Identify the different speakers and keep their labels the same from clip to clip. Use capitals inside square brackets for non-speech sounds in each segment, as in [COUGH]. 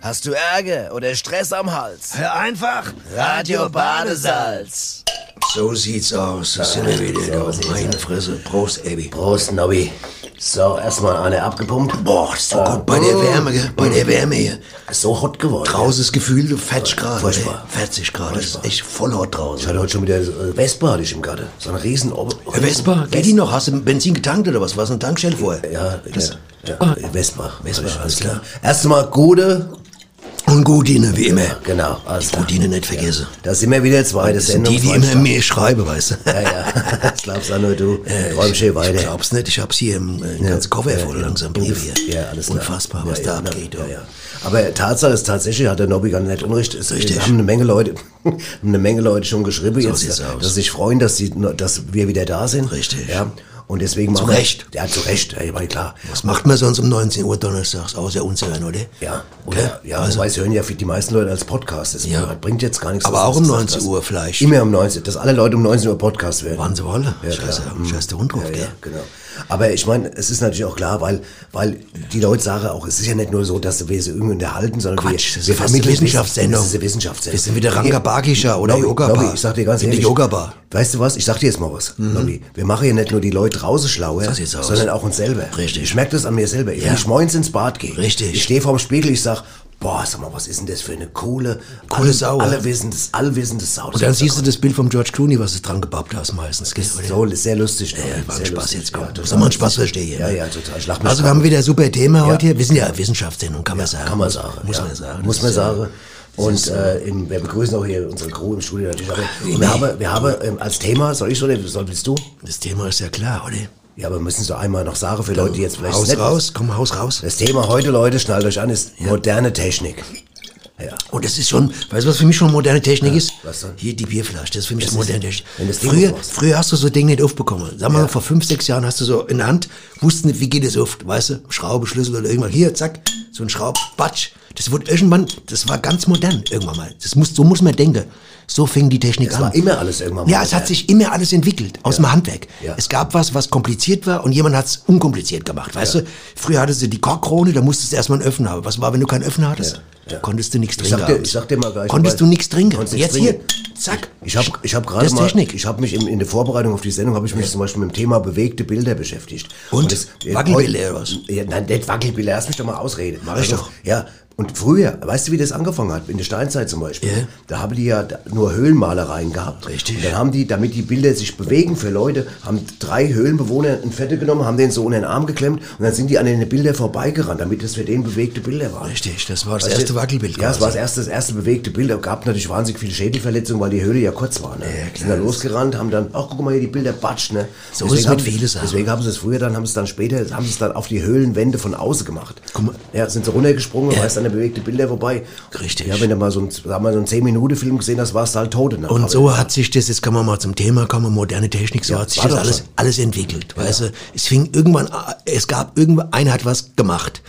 Speaker 1: Hast du Ärger oder Stress am Hals?
Speaker 2: Hör einfach.
Speaker 1: Radio Badesalz.
Speaker 2: So sieht's aus. Das sind wir wieder.
Speaker 1: sieht's
Speaker 2: da. Meine Fresse. Prost, Abby.
Speaker 1: Prost, Nobby. So, erstmal eine abgepumpt.
Speaker 2: Boah, ist so gut. Bei der Wärme, gell? Bei der Wärme hier.
Speaker 1: Ist so hot geworden.
Speaker 2: Grauses Gefühl, du fetzt gerade.
Speaker 1: Furchtbar.
Speaker 2: ey. 40 Grad. Das ist echt voll hot
Speaker 1: Ich
Speaker 2: draußen.
Speaker 1: hatte heute schon wieder äh, Vespa hatte ich im Garten. So ein riesen Ob
Speaker 2: Herr Vespa, geht die noch? Hast du Benzin getankt oder was? War's ein Tankstelle vorher?
Speaker 1: Ja, Ah.
Speaker 2: Das-
Speaker 1: ja, ja. Vespa.
Speaker 2: Vespa,
Speaker 1: Hab ich-
Speaker 2: alles klar.
Speaker 1: Erstmal gute.
Speaker 2: Und Gutine, wie immer.
Speaker 1: Genau, alles klar.
Speaker 2: Gutine nicht vergessen.
Speaker 1: Da sind wir wieder, zweite
Speaker 2: Das sind
Speaker 1: Sendung.
Speaker 2: die, die
Speaker 1: zweite
Speaker 2: immer mehr schreiben, weißt du?
Speaker 1: Ja,
Speaker 2: Äh,
Speaker 1: ja. [LAUGHS] Das glaubst auch nur du. Räum schön
Speaker 2: Ich
Speaker 1: weiter.
Speaker 2: glaub's nicht, ich hab's hier im äh, im ganzen Koffer voll langsam. Briefe hier.
Speaker 1: Ja, alles klar.
Speaker 2: Unfassbar,
Speaker 1: ja,
Speaker 2: was
Speaker 1: ja,
Speaker 2: da
Speaker 1: na,
Speaker 2: abgeht.
Speaker 1: Ja, ja. Aber Tatsache ist tatsächlich, hat der Nobby gar nicht unrecht. Es
Speaker 2: Richtig.
Speaker 1: haben eine Menge Leute, [LAUGHS] haben eine Menge Leute schon geschrieben,
Speaker 2: sieht's aus.
Speaker 1: dass sie sich freuen, dass, die, dass wir wieder da sind.
Speaker 2: Richtig.
Speaker 1: Ja. Und deswegen machen
Speaker 2: Recht.
Speaker 1: Wir, ja, zu Recht. Ja, ich meine, klar.
Speaker 2: Was macht man sonst um 19 Uhr donnerstags, außer uns hören, oder?
Speaker 1: Ja, oder, ja, also, weiß, hören ja für die meisten Leute als Podcast. Das
Speaker 2: Ja.
Speaker 1: bringt jetzt gar nichts.
Speaker 2: Aber
Speaker 1: dass
Speaker 2: auch
Speaker 1: du
Speaker 2: um
Speaker 1: das
Speaker 2: 19
Speaker 1: hast.
Speaker 2: Uhr vielleicht.
Speaker 1: Immer um 19 dass alle Leute um 19 Uhr Podcast werden.
Speaker 2: Wann sie wollen.
Speaker 1: Ja,
Speaker 2: scheiße,
Speaker 1: klar. Mhm.
Speaker 2: scheiß der Hund drauf,
Speaker 1: Ja, ja,
Speaker 2: gell?
Speaker 1: genau. Aber ich meine, es ist natürlich auch klar, weil, weil die Leute sagen auch, es ist ja nicht nur so, dass wir sie irgendwie unterhalten, sondern
Speaker 2: Quatsch,
Speaker 1: wir,
Speaker 2: das
Speaker 1: wir
Speaker 2: ist fast eine
Speaker 1: vermitteln
Speaker 2: Wissenschaftssendung.
Speaker 1: Das ist eine Wissenschaftssendung.
Speaker 2: Wir sind wieder Ranga Bakisha oder
Speaker 1: Nobby,
Speaker 2: Yoga
Speaker 1: Nobby,
Speaker 2: Bar.
Speaker 1: ich sag dir ganz
Speaker 2: In die
Speaker 1: ehrlich.
Speaker 2: Yoga Bar.
Speaker 1: Weißt du was? Ich sag dir jetzt mal was,
Speaker 2: Mhm.
Speaker 1: Nobby. Wir machen ja nicht nur die Leute draußen schlauer,
Speaker 2: So sieht's aus.
Speaker 1: sondern auch uns selber.
Speaker 2: Richtig.
Speaker 1: Ich merke das an mir selber. Wenn
Speaker 2: Ja.
Speaker 1: ich morgens ins Bad gehe,
Speaker 2: Richtig.
Speaker 1: ich stehe vorm Spiegel, ich sag, boah, sag mal, was ist denn das für eine coole,
Speaker 2: Coole Sau, ja.
Speaker 1: Alle wissen das, alle wissen das Sau.
Speaker 2: Und dann siehst du das Bild vom George Clooney, was du dran gebappt hast meistens, gell? Oder?
Speaker 1: so, sehr lustig. Nobby,
Speaker 2: Ja, war ein
Speaker 1: sehr
Speaker 2: Spaß
Speaker 1: lustig.
Speaker 2: jetzt, komm.
Speaker 1: Ja,
Speaker 2: das
Speaker 1: total.
Speaker 2: soll man Spaß verstehen. hier,
Speaker 1: Ja,
Speaker 2: ne?
Speaker 1: ja, total. Ich lach mich
Speaker 2: Also wir
Speaker 1: kaputt.
Speaker 2: haben wieder ein super Thema heute. hier.
Speaker 1: Ja.
Speaker 2: Wir sind ja Wissenschaftssendung, kann man sagen.
Speaker 1: Kann man
Speaker 2: Muss-
Speaker 1: sagen.
Speaker 2: Muss
Speaker 1: ja.
Speaker 2: man sagen.
Speaker 1: Muss
Speaker 2: Das
Speaker 1: man
Speaker 2: ist ja-
Speaker 1: sagen. Und äh, im, wir begrüßen auch hier unsere Crew im Studio natürlich. Aber
Speaker 2: Nee.
Speaker 1: und wir haben, wir haben ähm, als Thema, soll ich oder soll, willst du?
Speaker 2: Das Thema ist ja klar, oder?
Speaker 1: Ja, aber wir müssen so einmal noch sagen für Leute, die jetzt vielleicht
Speaker 2: äh, Haus
Speaker 1: nicht-
Speaker 2: raus, komm, Haus raus.
Speaker 1: Das Thema heute, Leute, schnallt euch an, ist moderne Technik. Ja.
Speaker 2: Und Oh, das ist schon, weißt du, was für mich schon moderne Technik ist?
Speaker 1: was denn?
Speaker 2: Hier die Bierflasche, das ist für mich
Speaker 1: Das
Speaker 2: das moderne
Speaker 1: ist-
Speaker 2: Technik.
Speaker 1: wenn das Ding
Speaker 2: Früher,
Speaker 1: aufmachst.
Speaker 2: früher hast du so Ding nicht aufbekommen. Sag mal, vor fünf, sechs Jahren hast du so in der Hand, wusstest nicht, wie geht das auf, weißt du, Schraube, Schlüssel oder irgendwas. Hier, zack, so ein Schraub, batsch. Das wurde irgendwann, das war ganz modern irgendwann mal. Das muss, so muss man denken. So fing die Technik
Speaker 1: Das
Speaker 2: an.
Speaker 1: war immer alles irgendwann mal
Speaker 2: Ja, es
Speaker 1: modern.
Speaker 2: hat sich immer alles entwickelt aus dem Handwerk.
Speaker 1: Ja.
Speaker 2: Es gab was, was kompliziert war und jemand hat's unkompliziert gemacht, weißt du? Früher hattest du die Korkkrone, da musstest du erstmal einen Öffner haben. Was war, wenn du keinen Öffner hattest?
Speaker 1: ja.
Speaker 2: Konntest du nichts
Speaker 1: Ich
Speaker 2: trinken.
Speaker 1: sag, dir,
Speaker 2: abends.
Speaker 1: ich sag dir mal gleich.
Speaker 2: Konntest
Speaker 1: weil-
Speaker 2: du nichts trinken.
Speaker 1: Konntest
Speaker 2: Und
Speaker 1: nichts
Speaker 2: jetzt
Speaker 1: trinken.
Speaker 2: hier, zack.
Speaker 1: Ich habe ich hab
Speaker 2: Das
Speaker 1: gerade
Speaker 2: ist
Speaker 1: mal,
Speaker 2: Technik.
Speaker 1: ich habe mich in, in der Vorbereitung auf die Sendung habe ich mich zum Beispiel mit dem Thema bewegte Bilder beschäftigt.
Speaker 2: Und?
Speaker 1: das-
Speaker 2: Wackelbilder oder was?
Speaker 1: Ja, nein, nicht Wackelbilder. Lass mich doch mal ausreden. Mach
Speaker 2: ich doch.
Speaker 1: Ja. Und früher, weißt du, wie das angefangen hat? In der Steinzeit zum Beispiel.
Speaker 2: Ja.
Speaker 1: Da haben die ja da- nur Höhlenmalereien gehabt.
Speaker 2: Richtig.
Speaker 1: Und dann haben die, damit die Bilder sich bewegen für Leute, haben drei Höhlenbewohner in Fette genommen, haben den so unter den Arm geklemmt und dann sind die an den Bildern vorbeigerannt, damit das für den bewegte Bilder waren.
Speaker 2: Richtig, das war das
Speaker 1: Also,
Speaker 2: erste Wackelbild.
Speaker 1: Ja, es
Speaker 2: quasi.
Speaker 1: war das erste, das erste bewegte Bild. Es gab natürlich wahnsinnig viele Schädelverletzungen, weil die Höhle ja kurz war. Ne?
Speaker 2: klar.
Speaker 1: Sind dann losgerannt, haben dann, ach guck mal hier, die Bilder batsch. Ne?
Speaker 2: So ist es mit
Speaker 1: haben-
Speaker 2: vielen Sachen.
Speaker 1: Deswegen haben sie es früher, dann haben sie es dann später, haben sie es dann auf die Höhlenwände von außen gemacht.
Speaker 2: Guck mal.
Speaker 1: Ja, sind sie runtergesprungen,
Speaker 2: Ja.
Speaker 1: ja. weißt dann bewegte Bilder vorbei.
Speaker 2: Richtig.
Speaker 1: Ja, wenn du mal so einen, sag mal, so einen 10-Minuten-Film gesehen hast, war es halt tot. Ne?
Speaker 2: Und so hat sich das, jetzt kann man mal zum Thema kommen, um moderne Technik, so hat sich
Speaker 1: war
Speaker 2: das
Speaker 1: doch
Speaker 2: alles,
Speaker 1: schon.
Speaker 2: alles entwickelt. Weißt du, es fing irgendwann, a- es gab irgendwann, einer hat was gemacht.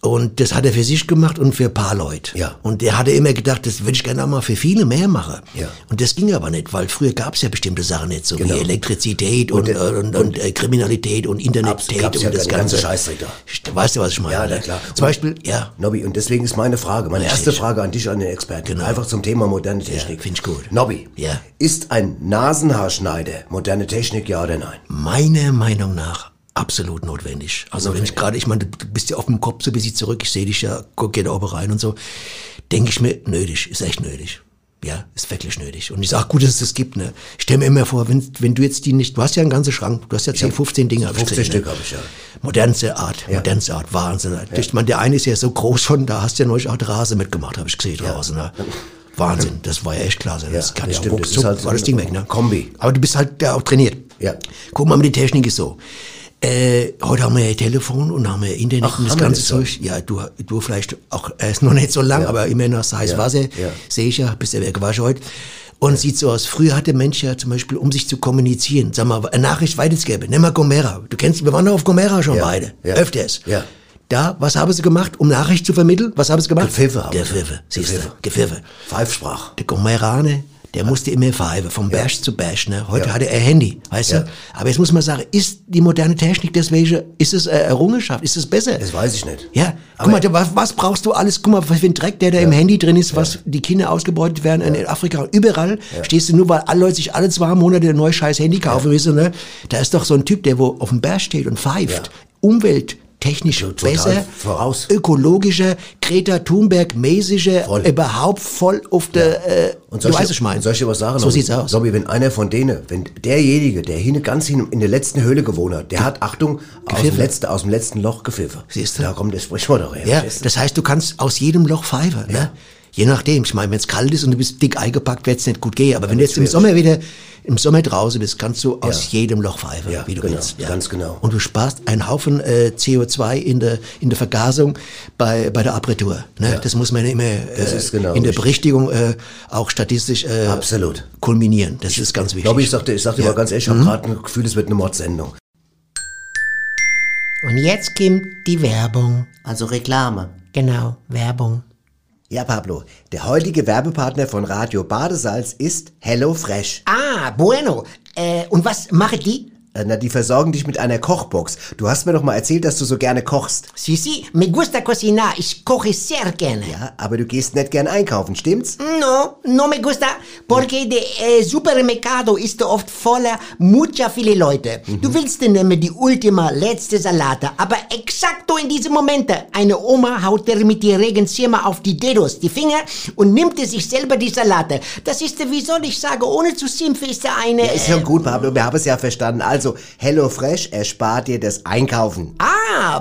Speaker 2: Und das hat er für sich gemacht und für ein paar Leute.
Speaker 1: Ja.
Speaker 2: Und der hatte immer gedacht, das würde ich gerne auch mal für viele mehr machen.
Speaker 1: Ja.
Speaker 2: Und das ging aber nicht, weil früher gab es ja bestimmte Sachen nicht, so
Speaker 1: Genau.
Speaker 2: wie Elektrizität und, und, und, äh, Kriminalität und Internet-Tät
Speaker 1: gab's
Speaker 2: und
Speaker 1: ja
Speaker 2: das
Speaker 1: den ganzen
Speaker 2: Ganze.
Speaker 1: Scheißdreck da.
Speaker 2: Weißt du, was ich meine?
Speaker 1: Ja, na
Speaker 2: ne?
Speaker 1: klar.
Speaker 2: Zum Beispiel, ja,
Speaker 1: Nobby, und deswegen ist meine Frage, meine erste
Speaker 2: Richtig.
Speaker 1: Frage an dich, an den Experten,
Speaker 2: Genau.
Speaker 1: einfach zum Thema moderne Technik.
Speaker 2: find ich gut.
Speaker 1: Nobby,
Speaker 2: Ja.
Speaker 1: ist ein Nasenhaarschneider moderne Technik, ja oder nein?
Speaker 2: meiner Meinung nach absolut notwendig. Also wenn ich gerade, ich meine, du bist ja auf dem Kopf so ein bisschen zurück, ich sehe dich ja, guck geht oben rein und so, denke ich mir, nötig, ist echt nötig. Ja, ist wirklich nötig. Und ich sag, gut, dass es das gibt, ne? Ich stell mir immer vor, wenn, wenn du jetzt die nicht, du hast ja einen ganzen Schrank, du hast ja 10, 15 Dinge. hab ich
Speaker 1: 50
Speaker 2: gesehen,
Speaker 1: Stück
Speaker 2: ne?
Speaker 1: habe ich, ja.
Speaker 2: Modernste Art, modernste Art, Wahnsinn. Ich meine, der eine ist ja so groß schon, da hast du ja neulich auch Rase mitgemacht, habe ich gesehen draußen, ne? Wahnsinn, das war ja echt klasse. ne? das
Speaker 1: Ja,
Speaker 2: kann
Speaker 1: das
Speaker 2: ich auch
Speaker 1: stimmt,
Speaker 2: ruckzuck,
Speaker 1: das ist halt so
Speaker 2: war das Ding
Speaker 1: eine
Speaker 2: weg, ne?
Speaker 1: Kombi.
Speaker 2: Aber du bist halt ja auch trainiert.
Speaker 1: Ja.
Speaker 2: Guck mal, die Technik ist so. Äh, heute haben wir ja Telefon und haben ja Internet
Speaker 1: Ach,
Speaker 2: und das
Speaker 1: haben wir
Speaker 2: ganze
Speaker 1: das schon?
Speaker 2: Zeug. Ja, du, du vielleicht auch erst noch nicht so lang, aber immerhin hast du heiß
Speaker 1: Ja,
Speaker 2: Wasser.
Speaker 1: ja.
Speaker 2: Sehe ich ja, bist ja wieder gewaschen heute. Und sieht so aus. Früher hatte Mensch ja zum Beispiel, um sich zu kommunizieren, sag mal, eine Nachricht weitergeben. Nimm mal Gomera. Du kennst, wir waren doch auf Gomera schon
Speaker 1: Ja,
Speaker 2: beide.
Speaker 1: ja,
Speaker 2: Öfters.
Speaker 1: ja.
Speaker 2: Da, was haben sie gemacht, um Nachricht zu vermitteln? Was haben sie gemacht?
Speaker 1: Gepfiffe haben sie.
Speaker 2: Gepfiffe, siehst du.
Speaker 1: Gepfiffe.
Speaker 2: Gepfiffe.
Speaker 1: Pfeifsprach.
Speaker 2: Der Gomerane, Der musste immer verheiben, vom Bash zu Bash. Ne? Heute hatte er Handy, weißt du? Aber jetzt muss man sagen, ist die moderne Technik deswegen, ist es eine Errungenschaft, ist es besser?
Speaker 1: Das weiß ich nicht.
Speaker 2: Ja, guck mal, da- was, was brauchst du alles? Guck mal, was für ein Dreck, der da im Handy drin ist, was die Kinder ausgebeutet werden in Afrika und überall stehst du nur, weil alle Leute sich alle zwei Monate ein neues scheiß Handy kaufen müssen. Ne? Da ist doch so ein Typ, der wo auf dem Berg steht und pfeift.
Speaker 1: Ja.
Speaker 2: Umwelt. Technisch
Speaker 1: total
Speaker 2: besser,
Speaker 1: voraus.
Speaker 2: ökologischer, Greta Thunberg-mäßiger,
Speaker 1: Voll.
Speaker 2: überhaupt voll auf der, äh,
Speaker 1: Und
Speaker 2: du
Speaker 1: solche,
Speaker 2: weißt, was ich meine.
Speaker 1: Und solche was sagen.
Speaker 2: So sieht's aus.
Speaker 1: Zombie, wenn einer von denen, wenn derjenige, der hin ganz hin in der letzten Höhle gewohnt hat, der hat, Achtung, aus dem,
Speaker 2: Gepfiffen.
Speaker 1: letzten, aus dem letzten Loch gepfiffen.
Speaker 2: Siehst du?
Speaker 1: Da kommt das Sprichwort doch her.
Speaker 2: Ja,
Speaker 1: verstehst du?
Speaker 2: das heißt, du kannst aus jedem Loch pfeifen, ne? Je nachdem. Ich meine, wenn es kalt ist und du bist dick eingepackt, wird's nicht gut gehen. Aber wenn du jetzt im
Speaker 1: schwierig.
Speaker 2: Sommer wieder im Sommer draußen bist, kannst du aus jedem Loch pfeifen,
Speaker 1: Ja,
Speaker 2: wie du
Speaker 1: genau,
Speaker 2: willst.
Speaker 1: ganz genau.
Speaker 2: Und du sparst einen Haufen äh, CO2 in der in der Vergasung bei bei der Apertur. Ne? Das muss man immer äh,
Speaker 1: Das ist genau
Speaker 2: in der
Speaker 1: richtig.
Speaker 2: Berichtigung äh, auch statistisch äh,
Speaker 1: Absolut.
Speaker 2: kulminieren. Das ist ganz wichtig.
Speaker 1: Lobby, ich sagte, ich sagte
Speaker 2: Ja.
Speaker 1: mal ganz ehrlich, ich
Speaker 2: Mhm.
Speaker 1: habe gerade ein Gefühl, es wird eine Mordsendung.
Speaker 3: Und jetzt kommt die Werbung.
Speaker 4: Also Reklame.
Speaker 3: Genau, Werbung.
Speaker 4: Ja, Pablo, der heutige Werbepartner von Radio Badesalz ist HelloFresh.
Speaker 3: Ah, bueno. Äh, und was machen die?
Speaker 4: Äh, Na, die versorgen dich mit einer Kochbox. Du hast mir doch mal erzählt, dass du so gerne kochst.
Speaker 3: Sí, sí, me gusta cocinar. Ich koche sehr gerne.
Speaker 4: Ja, aber du gehst nicht gern einkaufen, stimmt's?
Speaker 3: No, no me gusta, porque der äh, Supermercado ist oft voller mucha viele Leute. Du willst nehmen die ultima letzte Salate, aber exakto in diesem Moment, eine Oma haut dir mit die Regenschirme auf die Dedos, die Finger und nimmt sich selber die Salate. Das ist, äh, wie soll ich sagen, ohne zu simpel ist eine... äh,
Speaker 4: Ja, ist schon gut, Pablo, wir haben es ja verstanden. Also, HelloFresh erspart dir das Einkaufen
Speaker 3: ah,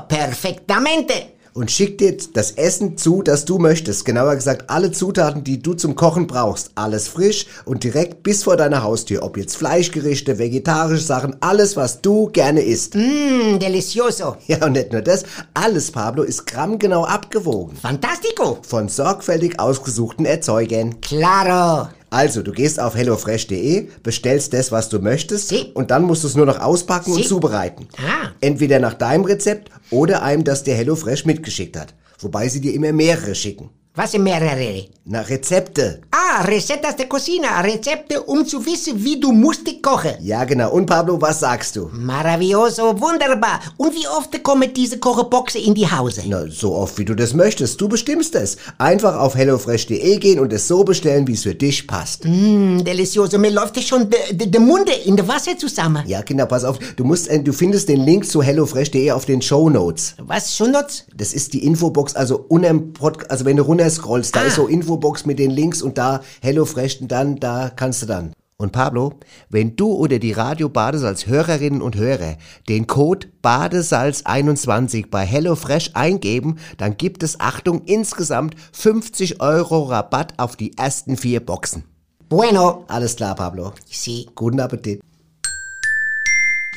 Speaker 3: perfektamente.
Speaker 4: und schickt dir das Essen zu, das du möchtest. Genauer gesagt, alle Zutaten, die du zum Kochen brauchst. Alles frisch und direkt bis vor deiner Haustür. Ob jetzt Fleischgerichte, vegetarische Sachen, alles, was du gerne isst.
Speaker 3: Mm, delicioso.
Speaker 4: [LAUGHS] Ja, und nicht nur das, alles, Pablo, ist grammgenau abgewogen.
Speaker 3: Fantastico.
Speaker 4: Von sorgfältig ausgesuchten Erzeugern.
Speaker 3: Claro.
Speaker 4: Also, du gehst auf hellofresh.de, bestellst das, was du möchtest,
Speaker 3: Sie.
Speaker 4: und dann musst du es nur noch auspacken
Speaker 3: Sie.
Speaker 4: und zubereiten.
Speaker 3: Ah.
Speaker 4: Entweder nach deinem Rezept oder einem, das dir HelloFresh mitgeschickt hat. Wobei sie dir immer mehrere schicken.
Speaker 3: Was mehrere?
Speaker 4: Nach Rezepte.
Speaker 3: Ah, recetas de cocina, Rezepte, um zu wissen, wie du musst kochen.
Speaker 4: Ja, genau. Und Pablo, was sagst du?
Speaker 3: Maravilloso, wunderbar. Und wie oft kommen diese Kochboxen in die Hause?
Speaker 4: Na, so oft wie du das möchtest. Du bestimmst es. Einfach auf hellofresh.de gehen und es so bestellen, wie es für dich passt.
Speaker 3: Mm, delicioso, mir läuft schon der de, de Munde in der Wasser zusammen.
Speaker 4: Ja, Kinder, pass auf. Du musst, äh, du findest den Link zu hellofresh.de auf den Show Notes.
Speaker 3: Was schon nutz?
Speaker 4: Das ist die Infobox, also unterm Podcast, also wenn du runterscrollst, da
Speaker 3: Ah.
Speaker 4: ist so Infobox mit den Links und da hellofresh und dann, da kannst du dann. Und Pablo, wenn du oder die Radio Badesalz Hörerinnen und Hörer den Code Badesalz21 bei HelloFresh eingeben, dann gibt es, Achtung, insgesamt 50 Euro Rabatt auf die ersten vier Boxen.
Speaker 3: Bueno,
Speaker 4: Alles klar, Pablo.
Speaker 3: sí.
Speaker 4: Guten Appetit.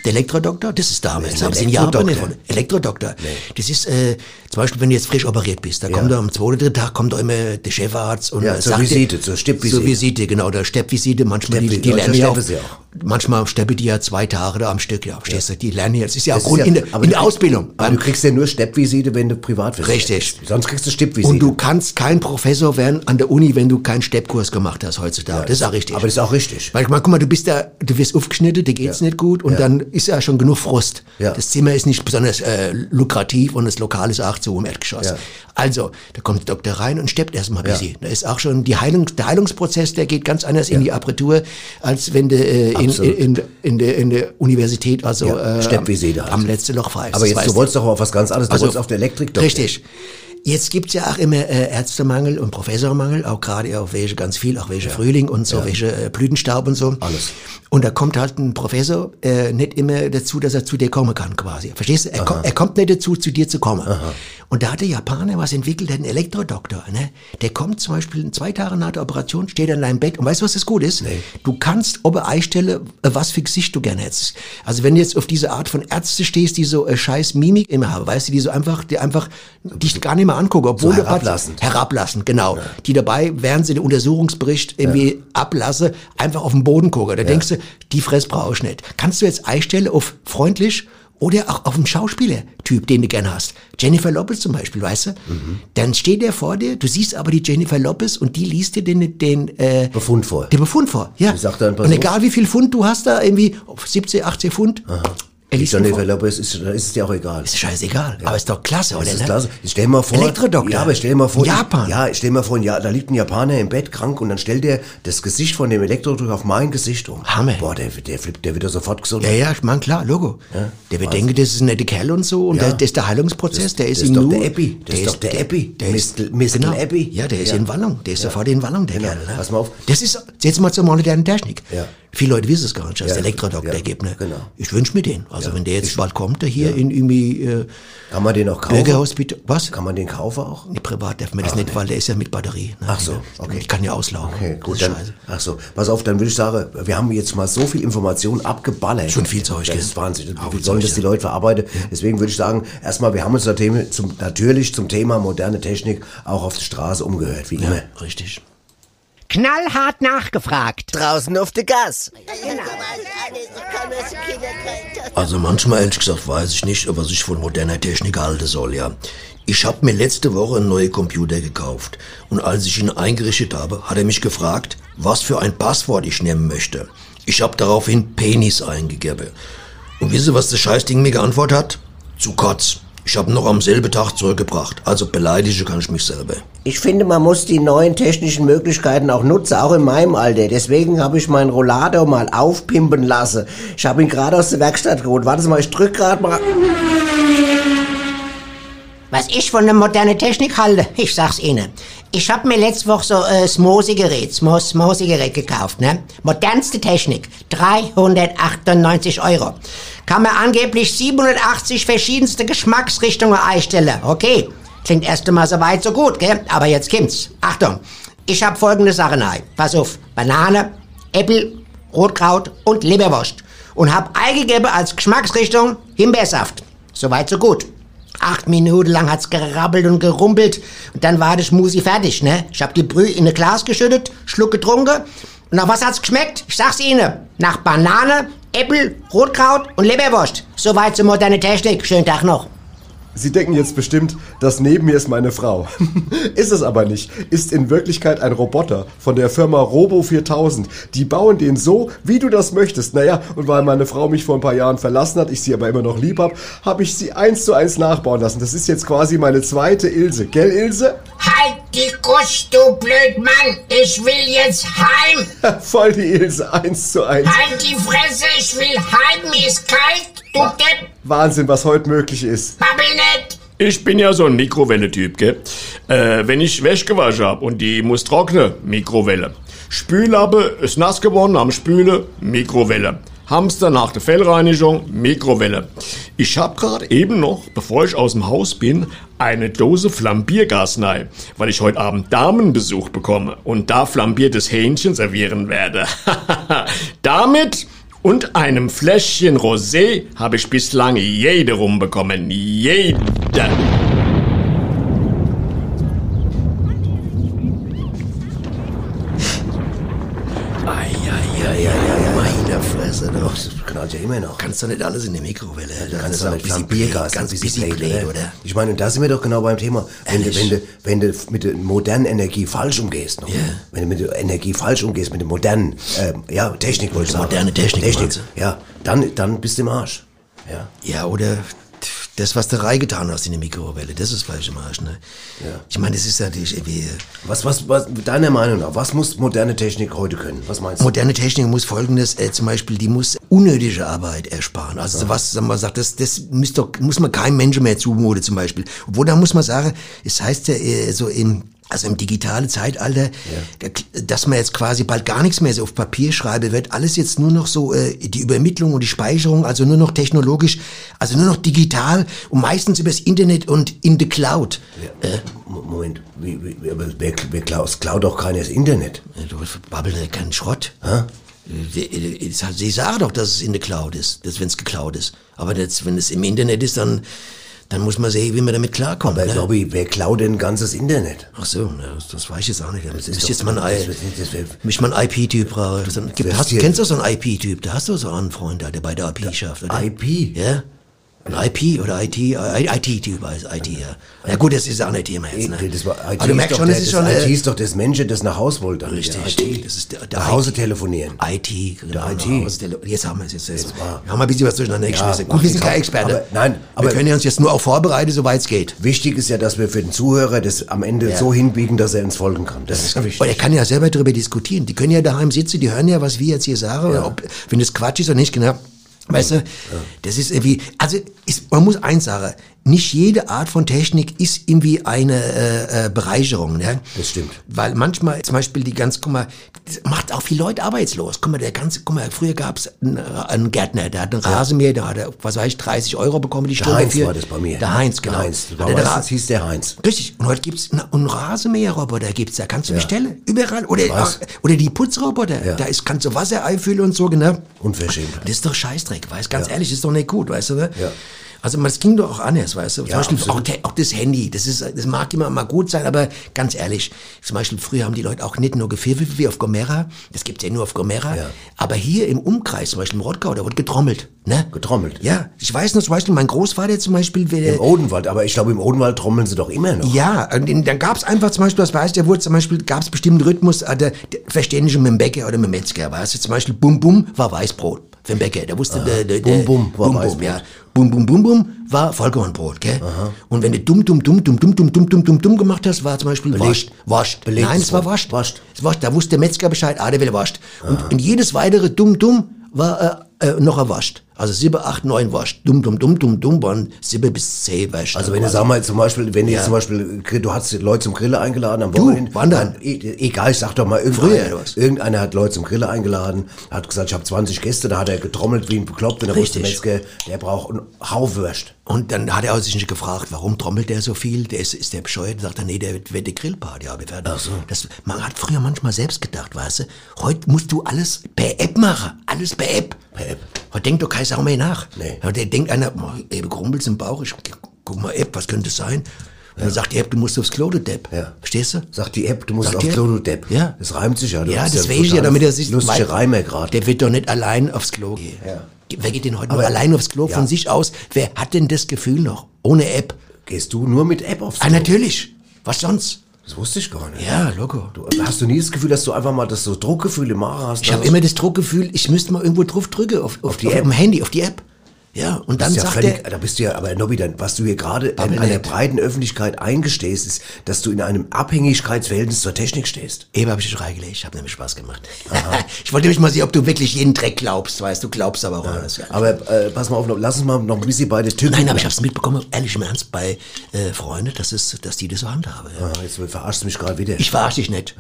Speaker 2: Der Elektrodoktor, das ist
Speaker 1: ein
Speaker 2: damals. Das haben sie in Japan
Speaker 1: Elektrodoktor.
Speaker 2: erfunden. Elektrodoktor. Das ist, äh, zum Beispiel, wenn du jetzt frisch operiert bist, da kommt da am zweiten, dritten Tag kommt da immer der Chefarzt und
Speaker 1: Ja,
Speaker 2: äh,
Speaker 1: zur
Speaker 2: sagt dir-
Speaker 1: Visite, zur Stippvisite.
Speaker 2: Zur Visite, genau, der Steppvisite, manchmal
Speaker 1: Steppi-
Speaker 2: die, die
Speaker 1: ja,
Speaker 2: lernen
Speaker 1: zur
Speaker 2: ja auch,
Speaker 1: Steppe sie auch.
Speaker 2: manchmal steppe die ja zwei Tage da am Stück, ja, verstehst du, die lernen ja, das ist ja auch
Speaker 1: Das ist
Speaker 2: Grund
Speaker 1: ja-
Speaker 2: in der,
Speaker 1: aber du
Speaker 2: in der
Speaker 1: kriegst-
Speaker 2: Ausbildung.
Speaker 1: Aber du kriegst ja nur Steppvisite, wenn du privat bist.
Speaker 2: Richtig.
Speaker 1: Sonst kriegst du Stippvisite.
Speaker 2: und du kannst kein Professor werden an der Uni, wenn du keinen Steppkurs gemacht hast heutzutage. das ist auch richtig.
Speaker 1: Aber das ist auch richtig.
Speaker 2: Weil, guck mal, du bist da, du wirst aufgeschnitten, dir geht's nicht gut und dann ist ja schon genug Frust.
Speaker 1: Ja.
Speaker 2: Das Zimmer ist nicht besonders äh, lukrativ und das Lokal ist auch zu im Erdgeschoss.
Speaker 1: Ja.
Speaker 2: Also, da kommt der Doktor rein und steppt erstmal ein bisschen. Da ist auch schon die Heilung, der Heilungsprozess, der geht ganz anders in die Apertur, als wenn du äh, in,
Speaker 1: Absolut.
Speaker 2: in, in, in, der, in der Universität, also
Speaker 1: Ja,
Speaker 2: äh,
Speaker 1: Steppvisite halt.
Speaker 2: am letzten Loch pfeifst.
Speaker 1: Aber
Speaker 2: Das
Speaker 1: jetzt,
Speaker 2: weißt
Speaker 1: du wolltest doch auf was ganz anderes. Du
Speaker 2: Also,
Speaker 1: wolltest auf der Elektrik doch.
Speaker 2: Richtig. Jetzt gibt's ja auch immer äh, Ärztemangel und Professormangel, auch gerade auf welche ganz viel, auch welche Frühling und so, welche äh, Blütenstaub und so.
Speaker 1: Alles.
Speaker 2: Und da kommt halt ein Professor äh, nicht immer dazu, dass er zu dir kommen kann quasi. Verstehst du? Er, kommt, er kommt nicht dazu, zu dir zu kommen. Und da hat der Japaner was entwickelt, einen Elektrodoktor. Ne? Der kommt zum Beispiel zwei Tage nach der Operation, steht an deinem Bett und weißt du, was das gut ist? Du kannst ob er Eistelle, äh, was für Gesicht du gerne hättest. Also wenn du jetzt auf diese Art von Ärzte stehst, die so äh, scheiß Mimik immer haben, weißt du, die so einfach, die einfach dich gar nicht mehr angucken, obwohl
Speaker 1: So
Speaker 2: du Patient-
Speaker 1: herablassend.
Speaker 2: herablassen, genau. Die dabei, während sie den Untersuchungsbericht irgendwie ablasse, einfach auf den Boden gucken. Da denkst du, die Fress brauche ich nicht. Kannst du jetzt einstellen auf freundlich oder auch auf einen Schauspielertyp, den du gern hast. Jennifer Lopez zum Beispiel, weißt du? Dann steht er vor dir, du siehst aber die Jennifer Lopez und die liest dir den, den, äh,
Speaker 1: Befund vor.
Speaker 2: den Befund vor. Ja.
Speaker 1: Die sagt dann, pass
Speaker 2: und
Speaker 1: auf.
Speaker 2: egal wie viel Pfund du hast da, irgendwie ob 17, 18 Pfund, er
Speaker 1: Die
Speaker 2: liest ihn
Speaker 1: Jennifer
Speaker 2: vor.
Speaker 1: Lopez ist, da ist es dir auch egal.
Speaker 2: Ist scheißegal, aber ist doch klasse, oder?
Speaker 1: Das ist
Speaker 2: ne?
Speaker 1: klasse. Ich stell mal vor.
Speaker 2: Elektrodoktor.
Speaker 1: Ja, aber ich stell mal vor.
Speaker 2: Japan.
Speaker 1: Ja, ich stell mal vor, ja, da liegt ein Japaner im Bett krank und dann stellt er das Gesicht von dem Elektrodruck auf mein Gesicht um.
Speaker 2: Hammer.
Speaker 1: Boah, der, der flippt, der wird ja sofort gesund.
Speaker 2: Ja, ja, ich meine, klar, Logo. der wird denken, das ist ein netter Kerl und so. Und
Speaker 1: Ja.
Speaker 2: der, das ist der Heilungsprozess, der ist,
Speaker 1: das
Speaker 2: ihm
Speaker 1: ist doch
Speaker 2: nur-
Speaker 1: der Epi. Das ist doch der Epi.
Speaker 2: Der ist,
Speaker 1: Mistel- Mistel
Speaker 2: genau.
Speaker 1: Epi.
Speaker 2: Ja, der ist
Speaker 1: Ja.
Speaker 2: in Wallung. Der ist sofort in Wallung, der
Speaker 1: Genau.
Speaker 2: Kerl. Ne?
Speaker 1: Pass mal auf.
Speaker 2: Das ist, jetzt mal zur modernen Technik.
Speaker 1: Ja.
Speaker 2: Viele Leute wissen es gar nicht, dass
Speaker 1: Ja.
Speaker 2: der Elektrodoktor
Speaker 1: Ja.
Speaker 2: gibt. Ne?
Speaker 1: Genau.
Speaker 2: Ich wünsche mir den. Also, wenn der jetzt bald kommt, der hier in irgendwie äh,
Speaker 1: Kann man den auch kaufen?
Speaker 2: Bürgerhospital. Was?
Speaker 1: Kann man den kaufen auch?
Speaker 2: Nee, privat darf man das nicht, weil der ist ja mit Batterie. Ne?
Speaker 1: Ach so, okay.
Speaker 2: Ich kann ja auslaufen.
Speaker 1: Okay, gut,
Speaker 2: das ist
Speaker 1: dann,
Speaker 2: scheiße.
Speaker 1: ach so, pass auf, dann würde ich sagen, wir haben jetzt mal so viel Information abgeballert.
Speaker 2: Schon viel
Speaker 1: Das
Speaker 2: Zeug, gell?
Speaker 1: ist Wahnsinn.
Speaker 2: Haufen
Speaker 1: Wie sollen
Speaker 2: Zeug,
Speaker 1: das die Leute verarbeiten? Deswegen würde ich sagen, erstmal, wir haben uns natürlich zum, natürlich zum Thema moderne Technik auch auf der Straße umgehört, wie immer.
Speaker 2: Richtig.
Speaker 3: Knallhart nachgefragt.
Speaker 4: Draußen auf der Gas.
Speaker 2: Also manchmal ehrlich gesagt weiß ich nicht, was ich von moderner Technik halten soll, ja. Ich habe mir letzte Woche einen neuen Computer gekauft und als ich ihn eingerichtet habe, hat er mich gefragt, was für ein Passwort ich nehmen möchte. Ich habe daraufhin Penis eingegeben. Und wisst ihr, was das Scheißding mir geantwortet hat? Zu Kotz. Ich habe noch am selben Tag zurückgebracht, also beleidige kann ich mich selber.
Speaker 4: Ich finde, man muss die neuen technischen Möglichkeiten auch nutzen, auch in meinem Alter. Deswegen habe ich meinen Rollator mal aufpimpen lassen. Ich habe ihn gerade aus der Werkstatt geholt. Warten Sie mal, ich drück gerade mal.
Speaker 3: Was ich von der modernen Technik halte, ich sag's Ihnen. Ich hab mir letzte Woche so äh, Smo-Sigarett, Smo, Smo-Sigarett gekauft, ne? Modernste Technik, 398 Euro. Kann man angeblich 780 verschiedenste Geschmacksrichtungen einstellen, okay? Klingt erst einmal so weit, so gut, gell? Aber jetzt kommt's. Achtung, ich hab folgende Sachen ein. Pass auf, Banane, Äpfel, Rotkraut und Leberwurst. Und hab eingegeben als Geschmacksrichtung Himbeersaft. Soweit, so gut. Acht Minuten lang hat's gerabbelt und gerumpelt und dann war das Schmusi fertig, ne? Ich hab die Brühe in ein Glas geschüttet, Schluck getrunken und nach was hat's geschmeckt? Ich sag's Ihnen, nach Banane, Äpfel, Rotkraut und Leberwurst. Soweit zur modernen Technik. Schönen Tag noch.
Speaker 5: Sie denken jetzt bestimmt, das neben mir ist meine Frau. [LAUGHS] ist es aber nicht. Ist in Wirklichkeit ein Roboter von der Firma Robo 4000. Die bauen den so, wie du das möchtest. Naja, und weil meine Frau mich vor ein paar Jahren verlassen hat, ich sie aber immer noch lieb hab, habe ich sie eins zu eins nachbauen lassen. Das ist jetzt quasi meine zweite Ilse. Gell, Ilse? [LAUGHS]
Speaker 6: Halt die Kuss, du Blödmann! Ich will jetzt
Speaker 7: [LAUGHS]
Speaker 6: heim!
Speaker 5: Voll die Ilse, eins zu eins.
Speaker 6: Halt die Fresse, ich will heim! Mir ist kalt, du Depp!
Speaker 5: Wahnsinn, was heute möglich ist.
Speaker 6: Babbel nicht!
Speaker 8: Ich bin ja so ein Mikrowelle-Typ, gell? Äh, wenn ich Wäsche gewaschen hab und die muss trocknen, Mikrowelle. Spülappe ist nass geworden am Spüle, Mikrowelle. Hamster nach der Fellreinigung, Mikrowelle. Ich hab gerade eben noch, bevor ich aus dem Haus bin, eine Dose Flambiergas rein, weil ich heute Abend Damenbesuch bekomme und da flambiertes Hähnchen servieren werde. [LAUGHS] Damit und einem Fläschchen Rosé habe ich bislang jede rumbekommen. Jeden.
Speaker 2: Eieieiei, meine Fresse doch.
Speaker 1: Das knallt ja immer noch.
Speaker 2: Kannst du nicht alles in der Mikrowelle. Das
Speaker 1: Kannst
Speaker 2: ist
Speaker 1: du
Speaker 2: auch
Speaker 1: mit bisschen Biergas,
Speaker 2: ganz busy blöd, oder?
Speaker 1: Ich meine, und da sind wir doch genau beim Thema. Wenn du,
Speaker 2: Ehrlich?
Speaker 1: wenn, du, wenn du mit der modernen Energie falsch umgehst, noch,
Speaker 2: Ja.
Speaker 1: wenn du mit der Energie falsch umgehst, mit der modernen ähm, ja, Technik, wollte ich sagen.
Speaker 2: moderne Technik, meinst
Speaker 1: Technik ja, dann, dann bist du im Arsch. Ja.
Speaker 2: Ja, oder das, was du reingetan hast in die Mikrowelle, das ist Fleisch im Arsch, ne? Ja. Ich meine, das ist natürlich irgendwie...
Speaker 1: Was, was, was, deiner Meinung nach, was muss moderne Technik heute können? Was meinst du?
Speaker 2: Moderne Technik muss folgendes, äh, zum Beispiel, die muss unnötige Arbeit ersparen. Also was, sagen wir mal, sagt, das, das muss, doch, muss man keinem Menschen mehr zumuten, zum Beispiel. Obwohl, da muss man sagen, es heißt ja äh, so im... Also im digitalen Zeitalter, da- dass man jetzt quasi bald gar nichts mehr so auf Papier schreibe, wird alles jetzt nur noch so äh, die Übermittlung und die Speicherung, also nur noch technologisch, also nur noch digital und meistens übers Internet und in the Cloud.
Speaker 1: Mo- Moment, wie, wie, wie- aber wer, wer klaut, klaut doch keiner das Internet?
Speaker 2: Äh, Du babbelst keinen Schrott. Hä? Sie sagen doch, dass es in der Cloud ist, dass wenn es geklaut ist. Aber das, wenn es im Internet ist, dann, dann muss man sehen, wie man damit klarkommt.
Speaker 1: Weil,
Speaker 2: Ne?
Speaker 1: Lobby, wer klaut denn ganzes Internet?
Speaker 2: Ach so, ne, das, das weiß ich jetzt auch nicht. Das
Speaker 1: ist
Speaker 2: ist
Speaker 1: doch-
Speaker 2: jetzt mal
Speaker 1: das-
Speaker 2: ein,
Speaker 1: das- das- das-
Speaker 2: mich mal ein IP-Typ brauche. Das- Gibt,
Speaker 1: das-
Speaker 2: hast,
Speaker 1: hier-
Speaker 2: kennst du so einen IP-Typ? Da hast du so einen Freund, da, der bei der IP schafft, oder?
Speaker 1: IP?
Speaker 2: Ja? Ein IP oder IT? Äh, IT-Typ, also IT, ja. Na gut, das ist auch nicht Thema jetzt, ne?
Speaker 1: Das war, IT
Speaker 2: Aber du merkst
Speaker 1: doch
Speaker 2: schon,
Speaker 1: der,
Speaker 2: das ist schon...
Speaker 1: IT
Speaker 2: äh,
Speaker 1: ist doch das Menschen, das nach Haus wollte. dann wieder.
Speaker 2: Richtig, das ist der, der
Speaker 1: Nach Hause telefonieren.
Speaker 2: IT, genau.
Speaker 1: IT.
Speaker 2: Haus- Tele- Jetzt haben wir es jetzt. jetzt haben wir ein bisschen was durcheinander geschmissen. Gut, wir sind kein Experte.
Speaker 1: Aber- nein, aber-
Speaker 2: wir können ja uns jetzt nur auch vorbereiten, soweit es geht.
Speaker 1: Wichtig ist ja, dass wir für den Zuhörer das am Ende so hinbiegen, dass er uns folgen kann. Das ist
Speaker 2: Und er
Speaker 1: wichtig.
Speaker 2: kann ja selber darüber diskutieren. Die können ja daheim sitzen, die hören ja, was wir jetzt hier sagen, ob, wenn das Quatsch ist oder nicht, genau. Weißt du, das ist irgendwie, also ist, man muss eins sagen, nicht jede Art von Technik ist irgendwie eine äh, äh, Bereicherung. Ne?
Speaker 1: Das stimmt.
Speaker 2: Weil manchmal zum Beispiel die ganz, guck mal, das macht auch viele Leute arbeitslos. Guck mal, der ganze, guck mal, früher gab's einen, Ra- einen Gärtner, der hat einen Rasenmäher, der hat, er, was weiß ich, 30 Euro bekommen die Stunde.
Speaker 1: Der Heinz
Speaker 2: für-
Speaker 1: war das bei mir.
Speaker 2: Der Heinz, genau.
Speaker 1: Der Heinz.
Speaker 2: Hat
Speaker 1: War
Speaker 2: er den Ra-
Speaker 1: meistens hieß der Heinz.
Speaker 2: Richtig. Und heute gibt's na- einen Rasenmäherroboter, gibt's da. Kannst du bestellen. Überall. Oder, äh, oder die Putzroboter. Da ist, kannst du Wasser einfüllen und so, genau.
Speaker 1: Unverschämt.
Speaker 2: Das ist doch Scheißdreck, weißt Ganz ehrlich, das ist doch nicht gut, weißt du? Ne?
Speaker 1: Ja.
Speaker 2: Also, man- das ging doch auch anders, weißt du? Zum
Speaker 1: Ja,
Speaker 2: Beispiel auch,
Speaker 1: absolut.
Speaker 2: te- auch das Handy, das, ist, das mag immer mal gut sein, aber ganz ehrlich, zum Beispiel früher haben die Leute auch nicht nur gepfiffen wie auf Gomera, das gibt's ja nur auf Gomera,
Speaker 1: Ja.
Speaker 2: aber hier im Umkreis, zum Beispiel im Rottgau, da wird getrommelt, ne?
Speaker 1: Getrommelt.
Speaker 2: Ja, ich weiß noch, zum Beispiel mein Großvater zum Beispiel, wer,
Speaker 1: Im Odenwald, aber ich glaube, im Odenwald trommeln sie doch immer noch.
Speaker 2: ja, und in- dann gab's einfach zum Beispiel, was weiß der wurde zum Beispiel, gab's bestimmten Rhythmus, äh, der, der verständige mit dem Bäcker oder mit dem Metzger, weißt du, zum Beispiel Bum Bum war Weißbrot für den Bäcker, der wusste, der, der, der,
Speaker 1: Ah. Bum Bum war
Speaker 2: Bum Bum,
Speaker 1: Weißbrot.
Speaker 2: ja. Bum Bum Bum Bum war Vollkornbrot, gell? Und wenn du dumm, dumm, dumm, dumm, dumm, dumm, dumm, dumm, dumm, dumm gemacht hast, war zum Beispiel wascht, wascht.
Speaker 1: Belegtes
Speaker 2: Nein, es war
Speaker 1: Brot.
Speaker 2: wascht. Wascht. Es wascht, da wusste der Metzger Bescheid, ah, der will wascht. Und, und jedes weitere dumm, dumm war äh, äh, noch erwascht. Also 7, 8, 9 wascht. Dumm, dumm, dumm, dumm, dumm waren 7 bis 10 wascht.
Speaker 1: Also wenn du
Speaker 2: Quasi.
Speaker 1: sag mal zum Beispiel, wenn du
Speaker 2: Ja.
Speaker 1: jetzt zum Beispiel, du hast Leute zum Grille eingeladen am Wochenende.
Speaker 2: wandern.
Speaker 1: E egal, ich sag doch mal,
Speaker 2: Früher
Speaker 1: irgendeiner,
Speaker 2: oder was?
Speaker 1: irgendeiner hat Leute zum Grille eingeladen, hat gesagt, ich habe 20 Gäste, da hat er getrommelt wie ein Bekloppter, da wusste der
Speaker 2: Richtig.
Speaker 1: Metzger, der braucht einen Hauwürst.
Speaker 2: Und dann hat er auch sich nicht gefragt, warum trommelt der so viel? Der ist, ist der bescheuert? Und sagt er, nee, der wird- wird die Grillparty haben. Ach so. das, man hat früher manchmal selbst gedacht, weißt du, heute musst du alles per App machen. Alles per App. Per App. Heute denkt doch keine Sau mehr nach.
Speaker 1: Nee.
Speaker 2: Heute denkt einer, "Oh, ey, Grumpels im Bauch, ich gu- guck mal, App, was könnte es sein? Und dann sagt die App, du musst aufs Klo, du Depp.
Speaker 1: Ja.
Speaker 2: Verstehst du?
Speaker 1: Sagt die App, du musst
Speaker 2: Sagt
Speaker 1: auf
Speaker 2: die App?
Speaker 1: Klo, du Depp.
Speaker 2: Ja.
Speaker 1: Das reimt sich ja. du
Speaker 2: Ja,
Speaker 1: bist
Speaker 2: das
Speaker 1: ein
Speaker 2: weiß ich ja,
Speaker 1: total
Speaker 2: damit er sich...
Speaker 1: Lustige
Speaker 2: weil-
Speaker 1: Reimer gerade.
Speaker 2: Der wird doch nicht allein aufs Klo gehen.
Speaker 1: Ja.
Speaker 2: Wer geht denn heute noch
Speaker 1: Aber-
Speaker 2: allein aufs Klo
Speaker 1: Ja.
Speaker 2: von sich aus? Wer hat denn das Gefühl noch? Ohne App.
Speaker 1: Gehst du nur mit App aufs
Speaker 2: Ah,
Speaker 1: Klo?
Speaker 2: natürlich. Was sonst?
Speaker 1: Das wusste ich gar nicht.
Speaker 2: Ja, Loco.
Speaker 1: Du, also hast du nie das Gefühl, dass du einfach mal das so Druckgefühl im Mara hast?
Speaker 2: Ich habe immer das Druckgefühl, ich müsste mal irgendwo drauf drücken, auf, auf,
Speaker 1: die
Speaker 2: auf
Speaker 1: App.
Speaker 2: dem Handy, auf die App. Ja, und dann
Speaker 1: Dann ja
Speaker 2: sagt
Speaker 1: völlig,
Speaker 2: er,
Speaker 1: da bist du ja, aber Nobby, dann, was du hier gerade an
Speaker 2: Bubble
Speaker 1: einer
Speaker 2: Net.
Speaker 1: breiten Öffentlichkeit eingestehst, ist, dass du in einem Abhängigkeitsverhältnis zur Technik stehst.
Speaker 2: Eben habe ich dich reingelegt, ich habe nämlich Spaß gemacht. [LAUGHS] ich wollte nämlich mal sehen, ob du wirklich jeden Dreck glaubst, weißt du, glaubst aber auch alles. Ja.
Speaker 1: Aber äh, pass mal auf, noch- lass uns mal noch ein bisschen beide Typen.
Speaker 2: Nein, aber ich habe es mitbekommen, ehrlich im Ernst, bei äh, Freunden, dass, es, dass die das so handhaben. Ja.
Speaker 1: Ah, jetzt verarschst du mich gerade wieder.
Speaker 2: Ich verarsche dich nicht.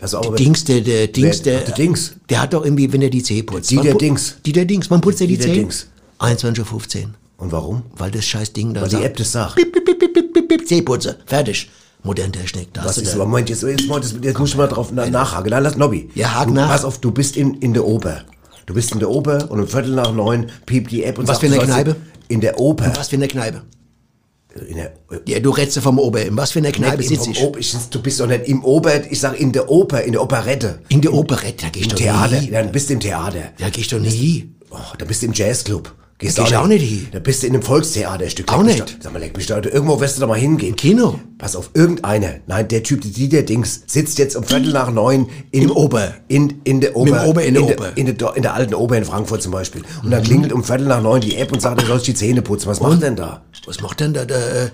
Speaker 1: pass auf, aber
Speaker 2: Dings, der, der Dings,
Speaker 1: Wer-
Speaker 2: der,
Speaker 1: ach, der Dings.
Speaker 2: der hat doch irgendwie, wenn er die Zähne putzt.
Speaker 1: Dieter
Speaker 2: Wann pu-
Speaker 1: Dings.
Speaker 2: Dieter Dings, wann putzt er die
Speaker 1: Dieter
Speaker 2: Zähne?
Speaker 1: Dings.
Speaker 2: 21.15 Uhr,
Speaker 1: Und warum?
Speaker 2: weil das scheiß Ding da
Speaker 1: Weil die App das sagt.
Speaker 2: Piep, piep, piep, piep, piep, piep, piep, Zähneputze. Fertig. Moderne Technik. Da
Speaker 1: Was
Speaker 2: hast du
Speaker 1: ist,
Speaker 2: da.
Speaker 1: aber Moment, jetzt, jetzt, Moment, jetzt, jetzt muss ich mal drauf na, nachhaken. Nein, lass Nobby.
Speaker 2: Ja, hak
Speaker 1: du,
Speaker 2: nach.
Speaker 1: Pass auf, du bist in, in der Oper. Du bist in der Oper und um Viertel nach neun piept die App und
Speaker 2: Was
Speaker 1: sagt,
Speaker 2: für eine
Speaker 1: du sollst-
Speaker 2: Kneipe?
Speaker 1: In der Oper.
Speaker 2: Was für eine Kneipe?
Speaker 1: In der,
Speaker 2: Ja, du rätst vom Ober. In was für eine Kneipe
Speaker 1: Nicht im
Speaker 2: sitze ich?
Speaker 1: Oper, ich sitz- du bist doch nicht im Oper, ich sag in der Oper, in der Operette.
Speaker 2: In der Operette, da geh ich
Speaker 1: Im
Speaker 2: doch
Speaker 1: Theater,
Speaker 2: nie hin.
Speaker 1: dann bist du im Theater.
Speaker 2: Da geh ich doch nie hin.
Speaker 1: Oh, da bist du im Jazzclub. Gehst
Speaker 2: Da geh ich auch nicht hin.
Speaker 1: Da bist du in einem Volkstheaterstück.
Speaker 2: Auch
Speaker 1: Leck mich
Speaker 2: nicht.
Speaker 1: Da, sag mal, leck mich da. Irgendwo wirst du doch mal hingehen.
Speaker 2: Kino.
Speaker 1: Pass auf, irgendeiner. Nein, der Typ, der Dieter Dings, sitzt jetzt um Viertel nach neun in,
Speaker 2: Im Oper.
Speaker 1: In, in der Oper.
Speaker 2: Mit dem Ober Mhm. in der Oper.
Speaker 1: In, der, in der alten Oper in Frankfurt zum Beispiel. Und dann klingelt um Viertel nach neun die App und sagt, du sollst die Zähne putzen. Was macht denn da?
Speaker 2: Was macht denn da der, äh,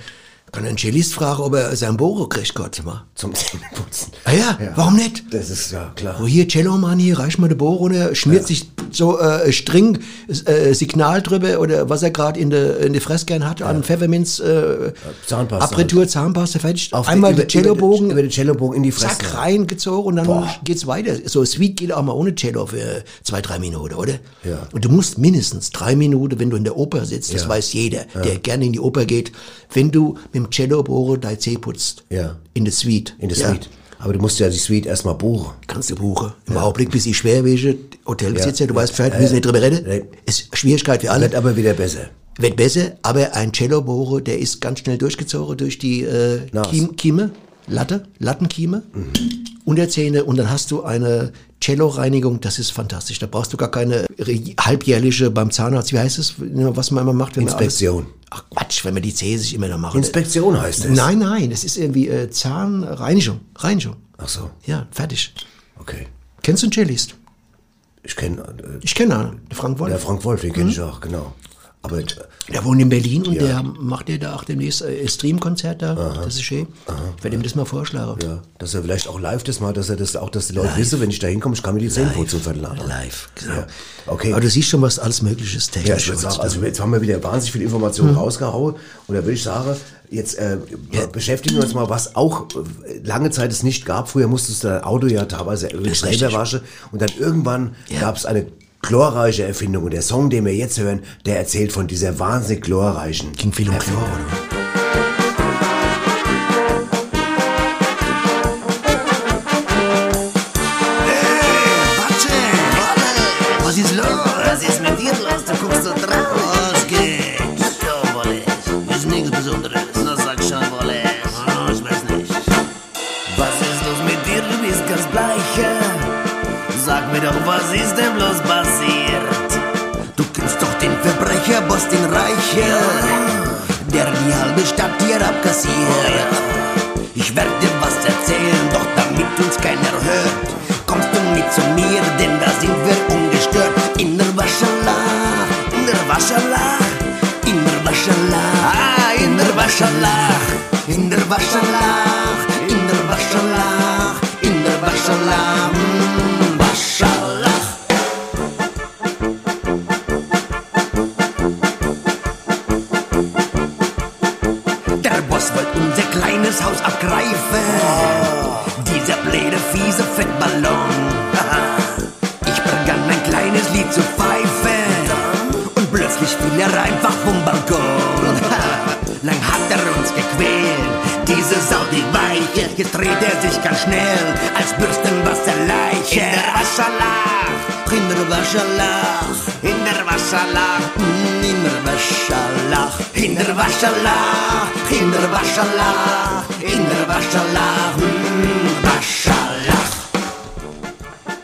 Speaker 2: kann ein Cellist fragen, ob er sein Boro kriegt, Gott mal.
Speaker 1: Zum Zähneputzen.
Speaker 2: Ah ja, warum nicht?
Speaker 1: Das ist ja klar.
Speaker 2: Wo hier Cellomann hier reicht mal der Bohr runter, schmiert sich so äh, String äh, Signal drüber oder was er gerade in der in der Fresskern hat an Pfefferminz äh,
Speaker 1: Zahnpasta
Speaker 2: Apertur Zahnpasta fertig.
Speaker 1: Auf
Speaker 2: Einmal
Speaker 1: über-
Speaker 2: der Cellobogen
Speaker 1: Über, über den Cellobogen in die Fresse.
Speaker 2: zack reingezogen und dann geht's weiter. So Sweet geht auch mal ohne Cello für zwei drei Minuten, oder?
Speaker 1: Ja.
Speaker 2: Und du musst mindestens drei Minuten, wenn du in der Oper sitzt, das weiß jeder, der gerne in die Oper geht, wenn du mit dem Cellobohrer dein Zeh putzt.
Speaker 1: Ja.
Speaker 2: In der Suite.
Speaker 1: In der
Speaker 2: Ja.
Speaker 1: Suite. Aber du musst ja die Suite erstmal buchen.
Speaker 2: Kannst du buchen. Im Augenblick bist du schwerwege Hotelbesitzer, du weißt Bescheid, wir müssen nicht drüber reden.
Speaker 1: Nee.
Speaker 2: Ist Schwierigkeit für alle.
Speaker 1: Wird aber wieder besser.
Speaker 2: Wird besser, aber ein Cellobohrer, der ist ganz schnell durchgezogen durch die äh,
Speaker 1: Nase.
Speaker 2: Kiem, Kieme, Latte, Lattenkieme. Unterzähne und dann hast du eine Cello-Reinigung, das ist fantastisch. Da brauchst du gar keine re- halbjährliche beim Zahnarzt, wie heißt es, was man immer macht? Wenn
Speaker 1: Inspektion.
Speaker 2: Man alles, ach Quatsch, wenn man die Zähne sich immer noch macht.
Speaker 1: Inspektion heißt es.
Speaker 2: Nein, nein, das ist irgendwie äh, Zahnreinigung. Reinigung.
Speaker 1: Ach so,
Speaker 2: Ja, fertig.
Speaker 1: okay.
Speaker 2: Kennst du einen Cellist?
Speaker 1: Ich kenne
Speaker 2: Ich kenne einen, der Frank
Speaker 1: äh,
Speaker 2: Wolf. Mhm.
Speaker 1: ja, Frank Wolf, den kenne ich auch, genau. Aber äh,
Speaker 2: Der wohnt in Berlin und der macht ja da auch demnächst ein Stream-Konzert da. Das ist schön. Ich werde ihm das mal vorschlagen.
Speaker 1: ja, dass er vielleicht auch live das mal, dass er das auch, dass die Leute wissen, wenn ich da hinkomme, ich kann mir die Zähne putzen für den Laden.
Speaker 2: Live, genau.
Speaker 1: Okay.
Speaker 2: Aber du siehst schon, was alles Mögliche ist
Speaker 1: Ja, ich
Speaker 2: technisch.
Speaker 1: würde sagen,
Speaker 2: heutzutage. Hm.
Speaker 1: also jetzt haben wir wieder wahnsinnig viel Informationen rausgehauen und da würde ich sagen, jetzt äh, be- beschäftigen wir uns mal, was auch äh, lange Zeit es nicht gab. Früher musstest du dein Auto ja teilweise
Speaker 2: ist
Speaker 1: selber
Speaker 2: richtig.
Speaker 1: waschen und dann irgendwann
Speaker 2: Ja.
Speaker 1: gab es eine glorreiche Erfindung und der Song, den wir jetzt hören, der erzählt von dieser wahnsinnig glorreichen
Speaker 2: ging viel um Chlor, oder?
Speaker 9: Warte, Wolle, was ist los? Was ist mit dir los? Du guckst so traurig. Was geht? Ja, Wolle, ist nichts Besonderes. Na, sag schon, Wolle. Ah, ich weiß nicht. Was ist los mit dir? Du bist ganz bleich. Sag mir doch, was ist denn bloß passiert? Du kennst doch den Verbrecher, Boss, den Reicher, der die halbe Stadt hier abkassiert. Ich werde was erzählen, doch damit uns keiner hört, kommst du mit zu mir, denn da sind wir ungestört. In der Waschala, in der Waschala, in der Waschala, ah, in der Waschala, in der Waschala, in der Waschala, in der Waschala, mm, Waschala. Der Boss will unser kleines Haus abgreifen. Dieser blöde, fiese Fettballon. [LAUGHS] Ich begann ein kleines Lied zu pfeifen. Und plötzlich fiel er einfach vom Balkon. [LAUGHS] Lang hat er uns gequält. Diese Sau, die Weiche. Jetzt dreht er sich ganz schnell, als Bürstenwasserleiche. In der Waschalach. In der Waschalach. In der Waschalach. In der Waschalach. In der Waschalach. In der Waschalach. In der Waschalach. Mm,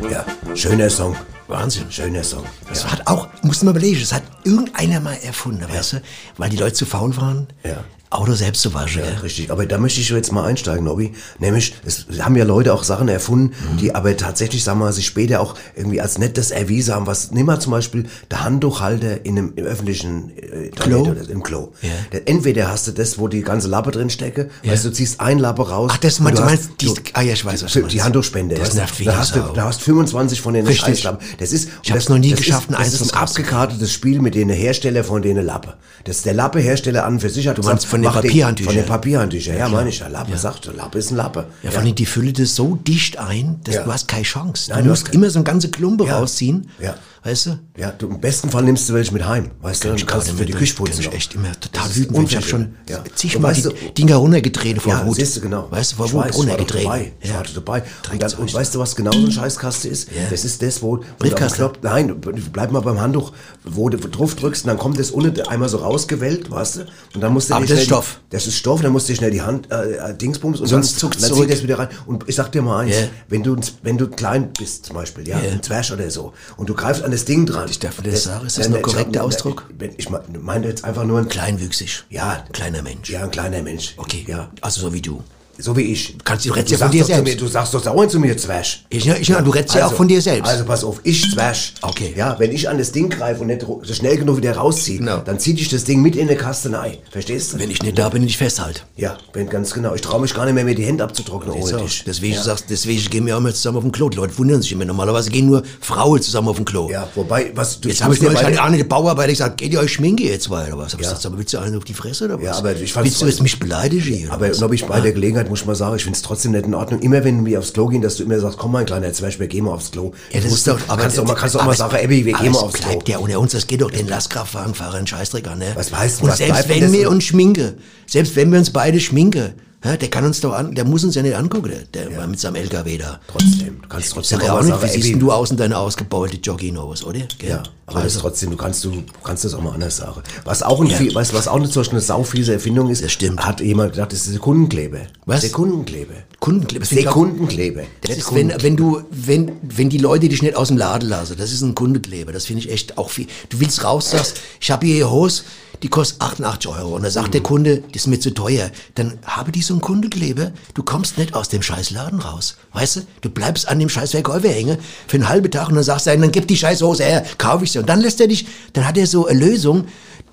Speaker 9: Waschalach.
Speaker 1: Ja, schöner Song.
Speaker 2: Wahnsinn.
Speaker 1: Schöner Song.
Speaker 2: Das hat auch, musst du mal überlegen, das hat irgendeiner mal erfunden, weißt du? Weil die Leute zu faul waren,
Speaker 1: Ja.
Speaker 2: Auto selbst zu waschen.
Speaker 1: Ja,
Speaker 2: gell?
Speaker 1: richtig. Aber da möchte ich jetzt mal einsteigen, Nobby. Nämlich, es haben ja Leute auch Sachen erfunden,
Speaker 2: Mhm.
Speaker 1: die aber tatsächlich, sagen wir mal, sich später auch irgendwie als nettes erwiesen haben. Was, nimm mal zum Beispiel der Handtuchhalter in einem im öffentlichen äh, Toilette oder im Klo.
Speaker 2: Ja.
Speaker 1: Der- Entweder hast du das, wo die ganze Lappe drin stecke, weißt du, du ziehst ein Lappe raus.
Speaker 2: Ach, das
Speaker 1: und
Speaker 2: meinst
Speaker 1: du
Speaker 2: du,
Speaker 1: hast-
Speaker 2: meinst, die,
Speaker 1: du-
Speaker 2: ah ja, ich weiß, was du
Speaker 1: für
Speaker 2: meinst.
Speaker 1: die Handtuchspende.
Speaker 2: Das
Speaker 1: weißt du?
Speaker 2: nervt wie
Speaker 1: da hast, du,
Speaker 2: Sau.
Speaker 1: da hast 25 von den
Speaker 2: Richtig.
Speaker 1: Scheißlappen. Das ist,
Speaker 2: Ich hab's
Speaker 1: das-
Speaker 2: noch nie
Speaker 1: das
Speaker 2: geschafft,
Speaker 1: ist,
Speaker 2: einen
Speaker 1: Das
Speaker 2: Einfluss
Speaker 1: ist ein abgekartetes Spiel mit den Hersteller von denen Lappe. Das ist der Lappe-Hersteller an und für sich hat Du
Speaker 2: meinst von den Papierhandtüchern?
Speaker 1: Von den Papierhandtüchern, ja, meine ich ja. Lappe, sagt du, Lappe ist ein Lappe.
Speaker 2: Ja, vor allem, die füllen das so dicht ein, dass
Speaker 1: Ja.
Speaker 2: du hast keine Chance. Du
Speaker 1: Nein, du hast
Speaker 2: musst
Speaker 1: keine-
Speaker 2: immer so eine ganze Klumpe
Speaker 1: Ja.
Speaker 2: rausziehen,
Speaker 1: Ja.
Speaker 2: weißt du?
Speaker 1: Ja, du, im besten Fall nimmst du welche mit heim, weißt du,
Speaker 2: Kann
Speaker 1: dann
Speaker 2: ich
Speaker 1: kannst du
Speaker 2: gerade
Speaker 1: für
Speaker 2: mit-
Speaker 1: die
Speaker 2: dann
Speaker 1: Küche
Speaker 2: kann
Speaker 1: putzen.
Speaker 2: Ich echt immer total
Speaker 1: Das ist
Speaker 2: wütend. bin. Ich habe schon
Speaker 1: unverschämt, ja. Und
Speaker 2: zigmal
Speaker 1: weißt
Speaker 2: die
Speaker 1: du-
Speaker 2: Dinger runtergedreht vor
Speaker 1: Ja,
Speaker 2: Wut.
Speaker 1: siehst du, genau.
Speaker 2: Weißt du, vor
Speaker 1: Ich
Speaker 2: Wut
Speaker 1: weiß, ich war doch
Speaker 2: runtergedreht.
Speaker 1: dabei. Ich
Speaker 2: Ja.
Speaker 1: war doch dabei. Und,
Speaker 2: Trägt's
Speaker 1: dann, und
Speaker 2: euch
Speaker 1: weißt du, was genau so ein Scheißkaste ist? Das ist das, wo, wo
Speaker 2: Briefkasten.
Speaker 1: du am Knopf, nein, bleib mal beim Handtuch, wo du drauf drückst und dann kommt das ohne einmal so rausgewellt, weißt du? Und dann musst du
Speaker 2: Aber
Speaker 1: dir
Speaker 2: das
Speaker 1: schnell
Speaker 2: ist Stoff.
Speaker 1: Die, das ist Stoff, dann musst du dir schnell die Hand äh, äh, Dingsbums und
Speaker 2: Sonst
Speaker 1: dann,
Speaker 2: zuckt's
Speaker 1: dann
Speaker 2: zurück.
Speaker 1: zieht das wieder rein. Und ich sag dir mal eins,
Speaker 2: Ja.
Speaker 1: wenn du ein Z- wenn du klein bist zum Beispiel, ja, ein Zwerg oder so, und du greifst an das Ding dran.
Speaker 2: Ich darf das sagen? Ist das ein
Speaker 1: ich hab-
Speaker 2: korrekter Ausdruck?
Speaker 1: Ich, ich meine jetzt einfach nur ein
Speaker 2: Kleinwüchsig.
Speaker 1: Ja.
Speaker 2: Kleiner Mensch.
Speaker 1: ja, ein kleiner Mensch.
Speaker 2: Okay.
Speaker 1: Ja,
Speaker 2: Also so wie du.
Speaker 1: so wie ich.
Speaker 2: Kannst du doch jetzt
Speaker 1: du
Speaker 2: ja von
Speaker 1: sagst
Speaker 2: dir
Speaker 1: doch zu
Speaker 2: selbst.
Speaker 1: Mir, du sagst doch dauernd zu mir, Zwerg.
Speaker 2: Ich, ich, du redest ja auch von dir selbst.
Speaker 1: Also pass auf, ich Zwerg.
Speaker 2: Okay.
Speaker 1: Ja, wenn ich an das Ding greife und nicht ru- schnell genug wieder rausziehe,
Speaker 2: Genau.
Speaker 1: dann ziehe ich das Ding mit in eine Kastenei. Verstehst du?
Speaker 2: wenn ich nicht da bin, ich festhalte.
Speaker 1: ja, wenn ganz genau. Ich traue mich gar nicht mehr, mir die Hände abzutrocknen ohne dich.
Speaker 2: Deswegen, sagst, deswegen gehen wir auch immer zusammen auf den Klo. Die Leute wundern sich immer. Normalerweise gehen nur Frauen zusammen auf den Klo.
Speaker 1: Ja, wobei, was du
Speaker 2: Jetzt habe ich
Speaker 1: muss
Speaker 2: neulich
Speaker 1: dir
Speaker 2: an
Speaker 1: beide-
Speaker 2: Arne den Bauer bei gesagt, geht ihr euch schminken jetzt mal oder was? Hab ich gesagt, aber willst du einen auf die Fresse oder was?
Speaker 1: Ja, aber ich fand's
Speaker 2: willst du jetzt mich beleidigen hier? oder
Speaker 1: Aber
Speaker 2: was?
Speaker 1: glaube ich, bei der Gelegenheit muss ich mal sagen, ich finde es trotzdem nicht in Ordnung. Immer wenn wir aufs Klo gehen, dass du immer sagst, komm mal, kleiner Zwerg, wir gehen mal aufs Klo.
Speaker 2: Ja, das
Speaker 1: Du
Speaker 2: ist doch, aber
Speaker 1: kannst doch mal, kannst doch auch mal
Speaker 2: aber es-
Speaker 1: sagen, Abby, wir
Speaker 2: aber
Speaker 1: gehen mal
Speaker 2: es
Speaker 1: aufs Klo.
Speaker 2: bleibt ja ohne uns, das geht doch den Lastkraftwagenfahrer einen Scheißdreck an, ne?
Speaker 1: Was weißt du,
Speaker 2: Und
Speaker 1: was
Speaker 2: selbst
Speaker 1: bleibt denn das-
Speaker 2: wenn wir uns schminken, selbst wenn wir uns beide schminken, Ja, der kann uns doch an, der muss uns ja nicht angucken, der, der war mit seinem LKW da.
Speaker 1: Trotzdem, du kannst trotzdem
Speaker 2: Sag ja auch
Speaker 1: mal
Speaker 2: nicht, wie
Speaker 1: sagen, ey,
Speaker 2: siehst denn du aus in deiner ausgebaulte Jogginghose, oder? Gell? Also-
Speaker 1: Ja, aber das ist trotzdem, du kannst, du kannst das auch mal anders sagen. Was auch, ein, viel- weißt, du, was auch eine, zum Beispiel eine saufiese Erfindung ist,
Speaker 2: Das stimmt.
Speaker 1: hat jemand gedacht, das ist Sekundenkleber.
Speaker 2: Was?
Speaker 1: Sekundenkleber.
Speaker 2: Kundenkleber. das finde ich auch-
Speaker 1: Sekundenkleber.
Speaker 2: Das ist, wenn, wenn du, wenn, wenn die Leute dich nicht aus dem Laden lassen, das ist ein Kundekleber. Das finde ich echt auch viel. Du willst raus, sagst, ich habe hier Hose, die kostet 88 Euro. Und dann sagt der
Speaker 1: Mhm.
Speaker 2: Kunde, das ist mir zu teuer. Dann habe die so einen Kundekleber. Du kommst nicht aus dem scheiß Laden raus. Weißt du? Du bleibst an dem scheiß Verkäufer hängen für einen halben Tag und dann sagst du, dann gib die scheiß Hose her, kaufe ich sie. Und dann lässt er dich, dann hat er so eine Lösung,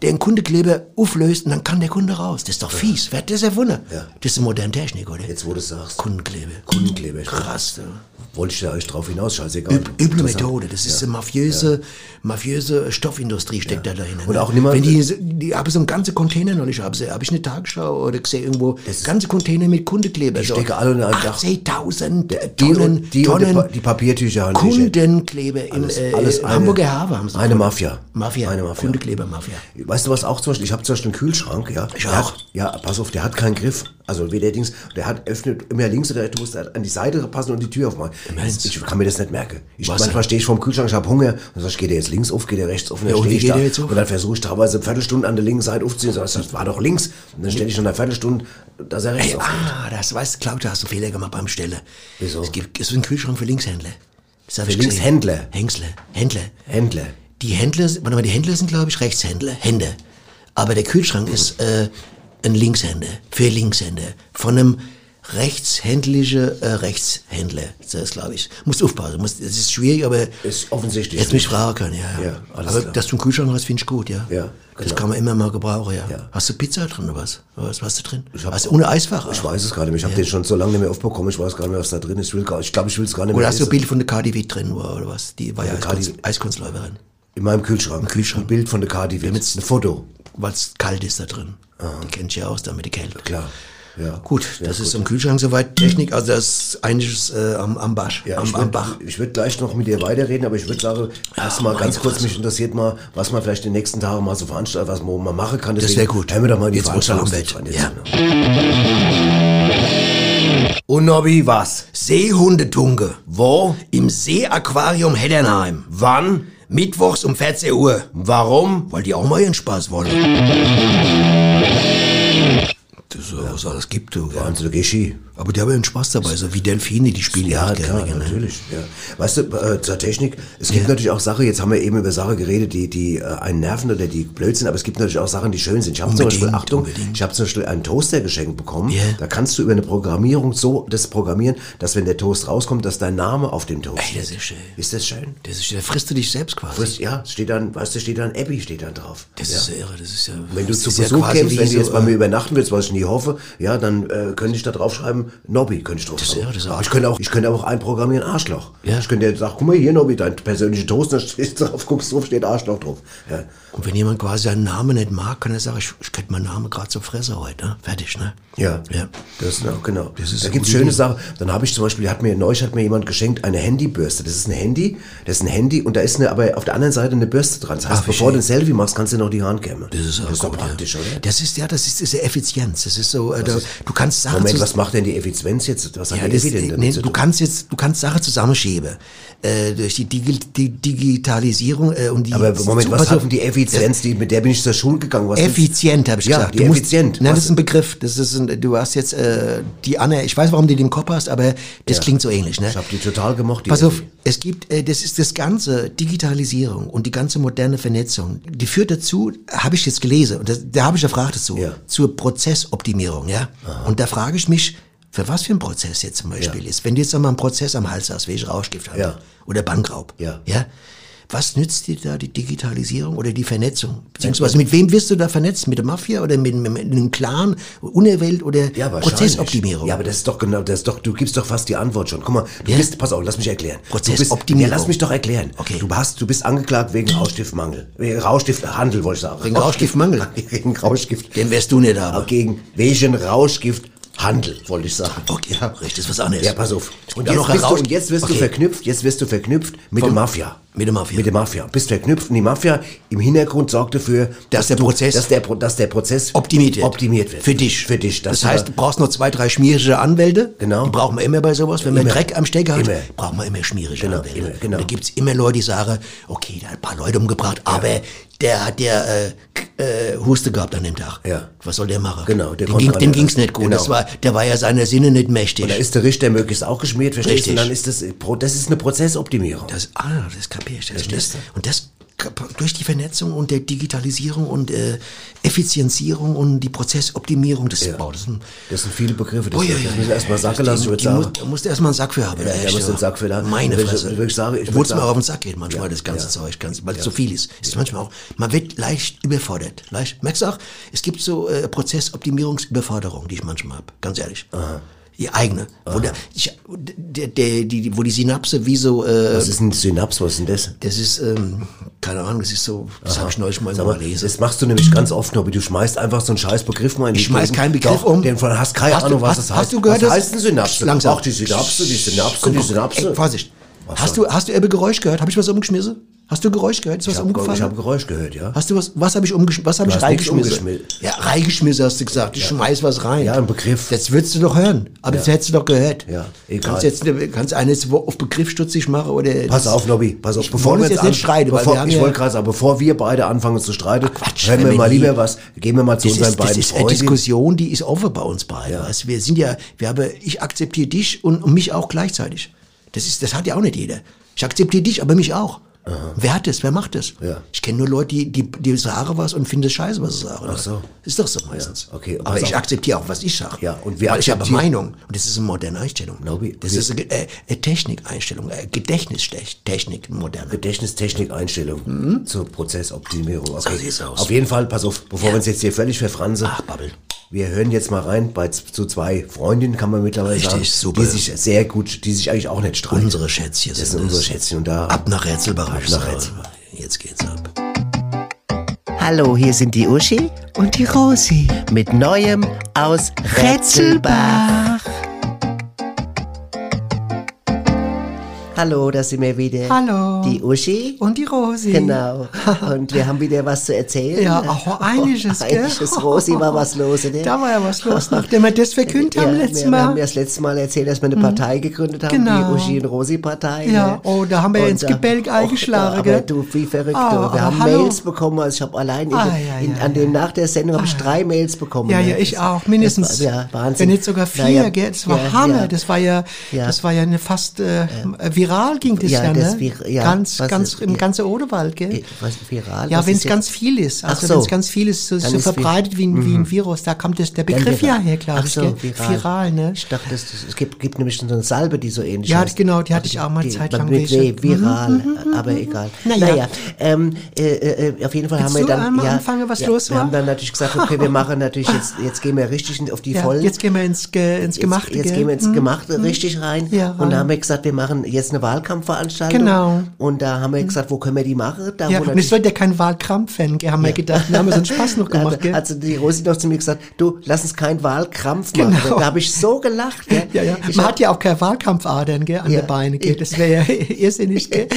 Speaker 2: der einen Kundekleber auflöst und dann kann der Kunde raus. Das ist doch fies. Wer hat das erfunden?
Speaker 1: Ja.
Speaker 2: Das ist moderne Technik, oder?
Speaker 1: Jetzt, wo du es sagst,
Speaker 2: Kundenkleber.
Speaker 1: Kundenkleber.
Speaker 2: Krass, du.
Speaker 1: Wollte ich da euch drauf hinaus, scheißegal.
Speaker 2: Üb, üble
Speaker 1: Interessant.
Speaker 2: Methode, das ist eine mafiöse, mafiöse Stoffindustrie steckt da dahinter.
Speaker 1: Und
Speaker 2: ne?
Speaker 1: auch niemand-
Speaker 2: Wenn die, die habe so einen ganzen Container noch nicht, habe hab ich eine Tagesschau oder gesehen irgendwo, ganze Container mit Kundekleber. so
Speaker 1: stecken alle unter einem Dach.
Speaker 2: 80.000
Speaker 1: Die,
Speaker 2: Tonnen,
Speaker 1: und, die, und die,
Speaker 2: Tonnen
Speaker 1: Pa- die Papiertücher haben die Schäden.
Speaker 2: Kundenkleber im
Speaker 1: Alles-
Speaker 2: äh,
Speaker 1: alles eine-
Speaker 2: Hamburger Hafen haben sie.
Speaker 1: eine Mafia.
Speaker 2: Mafia,
Speaker 1: Eine Mafia.
Speaker 2: Kundekleber-Mafia.
Speaker 1: Weißt du was auch zum Beispiel? Ich habe zum Beispiel einen Kühlschrank, ja.
Speaker 2: Ich
Speaker 1: Der
Speaker 2: auch.
Speaker 1: Hat, ja, pass auf, der hat keinen Griff. Also weder Dings, der hat öffnet immer links oder rechts, du musst an die Seite passen und die Tür aufmachen.
Speaker 2: Meinst du?
Speaker 1: Ich kann mir das nicht merken. Ich,
Speaker 2: Was?
Speaker 1: manchmal stehe ich vorm Kühlschrank, ich habe Hunger und sag, ich, geht der jetzt links auf, geht der rechts auf und dann
Speaker 2: Ja, und
Speaker 1: stehe
Speaker 2: wie
Speaker 1: ich
Speaker 2: geht
Speaker 1: da.
Speaker 2: der jetzt auf?
Speaker 1: Und dann versuche ich teilweise eine Viertelstunde an der linken Seite aufzuziehen. Sag, ich, das war doch links. Und dann stelle ich schon eine Viertelstunde, dass er rechts aufgeht.
Speaker 2: Ah, das weißt du, Claudia, hast du Fehler gemacht beim Stelle.
Speaker 1: Wieso?
Speaker 2: Es gibt es ist ein Kühlschrank für Linkshändler. Das hab
Speaker 1: Für
Speaker 2: ich gesehen.
Speaker 1: Linkshändler?
Speaker 2: Hängsler, Händler.
Speaker 1: Händler.
Speaker 2: Die Händler, sind- warte mal, die Händler sind, glaube ich, Rechtshändler, Hände. Aber der Kühlschrank ist äh, ein Linkshänder, für Linkshänder. Von einem rechtshändlichen äh, Rechtshändler, ist das glaube ich. Musst aufpassen, musst, es ist schwierig, aber
Speaker 1: Ist offensichtlich.
Speaker 2: jetzt mich fragen können, ja.
Speaker 1: Ja, alles
Speaker 2: aber
Speaker 1: klar.
Speaker 2: dass du einen Kühlschrank hast, finde ich gut, ja.
Speaker 1: Ja,
Speaker 2: Das
Speaker 1: genau.
Speaker 2: kann man immer mal gebrauchen, ja.
Speaker 1: Ja.
Speaker 2: Hast du Pizza drin oder was? Was hast du drin? Ich
Speaker 1: hab-
Speaker 2: hast du ohne Eisfach?
Speaker 1: Ich weiß es gar nicht mehr. Ich habe den schon so lange nicht mehr aufbekommen. Ich weiß gar nicht mehr, was da drin ist. Ich will gar- Ich glaube, ich will es gar nicht mehr
Speaker 2: Oder hast du ein
Speaker 1: essen.
Speaker 2: Bild von der Cardi Witt drin war, oder was? Die war ja, Eiskunst,
Speaker 1: Cardi-
Speaker 2: Eiskunstläuferin.
Speaker 1: In meinem Kühlschrank.
Speaker 2: Kühlschrank.
Speaker 1: Ein Bild von der Cardi Witt. Ein Foto. Ah.
Speaker 2: Weil es kalt ist da drin. Die kennt sich ja aus, damit die kälte.
Speaker 1: Klar. Ja.
Speaker 2: Gut, das ist im Kühlschrank soweit Technik, also das ist eigentlich äh, am, am Basch,
Speaker 1: Ja,
Speaker 2: am,
Speaker 1: ich
Speaker 2: am
Speaker 1: würd-
Speaker 2: Bach.
Speaker 1: ich würde gleich noch mit dir weiterreden, aber ich würde sagen, erstmal
Speaker 2: meine
Speaker 1: ganz kurz,
Speaker 2: Fresse.
Speaker 1: mich interessiert mal, was man vielleicht die nächsten Tage mal so veranstaltet, was man mal machen kann.
Speaker 2: Das
Speaker 1: Deswegen
Speaker 2: wäre gut.
Speaker 1: Hören wir doch mal die
Speaker 2: Jetzt, wo es warm wird.
Speaker 1: Veranstaltungsdate
Speaker 2: Ja.
Speaker 1: an jetzt. Und Nobby, was?
Speaker 2: Seehundetunke.
Speaker 1: Wo?
Speaker 2: Im Seeaquarium Heddernheim.
Speaker 1: Wann?
Speaker 2: Mittwochs um 14 Uhr.
Speaker 1: Warum?
Speaker 2: Weil die auch mal ihren Spaß wollen. Das ist, ja. was alles gibt, du. Ja.
Speaker 1: Wahnsinn, du gehst Ski.
Speaker 2: Aber die haben ihren Spaß dabei, so wie Delfine, die spielen ja,
Speaker 1: Ja,
Speaker 2: auch
Speaker 1: klar,
Speaker 2: gerne. gell, ne?
Speaker 1: natürlich. Ja. halt Weißt du, äh, zur Technik, es gibt natürlich auch Sachen, jetzt haben wir eben über Sachen geredet, die, die äh, einen nerven oder die blöd sind, aber es gibt natürlich auch Sachen, die schön sind. Ich habe zum Beispiel,
Speaker 2: Unbedingt,
Speaker 1: Achtung,
Speaker 2: unbedingt.
Speaker 1: ich habe zum Beispiel einen Toaster geschenkt bekommen,
Speaker 2: Ja.
Speaker 1: da kannst du über eine Programmierung so das programmieren, dass wenn der Toast rauskommt, dass dein Name auf dem Toast
Speaker 2: Ey, das
Speaker 1: steht.
Speaker 2: ist schön.
Speaker 1: Ist das schön?
Speaker 2: Das ist, da frisst du dich selbst quasi.
Speaker 1: Das, ja, es steht dann, weißt du, steht dann Abby steht dann drauf.
Speaker 2: das
Speaker 1: ja.
Speaker 2: ist ja irre, das ist ja...
Speaker 1: wenn du
Speaker 2: das
Speaker 1: zu
Speaker 2: ist ja
Speaker 1: Besuch
Speaker 2: quasi
Speaker 1: kämst,
Speaker 2: wie
Speaker 1: wenn du
Speaker 2: so,
Speaker 1: jetzt bei
Speaker 2: äh,
Speaker 1: mir übernachten willst, was ich nie hoffe, ja, dann äh, könnte ich da draufschreiben, Nobby könnte ich
Speaker 2: ja,
Speaker 1: draufschreiben.
Speaker 2: das ist
Speaker 1: Aber
Speaker 2: auch-
Speaker 1: ich könnte auch, ich könnte aber auch einprogrammieren, Arschloch.
Speaker 2: Ja.
Speaker 1: Ich könnte jetzt sagen, guck mal hier, Nobby, dein persönlicher Toast, da stehst du drauf, guckst drauf, steht Arschloch drauf. Ja.
Speaker 2: Und wenn jemand quasi seinen Namen nicht mag, kann er sagen, ich, ich könnte meinen Namen gerade zur Fresse heute, ne? Fertig, ne?
Speaker 1: Ja,
Speaker 2: Ja.
Speaker 1: Das, ja, genau.
Speaker 2: ist
Speaker 1: da
Speaker 2: eine
Speaker 1: gibt's
Speaker 2: gute
Speaker 1: schöne
Speaker 2: Idee.
Speaker 1: Sachen. Dann habe ich zum Beispiel, hat mir neulich hat mir jemand geschenkt eine Handybürste. Das ist ein Handy, das ist ein Handy und da ist eine, aber auf der anderen Seite eine Bürste dran. Das heißt,
Speaker 2: Ach, wie
Speaker 1: bevor
Speaker 2: schön.
Speaker 1: du ein Selfie machst, kannst du noch die Hand kämmen. Das
Speaker 2: auch
Speaker 1: doch
Speaker 2: gut,
Speaker 1: praktisch,
Speaker 2: ja.
Speaker 1: oder?
Speaker 2: Das ist, ja, das ist diese Effizienz. Das ist so, äh, da, du kannst Sachen
Speaker 1: Moment,
Speaker 2: zus-
Speaker 1: was macht denn die Effizienz jetzt? Was hat
Speaker 2: ja,
Speaker 1: die
Speaker 2: das,
Speaker 1: Effizienz
Speaker 2: äh,
Speaker 1: damit
Speaker 2: nee,
Speaker 1: zu
Speaker 2: du
Speaker 1: tun?
Speaker 2: kannst jetzt, du kannst Sachen zusammenschieben. Äh, durch die, Digi die Digitalisierung äh, und die.
Speaker 1: Aber Moment, was
Speaker 2: Pass auf,
Speaker 1: hat denn die Effizienz, die, mit der bin ich zur Schule gegangen? Was
Speaker 2: Effizient, habe ich
Speaker 1: Ja,
Speaker 2: gesagt.
Speaker 1: die
Speaker 2: Du musst-
Speaker 1: effizient.
Speaker 2: Nein,
Speaker 1: Was-
Speaker 2: das ist ein Begriff. Das ist ein, du hast jetzt äh, die Anne. Ich weiß, warum du den Kopf hast, aber das klingt so ähnlich. Ne?
Speaker 1: Ich habe die total gemocht. Die
Speaker 2: Pass auf,
Speaker 1: Effi.
Speaker 2: es gibt, äh, das ist das ganze Digitalisierung und die ganze moderne Vernetzung, die führt dazu, habe ich jetzt gelesen, und das, da habe ich eine Frage dazu,
Speaker 1: Ja.
Speaker 2: zur Prozessoptimierung, ja. Und da frage ich mich, für was für ein Prozess jetzt zum Beispiel ist. Wenn du jetzt einmal einen Prozess am Hals hast, welche Rauschgift haben
Speaker 1: Ja.
Speaker 2: oder Bankraub,
Speaker 1: Ja.
Speaker 2: ja. Was nützt dir da die Digitalisierung oder die Vernetzung? Beziehungsweise mit wem wirst du da vernetzt? Mit der Mafia oder mit, mit, mit einem Clan, Unerwelt oder
Speaker 1: Ja, wahrscheinlich.
Speaker 2: Prozessoptimierung?
Speaker 1: Ja, aber das ist doch genau, das ist doch, du gibst doch fast die Antwort schon. Guck mal, du
Speaker 2: Ja.
Speaker 1: bist, pass auf, lass mich erklären. Du bist-
Speaker 2: Prozessoptimierung.
Speaker 1: Ja, lass mich doch erklären.
Speaker 2: Okay.
Speaker 1: Du hast, du bist angeklagt wegen Rauschgiftmangel. Wegen Rauschgifthandel, wollte ich sagen.
Speaker 2: Wegen Rauschgiftmangel.
Speaker 1: [LAUGHS] Wegen Rauschgift.
Speaker 2: Den wärst du nicht aber.
Speaker 1: Gegen welchen Rauschgifthandel, wollte ich sagen.
Speaker 2: Okay, ja. richtig, ist was anderes.
Speaker 1: Ja, pass auf.
Speaker 2: Und
Speaker 1: Und,
Speaker 2: dann
Speaker 1: jetzt,
Speaker 2: noch
Speaker 1: bist du,
Speaker 2: heraus.
Speaker 1: und jetzt wirst
Speaker 2: Okay.
Speaker 1: du verknüpft, jetzt wirst du verknüpft mit der Mafia.
Speaker 2: Mit der Mafia.
Speaker 1: Mit der Mafia. Bist verknüpft und die Mafia im Hintergrund sorgt dafür, dass,
Speaker 2: der
Speaker 1: du-
Speaker 2: Prozess-
Speaker 1: dass der, Pro- dass der Prozess
Speaker 2: optimiert wird.
Speaker 1: optimiert wird.
Speaker 2: Für dich.
Speaker 1: Für dich.
Speaker 2: Das,
Speaker 1: dass du
Speaker 2: heißt, du
Speaker 1: da-
Speaker 2: brauchst nur zwei, drei schmierige Anwälte.
Speaker 1: Genau.
Speaker 2: Die brauchen wir immer bei sowas. Wenn man
Speaker 1: Immer.
Speaker 2: Dreck am Stecker hat,
Speaker 1: Immer.
Speaker 2: brauchen wir immer schmierige
Speaker 1: Genau,
Speaker 2: Anwälte.
Speaker 1: immer, genau.
Speaker 2: Und da gibt's immer Leute, die sagen, okay, der hat ein paar Leute umgebracht, aber der hat der äh, K- äh, Huste gehabt an dem Tag.
Speaker 1: Ja.
Speaker 2: Was soll der machen?
Speaker 1: Genau, der
Speaker 2: dem,
Speaker 1: konnte
Speaker 2: ging,
Speaker 1: auch
Speaker 2: dem
Speaker 1: nicht
Speaker 2: ging's
Speaker 1: anders.
Speaker 2: nicht gut.
Speaker 1: Genau.
Speaker 2: Das war, der war ja seiner Sinne nicht mächtig.
Speaker 1: da ist der Richter möglichst auch geschmiert, verstehst du?
Speaker 2: Richtig.
Speaker 1: Und dann ist das, Pro- das ist eine Prozessoptimierung.
Speaker 2: Das, ah, das kapier ich. Das, das, und das kap- durch die Vernetzung und der Digitalisierung und äh, Effizienzierung und die Prozessoptimierung des Bau, das Oh, ist ein-
Speaker 1: Das sind viele Begriffe, das,
Speaker 2: Ui, ui,
Speaker 1: das
Speaker 2: ui.
Speaker 1: müssen wir erstmal sacken
Speaker 2: Die-
Speaker 1: lassen. Ich würde
Speaker 2: die muss-
Speaker 1: sagen,
Speaker 2: Da musst du erstmal einen Sack für haben.
Speaker 1: Ja,
Speaker 2: echt,
Speaker 1: da musst du einen Sack für haben.
Speaker 2: Meine
Speaker 1: Wenn ich-
Speaker 2: Fresse.
Speaker 1: wenn ich sage, ich
Speaker 2: Obwohl
Speaker 1: würd
Speaker 2: es mir
Speaker 1: sagen-
Speaker 2: auch auf den Sack geht manchmal,
Speaker 1: Ja,
Speaker 2: das ganze
Speaker 1: ja.
Speaker 2: Zeug, ganz, weil es so viel ist. ist manchmal auch, man wird leicht überfordert. Leicht. Merkst du auch, es gibt so äh, Prozessoptimierungsüberforderung, die ich manchmal habe, ganz ehrlich. Die eigene. Wo, der, ich, der, der, die, wo die Synapse wie so... Äh,
Speaker 1: was ist ein Synaps, was ist denn das?
Speaker 2: das ist, ähm, keine Ahnung, das ist so, das habe ich neulich mal
Speaker 1: Sag mal,
Speaker 2: gelesen.
Speaker 1: das machst du nämlich ganz oft, Nobby. Du schmeißt einfach so einen scheiß Begriff mal in die
Speaker 2: Mhm. Ich schmeiß
Speaker 1: Gegend.
Speaker 2: keinen Begriff
Speaker 1: Doch,
Speaker 2: um.
Speaker 1: Den von hast keine
Speaker 2: Hast du-
Speaker 1: Ahnung, was
Speaker 2: hast-
Speaker 1: das
Speaker 2: hast
Speaker 1: heißt.
Speaker 2: du gehört,
Speaker 1: Was
Speaker 2: dass-
Speaker 1: heißt denn Synapse?
Speaker 2: Langsam.
Speaker 1: Ach, die Synapse, die Synapse,
Speaker 2: Guck,
Speaker 1: die
Speaker 2: guck,
Speaker 1: Synapse.
Speaker 2: ey, Vorsicht. Hast du, hast du eben Geräusch gehört? Habe ich was umgeschmissen? Hast du Geräusch gehört? Ist was
Speaker 1: ich habe
Speaker 2: umgefallen?
Speaker 1: hab Geräusch gehört, ja?
Speaker 2: Hast du was, was habe ich umgeschmissen? Was habe ich
Speaker 1: hast nichts
Speaker 2: reingeschmissen?
Speaker 1: umgeschmissen.
Speaker 2: Ja, reingeschmissen hast du gesagt. Ich schmeiß was rein.
Speaker 1: Ja, ein Begriff.
Speaker 2: Jetzt würdest du doch hören. Aber das hättest du doch gehört.
Speaker 1: Ja, egal.
Speaker 2: Kannst jetzt, nicht- kannst eines auf Begriff stutzig machen oder.
Speaker 1: Pass auf, Nobby, pass auf.
Speaker 2: Äh, Ich wollte jetzt
Speaker 1: an-
Speaker 2: nicht streiten, weil
Speaker 1: bevor,
Speaker 2: wir haben
Speaker 1: ich
Speaker 2: ja-
Speaker 1: wollte gerade sagen, bevor wir beide anfangen zu streiten,
Speaker 2: Quatsch,
Speaker 1: hören wir
Speaker 2: wenn wir
Speaker 1: mal
Speaker 2: nie-
Speaker 1: lieber was, gehen wir mal zu
Speaker 2: Das
Speaker 1: unseren
Speaker 2: ist, das
Speaker 1: beiden
Speaker 2: ist eine
Speaker 1: Freunden.
Speaker 2: Diskussion, die ist offen bei uns beiden. Weißt? du? Wir sind ja, wir haben, ich akzeptiere dich und, und mich auch gleichzeitig. Das ist, das hat ja auch nicht jeder. Ich akzeptiere dich, aber mich auch. Wer hat das? Wer macht das?
Speaker 1: Ja.
Speaker 2: Ich kenne nur Leute, die, die, die sagen was und finden es scheiße, was sie sagen. Ach
Speaker 1: so.
Speaker 2: Ist doch so meistens.
Speaker 1: Ja, okay,
Speaker 2: aber
Speaker 1: pass
Speaker 2: ich
Speaker 1: auf.
Speaker 2: akzeptiere auch, was ich sage.
Speaker 1: Ja, und wir
Speaker 2: Weil ich habe
Speaker 1: akzeptieren-
Speaker 2: Meinung. Und das ist eine moderne Einstellung.
Speaker 1: Nobby,
Speaker 2: das
Speaker 1: wir-
Speaker 2: ist eine, äh, eine Technikeinstellung, äh, Gedächtnistechnik, moderne. Mhm.
Speaker 1: Gedächtnistechnik-Einstellung zur Prozessoptimierung. Okay.
Speaker 2: sieht's aus.
Speaker 1: Auf jeden Fall, pass auf, bevor wir uns jetzt hier völlig verfransen.
Speaker 2: Ach, Babbel.
Speaker 1: Wir hören jetzt mal rein bei z- zu zwei Freundinnen, kann man mittlerweile
Speaker 2: Richtig,
Speaker 1: sagen,
Speaker 2: super.
Speaker 1: die sich sehr gut, die sich eigentlich auch nicht streiten.
Speaker 2: Unsere Schätzchen
Speaker 1: das
Speaker 2: sind
Speaker 1: sind unsere
Speaker 2: es.
Speaker 1: Schätzchen und da
Speaker 2: Ab nach Rätselbereich.
Speaker 1: Ab nach
Speaker 2: Sarah.
Speaker 1: Rätselbereich.
Speaker 2: Jetzt geht's ab.
Speaker 4: Hallo, hier sind die Uschi
Speaker 10: und die Rosi.
Speaker 4: mit Neuem aus Rätselbach. Hallo, da sind wir wieder.
Speaker 10: Hallo.
Speaker 4: Die Uschi.
Speaker 10: Und Äh, die Rosi.
Speaker 4: Genau. [LAUGHS] Und wir haben wieder was zu erzählen.
Speaker 10: Ja,
Speaker 4: [LAUGHS]
Speaker 10: auch einiges, gell?
Speaker 4: Einiges, Rosi, war was los, ne?
Speaker 10: Da war ja
Speaker 4: [LAUGHS]
Speaker 10: was los, nachdem wir das verkündet haben
Speaker 4: wir,
Speaker 10: letztes
Speaker 4: wir haben
Speaker 10: Mal. Mhm.
Speaker 4: ja das letzte Mal erzählt, dass wir eine Partei gegründet haben,
Speaker 10: Genau.
Speaker 4: die Uschi und Rosi Partei.
Speaker 10: Ja, oh, da haben wir ins
Speaker 4: äh,
Speaker 10: Gebälk
Speaker 4: och,
Speaker 10: eingeschlagen,
Speaker 4: Aber
Speaker 10: gell?
Speaker 4: du, wie verrückt.
Speaker 10: Ah,
Speaker 4: du. wir
Speaker 10: aber
Speaker 4: haben
Speaker 10: hallo.
Speaker 4: Mails bekommen, also ich habe allein in,
Speaker 10: Ah, ja,
Speaker 4: in,
Speaker 10: ja, Ah,
Speaker 4: an dem nach der Sendung habe ich drei Mails bekommen.
Speaker 10: Ja,
Speaker 4: ne?
Speaker 10: ja, ich
Speaker 4: Das-
Speaker 10: auch, mindestens.
Speaker 4: Das war, ja, Wahnsinn.
Speaker 10: Wenn nicht sogar
Speaker 4: Na
Speaker 10: vier, gell? Das war
Speaker 4: ja,
Speaker 10: Hammer.
Speaker 4: ja.
Speaker 10: Das war ja,
Speaker 4: Ja. Ähm,
Speaker 10: das war ja eine fast äh, viral ging das
Speaker 4: Ja,
Speaker 10: ja,
Speaker 4: das
Speaker 10: ne?
Speaker 4: vir- ja,
Speaker 10: ganz,
Speaker 4: was
Speaker 10: ganz
Speaker 4: ist-
Speaker 10: im
Speaker 4: ja.
Speaker 10: ganzen Odewald, gell?
Speaker 4: Äh, was, viral?
Speaker 10: Ja,
Speaker 4: Was
Speaker 10: wenn
Speaker 4: ist
Speaker 10: es
Speaker 4: jetzt-
Speaker 10: ganz viel ist,
Speaker 4: Ach
Speaker 10: also
Speaker 4: so.
Speaker 10: wenn es ganz viel ist, so,
Speaker 4: Dann
Speaker 10: so
Speaker 4: ist vi-
Speaker 10: verbreitet wie ein, wie ein Virus, da kommt das, der
Speaker 4: Dann
Speaker 10: Begriff ja
Speaker 4: viral.
Speaker 10: her, glaube
Speaker 4: Ach
Speaker 10: ich,
Speaker 4: so,
Speaker 10: gell?
Speaker 4: viral.
Speaker 10: viral, ne?
Speaker 4: Ich dachte, es, es gibt, gibt nämlich so eine Salbe, die so ähnlich
Speaker 10: Ja,
Speaker 4: heißt. Also
Speaker 10: genau, die hatte ich auch mal
Speaker 4: Die-
Speaker 10: Zeit lang Mhm,
Speaker 4: Mit
Speaker 10: welche.
Speaker 4: w, viral, aber egal. Naja,
Speaker 10: Naja.
Speaker 4: ähm, äh, äh, auf jeden Fall haben wir
Speaker 10: du
Speaker 4: dann...
Speaker 10: einmal anfangen, was los
Speaker 4: Wir
Speaker 10: war?
Speaker 4: haben dann natürlich gesagt, okay, wir machen natürlich,
Speaker 10: [LAUGHS]
Speaker 4: jetzt, jetzt gehen wir richtig auf die
Speaker 10: Ja,
Speaker 4: Vollen.
Speaker 10: jetzt gehen wir ins, Ge- ins
Speaker 4: Jetzt,
Speaker 10: Gemachte,
Speaker 4: jetzt
Speaker 10: gell? Hm.
Speaker 4: gehen wir ins Gemachte richtig rein.
Speaker 10: Ja,
Speaker 4: und
Speaker 10: rein.
Speaker 4: da haben wir gesagt, wir machen jetzt eine Wahlkampfveranstaltung.
Speaker 10: Genau.
Speaker 4: Und da haben wir gesagt, wo können wir die machen? Da
Speaker 10: Ja,
Speaker 4: wo
Speaker 10: und es wird ja kein Wahlkrampf-Fan, gell, haben wir gedacht. Da haben wir so
Speaker 4: [LAUGHS]
Speaker 10: einen Spaß noch
Speaker 4: Da
Speaker 10: gemacht,
Speaker 4: hat,
Speaker 10: gell?
Speaker 4: hat sie die Rosi noch zu mir gesagt, du, lass uns keinen Wahlkrampf machen.
Speaker 10: Genau.
Speaker 4: Da habe ich so gelacht.
Speaker 10: [LAUGHS]
Speaker 4: Gell?
Speaker 10: Ja, ja.
Speaker 4: Ich
Speaker 10: Man
Speaker 4: hab-
Speaker 10: hat ja auch keine Wahlkampfadern, gell, an
Speaker 4: Ja.
Speaker 10: der Beine, gell. Das
Speaker 4: [LAUGHS]
Speaker 10: wäre ja [LAUGHS] irrsinnig, gell.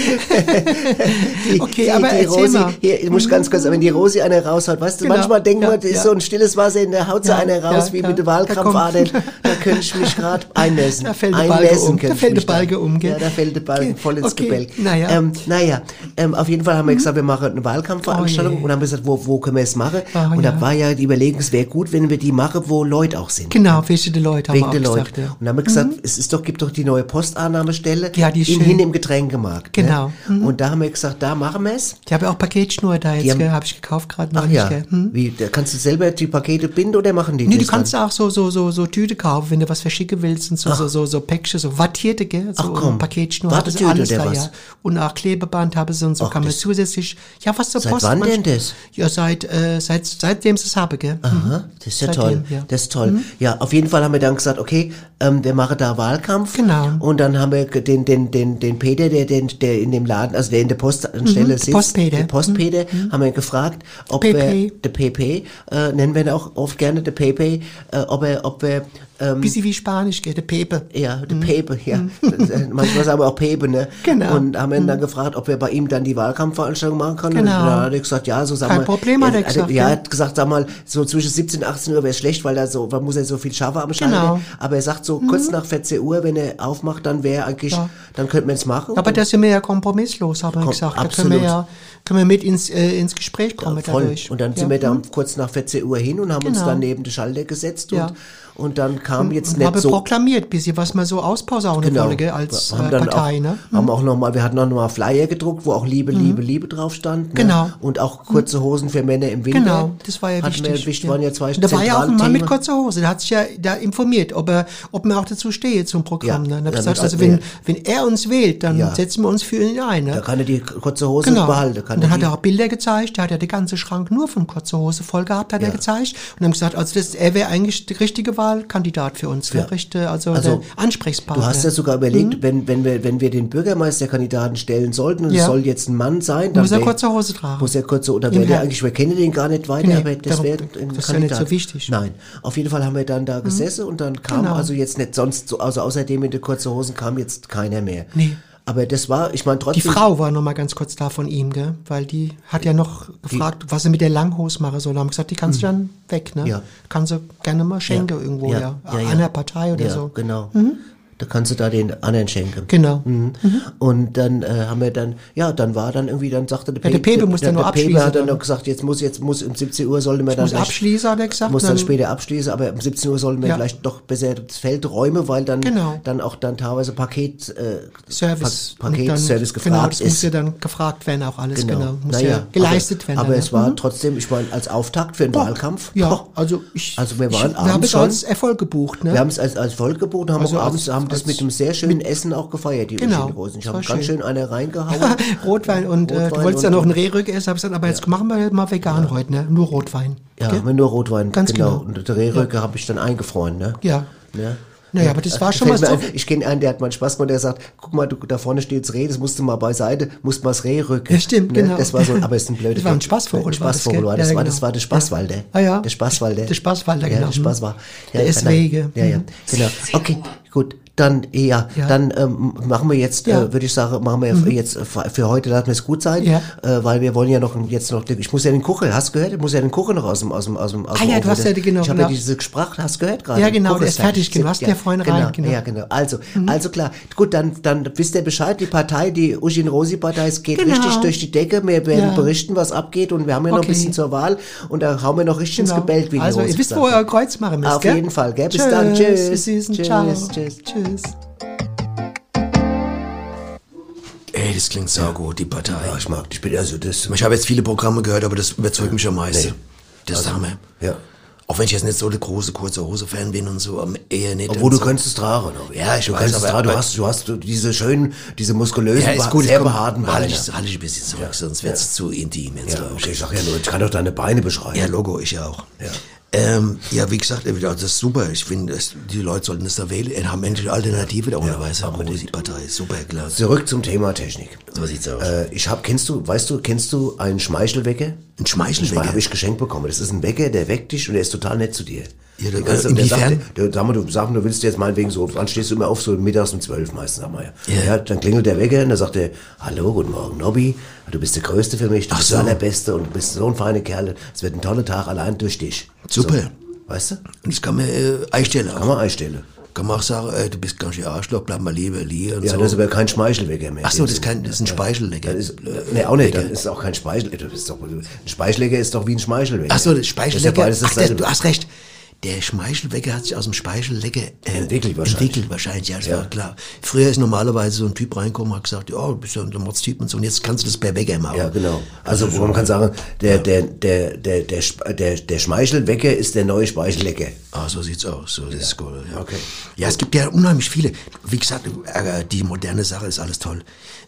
Speaker 4: die,
Speaker 10: okay,
Speaker 4: die,
Speaker 10: aber
Speaker 4: die
Speaker 10: erzähl
Speaker 4: Rosi,
Speaker 10: mal. Mhm.
Speaker 4: hier, ich muss ganz kurz, wenn die Rosi eine raushaut, weißt du,
Speaker 10: Genau,
Speaker 4: Also manchmal denken
Speaker 10: ja,
Speaker 4: wir, das ist
Speaker 10: ja.
Speaker 4: so ein stilles Wasser in der Haut, so
Speaker 10: Ja,
Speaker 4: eine raus,
Speaker 10: ja,
Speaker 4: wie
Speaker 10: ja.
Speaker 4: mit der
Speaker 10: Da
Speaker 4: Wahlkampfader. Da,
Speaker 10: [LAUGHS] kommt-
Speaker 4: könnte ich mich gerade einmessen.
Speaker 10: [LAUGHS] Da fällt der Balge
Speaker 4: einmessen
Speaker 10: um,
Speaker 4: könnte
Speaker 10: da
Speaker 4: ich
Speaker 10: fällt der
Speaker 4: mich
Speaker 10: Balge
Speaker 4: dann.
Speaker 10: um, gell?
Speaker 4: Ja, da fällt der Balge
Speaker 10: Okay,
Speaker 4: voll ins
Speaker 10: okay,
Speaker 4: Gebälk.
Speaker 10: naja.
Speaker 4: Ähm, naja, ähm, auf jeden Fall haben wir gesagt, wir machen eine Wahlkampfveranstaltung und haben gesagt, wo, wo können wir es machen?
Speaker 10: Ah,
Speaker 4: und da
Speaker 10: Oh ja.
Speaker 4: war ja die Überlegung, es wäre gut, wenn wir die machen, wo Leute auch sind.
Speaker 10: Genau, welche die Leute haben
Speaker 4: Wegen
Speaker 10: wir
Speaker 4: der
Speaker 10: auch
Speaker 4: Leute.
Speaker 10: gesagt, ja. Mhm.
Speaker 4: Und dann haben wir gesagt, es ist doch, gibt doch die neue Postannahmestelle
Speaker 10: Ja, die ist
Speaker 4: in,
Speaker 10: schön.
Speaker 4: hin im Getränkemarkt.
Speaker 10: Genau.
Speaker 4: Ne? Und da haben wir gesagt, da machen wir es.
Speaker 10: Ich habe ja auch Paketschnur da
Speaker 4: Die
Speaker 10: jetzt,
Speaker 4: haben-
Speaker 10: gell, habe ich gekauft gerade
Speaker 4: Ach
Speaker 10: neulich,
Speaker 4: ja.
Speaker 10: gell. Hm?
Speaker 4: Wie, da kannst du selber die Pakete binden oder machen die
Speaker 10: Nee, du
Speaker 4: das
Speaker 10: kannst
Speaker 4: dann?
Speaker 10: auch so, so, so, so Tüte kaufen, wenn du was verschicken willst und so, so, so, so Päckchen, so wattierte, gell? So
Speaker 4: Ach komm,
Speaker 10: und Paketschnur, hab ich
Speaker 4: Wattetüte
Speaker 10: alles
Speaker 4: oder
Speaker 10: da,
Speaker 4: was?
Speaker 10: ja. Und auch Klebeband habe sie und so kann man zusätzlich, ja, was zur
Speaker 4: Seit
Speaker 10: Post.
Speaker 4: wann denn
Speaker 10: manchmal-
Speaker 4: das?
Speaker 10: Ja, seit, äh, seit, seitdem sie es habe, gell? Mhm.
Speaker 4: Aha, das ist ja
Speaker 10: Seitdem,
Speaker 4: toll.
Speaker 10: ja. Mhm.
Speaker 4: Das ist toll. Ja, auf jeden Fall haben wir dann gesagt, okay, ähm, wir machen da Wahlkampf.
Speaker 10: Genau.
Speaker 4: Und dann haben wir ge- den, den, den, den Peter, der, den, der in dem Laden, also der in der
Speaker 10: Mhm.
Speaker 4: Poststelle sitzt.
Speaker 10: Postpeter.
Speaker 4: Der Postpeter,
Speaker 10: Mhm.
Speaker 4: haben wir gefragt, ob
Speaker 10: PP.
Speaker 4: wir, der PP, äh, nennen wir ihn auch oft gerne der PP, äh, ob er, ob wir, Ähm,
Speaker 10: Bisschen wie Spanisch, gell, der Pepe. Mhm.
Speaker 4: ja, der Pepe, ja. äh, Manchmal sagen wir auch Pepe, ne?
Speaker 10: Genau.
Speaker 4: Und haben ihn dann gefragt, ob wir bei ihm dann die Wahlkampfveranstaltung machen können.
Speaker 10: Genau.
Speaker 4: Und dann hat er gesagt, ja, so sag
Speaker 10: Kein
Speaker 4: mal.
Speaker 10: Problem, hat er gesagt,
Speaker 4: Ja,
Speaker 10: ja.
Speaker 4: er hat gesagt, sag mal, so zwischen 17 und 18 Uhr wäre schlecht, weil da so, man muss ja so viel Schafe am Schalter.
Speaker 10: Genau. Mhm.
Speaker 4: Aber er sagt so, kurz nach 14 Uhr, wenn er aufmacht, dann wäre eigentlich,
Speaker 10: Ja.
Speaker 4: dann könnten wir es machen.
Speaker 10: Aber da sind wir ja kompromisslos, haben wir
Speaker 4: Kom-
Speaker 10: gesagt. Da können wir
Speaker 4: absolut.
Speaker 10: ja können wir mit ins, äh, ins Gespräch kommen
Speaker 4: Voll.
Speaker 10: dadurch.
Speaker 4: Und dann
Speaker 10: ja. Mhm.
Speaker 4: sind wir da um kurz nach 14 Uhr hin und haben uns
Speaker 10: Genau.
Speaker 4: dann neben den Schalter gesetzt
Speaker 10: Ja.
Speaker 4: und, und dann kam jetzt
Speaker 10: habe
Speaker 4: nicht so genau.
Speaker 10: proklamiert, bisschen, was man so ausposaunen wollte, gell, als
Speaker 4: Wir haben
Speaker 10: äh,
Speaker 4: dann
Speaker 10: Partei,
Speaker 4: auch,
Speaker 10: ne? Mhm.
Speaker 4: Haben auch noch mal, wir hatten auch noch mal Flyer gedruckt, wo auch Liebe, Liebe, Liebe drauf stand. Ne?
Speaker 10: Genau.
Speaker 4: Und auch kurze Hosen für Männer im Winter.
Speaker 10: Genau, das war ja
Speaker 4: hatten
Speaker 10: wichtig.
Speaker 4: Wir, wichtig, waren ja zwei
Speaker 10: da war ja auch ein Mann mit
Speaker 4: Zentralthemen.
Speaker 10: kurzer Hose, der hat sich ja da informiert, ob er, ob man auch dazu stehe zum Programm.
Speaker 4: Ja,
Speaker 10: ne? Und hab
Speaker 4: ja,
Speaker 10: gesagt,
Speaker 4: das
Speaker 10: also
Speaker 4: hatten wir
Speaker 10: wenn, wenn er uns wählt, dann
Speaker 4: Ja.
Speaker 10: setzen wir uns für ihn ein.
Speaker 4: Da
Speaker 10: Ne?
Speaker 4: kann er die kurze Hose
Speaker 10: Genau.
Speaker 4: behalten. Kann
Speaker 10: und dann
Speaker 4: er
Speaker 10: hat
Speaker 4: die,
Speaker 10: er auch Bilder gezeigt, der hat ja den ganzen Schrank nur von kurzer Hose voll gehabt, hat er gezeigt. Und haben gesagt, also das, er wäre eigentlich der richtige Wahlkandidat für uns, der richtige, also,
Speaker 4: Also,
Speaker 10: der Ansprechpartner.
Speaker 4: Du hast ja sogar überlegt,
Speaker 10: Mhm.
Speaker 4: wenn, wenn, wir, wenn wir den Bürgermeisterkandidaten stellen sollten und
Speaker 10: Ja.
Speaker 4: es soll jetzt ein Mann sein, dann
Speaker 10: Muss er
Speaker 4: wär-
Speaker 10: kurze Hose tragen.
Speaker 4: Muss er kurze oder
Speaker 10: Im
Speaker 4: wäre der
Speaker 10: Her-
Speaker 4: eigentlich, wir kennen den gar nicht weiter,
Speaker 10: Nee,
Speaker 4: aber das
Speaker 10: darum-
Speaker 4: wäre
Speaker 10: das
Speaker 4: ein
Speaker 10: ist ja
Speaker 4: Kandidat.
Speaker 10: nicht so wichtig. Mhm.
Speaker 4: Nein, auf jeden Fall haben wir dann da gesessen und dann kam
Speaker 10: Genau.
Speaker 4: also jetzt nicht sonst so, also außerdem in den kurzen Hosen kam jetzt keiner mehr.
Speaker 10: Nee.
Speaker 4: Aber das war, ich meine
Speaker 10: Die
Speaker 4: trotzdem.
Speaker 10: Frau war noch mal ganz kurz da von ihm, gell? weil die hat ja noch gefragt, was sie mit der Langhose machen soll. haben gesagt, die kannst du dann weg, ne?
Speaker 4: Hm. Ja.
Speaker 10: Kann sie gerne mal schenken irgendwo, ja. An der Partei oder
Speaker 4: ja,
Speaker 10: so. Hm. Mhm,
Speaker 4: genau. Da kannst du da den anderen schenken.
Speaker 10: Genau.
Speaker 4: Mhm. Und dann äh, haben wir dann, ja, dann war dann irgendwie, dann sagte der
Speaker 10: Ja, der Pepe muss dann
Speaker 4: der,
Speaker 10: noch
Speaker 4: der Pepe
Speaker 10: abschließen
Speaker 4: hat dann
Speaker 10: dann.
Speaker 4: noch gesagt, jetzt muss, jetzt muss um 17 Uhr sollte man dann
Speaker 10: Muss
Speaker 4: vielleicht-
Speaker 10: abschließen, hat er gesagt.
Speaker 4: muss dann
Speaker 10: dann-
Speaker 4: später abschließen, aber um 17 Uhr sollen wir
Speaker 10: Ja.
Speaker 4: vielleicht doch besser das Feld räumen, weil dann
Speaker 10: Genau.
Speaker 4: dann auch dann teilweise Paket äh,
Speaker 10: Service.
Speaker 4: Pa
Speaker 10: Und
Speaker 4: Paket
Speaker 10: dann-
Speaker 4: Service gefragt
Speaker 10: Genau, das
Speaker 4: ist.
Speaker 10: muss ja dann gefragt werden auch alles, genau. Muss
Speaker 4: Naja,
Speaker 10: ja geleistet
Speaker 4: aber,
Speaker 10: werden.
Speaker 4: Aber
Speaker 10: dann,
Speaker 4: es
Speaker 10: ne?
Speaker 4: war
Speaker 10: Mhm.
Speaker 4: trotzdem, ich meine, als Auftakt für den Wahlkampf.
Speaker 10: Ja,
Speaker 4: boah,
Speaker 10: also ich,
Speaker 4: Also wir waren
Speaker 10: ich, wir haben
Speaker 4: abends
Speaker 10: es
Speaker 4: schon.
Speaker 10: als Erfolg gebucht, ne?
Speaker 4: wir haben es als, als Volk geboten, haben
Speaker 10: Also
Speaker 4: auch
Speaker 10: als-
Speaker 4: abends haben das
Speaker 10: als-
Speaker 4: mit einem sehr schönen Essen auch gefeiert, die
Speaker 10: Genau,
Speaker 4: Rosen. Ich
Speaker 10: das
Speaker 4: habe
Speaker 10: war
Speaker 4: ganz schön.
Speaker 10: schön.
Speaker 4: eine reingehauen.
Speaker 10: [LAUGHS] Rotwein und äh, du
Speaker 4: Rotwein
Speaker 10: wolltest ja
Speaker 4: und-
Speaker 10: noch einen Rehrück essen, hab ich gesagt, aber jetzt machen wir mal vegan heute, ne? Nur Rotwein.
Speaker 4: Ja,
Speaker 10: gell?
Speaker 4: haben wir nur Rotwein.
Speaker 10: Ganz genau.
Speaker 4: Und der Rehröcke habe ich dann eingefroren, ne?
Speaker 10: Ja.
Speaker 4: Ja.
Speaker 10: Naja, aber das war
Speaker 4: Da
Speaker 10: schon mal
Speaker 4: fällt mir
Speaker 10: so.
Speaker 4: ein, Ich kenne einen, der hat mal einen Spaß gemacht, der sagt, guck mal, du, da vorne steht das Reh, das musst du mal beiseite, musst mal das Reh rücken. Ne?
Speaker 10: Ja, stimmt, genau.
Speaker 4: Das war so, aber es ist ein blöder
Speaker 10: Das war ein
Speaker 4: Gag.
Speaker 10: Spaßvogel,
Speaker 4: Ein
Speaker 10: war das,
Speaker 4: Spaßvogel
Speaker 10: gell?
Speaker 4: war das,
Speaker 10: Ja,
Speaker 4: war,
Speaker 10: genau.
Speaker 4: das war der Spaßwalder.
Speaker 10: Ah, ja.
Speaker 4: Der Spaßwalder.
Speaker 10: Der Spaßwalder,
Speaker 4: ja,
Speaker 10: genau.
Speaker 4: Der Spaßwalder.
Speaker 10: Der
Speaker 4: Ja,
Speaker 10: ist
Speaker 4: nein.
Speaker 10: Wege.
Speaker 4: Ja, ja,
Speaker 10: Mhm.
Speaker 4: genau. Okay, gut. Dann, eh, ja,
Speaker 10: Ja.
Speaker 4: dann ähm, machen wir jetzt,
Speaker 10: Ja. Mhm.
Speaker 4: äh, würde ich sagen, machen wir jetzt äh, für heute, lassen wir es gut sein,
Speaker 10: Ja.
Speaker 4: äh, weil wir wollen ja noch, jetzt noch, den- ich muss ja den Kuchen, hast du gehört? Ich muss ja den Kuchen noch aus dem, aus dem, aus dem, aus
Speaker 10: Ah ja, du hast
Speaker 4: Ofen.
Speaker 10: ja die- genau,
Speaker 4: Ich habe ja
Speaker 10: genau.
Speaker 4: diese Sprache, hast du gehört gerade?
Speaker 10: Ja, genau,
Speaker 4: Kuchen
Speaker 10: der ist fertig, genau, hast du ja vorhin rein,
Speaker 4: Genau,
Speaker 10: genau.
Speaker 4: ja, genau. Also, also klar. Gut, dann, dann wisst ihr Bescheid, die Partei, die Ushin Rosi Partei, es geht
Speaker 10: Genau.
Speaker 4: richtig durch die Decke. Wir werden
Speaker 10: Ja.
Speaker 4: berichten, was abgeht und wir haben ja noch
Speaker 10: Okay.
Speaker 4: ein bisschen zur Wahl und da hauen wir noch richtig ins Gebälk, wie die
Speaker 10: Also,
Speaker 4: Rose
Speaker 10: ihr wisst,
Speaker 4: gesagt
Speaker 10: wo
Speaker 4: hat.
Speaker 10: ihr Kreuz machen müsst,
Speaker 4: Auf
Speaker 10: gell?
Speaker 4: jeden Fall, gell? Bis dann. Tschüss.
Speaker 10: Tschüss, ihr Süßen.
Speaker 4: Tschüss,
Speaker 10: Ciao.
Speaker 4: tschüss.
Speaker 10: Tschüss.
Speaker 2: Ey, das klingt saugut, die Partei.
Speaker 1: Ja, ich mag, ich bin also das.
Speaker 2: Ich habe jetzt viele Programme gehört, aber das überzeugt mich am meisten.
Speaker 1: Nee.
Speaker 2: Das
Speaker 4: Also,
Speaker 1: Also,
Speaker 2: haben wir.
Speaker 1: Ja.
Speaker 2: Auch wenn ich jetzt nicht so der große kurze Hose-Fan bin und so, aber eher nicht.
Speaker 1: Obwohl
Speaker 2: und
Speaker 1: du
Speaker 2: so.
Speaker 1: könntest es tragen.
Speaker 2: Ja, ich
Speaker 1: du
Speaker 2: weiß,
Speaker 1: kannst es
Speaker 2: aber-
Speaker 1: tragen. Du
Speaker 2: aber-
Speaker 1: hast, du hast diese schönen, diese muskulösen,
Speaker 2: Ja, ist gut,
Speaker 1: sehr
Speaker 2: ich komm,
Speaker 1: behaarten
Speaker 2: halte
Speaker 1: Beine.
Speaker 2: ich, halte ich ein bisschen zurück, sonst wird es zu intim jetzt,
Speaker 1: Ja,
Speaker 2: glaub ich.
Speaker 1: okay, ich sag ja nur, ich kann doch deine Beine beschreiben.
Speaker 2: Ja, Logo, ich ja auch. Ja. Ähm, ja, wie gesagt, äh, das ist super. Ich finde, das- die Leute sollten das da wählen. Äh, Haben endlich eine Alternative da ohne Weiße. Aber die Partei ist super, klar.
Speaker 1: Zurück zum Thema Technik.
Speaker 2: So sieht's aus.
Speaker 1: Äh, ich habe, kennst du, weißt du, kennst du einen Schmeichelwecker?
Speaker 2: Ein Schmeichelwecker?
Speaker 1: habe ich geschenkt bekommen. Das ist ein Wecker, der weckt dich und der ist total nett zu dir.
Speaker 2: Ja, der-
Speaker 1: Du kannst-
Speaker 2: inwiefern?
Speaker 1: sagt, der, sag mal, du sag mal, du willst jetzt meinetwegen so, dann stehst du immer auf, so mittags um zwölf meistens, sag mal. Ja.
Speaker 2: Ja.
Speaker 1: ja, dann klingelt der Wecker und dann sagt er, hallo, guten Morgen, Nobby, du bist der Größte für mich, du bist
Speaker 2: so.
Speaker 1: der Allerbeste und du bist so ein feiner Kerl, es wird ein toller Tag allein durch dich.
Speaker 2: Super.
Speaker 1: So, weißt du?
Speaker 2: Und das kann man äh, einstellen. auch.
Speaker 1: Kann man einstellen.
Speaker 2: Kann man auch sagen, äh, du bist ganz schön Arschloch, bleib mal lieber liegen und
Speaker 1: Ja,
Speaker 2: so.
Speaker 1: das ist aber kein Schmeichelwecker mehr.
Speaker 2: Ach so,
Speaker 1: In dem
Speaker 2: das,
Speaker 1: Sinne.
Speaker 2: kann, das ist ein Speichellecker.
Speaker 1: Dann ist, nee, auch nicht. Dann ist auch kein Speichellecker. äh, Das ist doch, ein Speichellecker ist doch wie ein Speichellecker.
Speaker 2: Ach so, das
Speaker 1: Ist ja
Speaker 2: Speichellecker.
Speaker 1: beides
Speaker 2: Ach,
Speaker 1: das
Speaker 2: der,
Speaker 1: Gleiche.
Speaker 2: du hast recht. Der Schmeichelwecker hat sich aus dem Speichellecker äh,
Speaker 1: Entwickelt wahrscheinlich.
Speaker 2: Entwickelt wahrscheinlich, ja, das war klar. Früher ist normalerweise so ein Typ reingekommen, hat gesagt, ja, du bist ja ein Mordstyp und so. Und jetzt kannst du das per Wecker machen.
Speaker 1: Ja, genau. Also, wo man kann sagen, der, der, der, der, der, Sp- der, der Schmeichelwecker ist der neue Speichellecker.
Speaker 2: Ah, so sieht's aus. So, das ist cool. Ja.
Speaker 1: Okay.
Speaker 2: Ja, es gibt ja unheimlich viele. Wie gesagt, äh, die moderne Sache ist alles toll.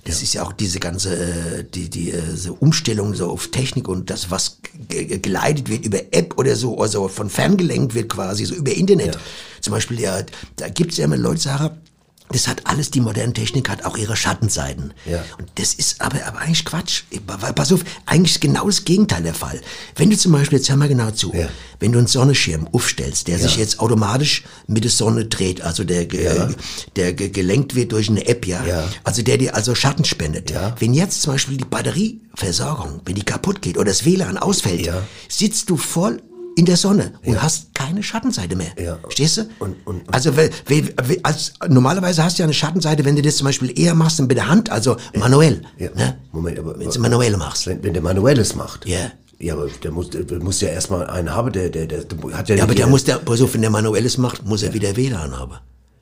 Speaker 2: Das ist ja auch diese ganze äh, die, die, äh, so Umstellung so auf Technik und das, was ge- ge- geleitet wird über App oder so, also von ferngelenkt wird quasi, so über Internet. Zum Beispiel, ja, da gibt's ja immer Leute, die sagen, Das hat alles, die moderne Technik hat auch ihre Schattenseiten.
Speaker 1: Ja.
Speaker 2: Und das ist aber, aber eigentlich Quatsch. Weil, Pass auf, eigentlich ist genau das Gegenteil der Fall. Wenn du zum Beispiel, jetzt hör mal genau zu,
Speaker 1: Ja.
Speaker 2: wenn du einen Sonnenschirm aufstellst, der sich jetzt automatisch mit der Sonne dreht, also der, ge- der ge- gelenkt wird durch eine App, ja,
Speaker 1: Ja.
Speaker 2: also der dir also Schatten spendet.
Speaker 1: Ja.
Speaker 2: Wenn jetzt zum Beispiel die Batterieversorgung, wenn die kaputt geht oder das WLAN ausfällt,
Speaker 1: Ja.
Speaker 2: sitzt du voll in der Sonne und hast keine Schattenseite mehr.
Speaker 1: Ja.
Speaker 2: Stehst du?
Speaker 1: Und- und- und-
Speaker 2: also, we- we- we- als, normalerweise hast du ja eine Schattenseite, wenn du das zum Beispiel eher machst dann mit der Hand, also manuell.
Speaker 1: Ja.
Speaker 2: Ne?
Speaker 1: Moment, aber-
Speaker 2: Wenn du manuell machst.
Speaker 1: Wenn, wenn der manuelles macht.
Speaker 2: Ja.
Speaker 1: Ja, aber der muss, der muss ja erstmal einen haben, der, der, der, der hat ja,
Speaker 2: Ja, aber der
Speaker 1: jeder-
Speaker 2: muss der, pass auf, wenn der manuelles macht, muss er wieder WLAN haben.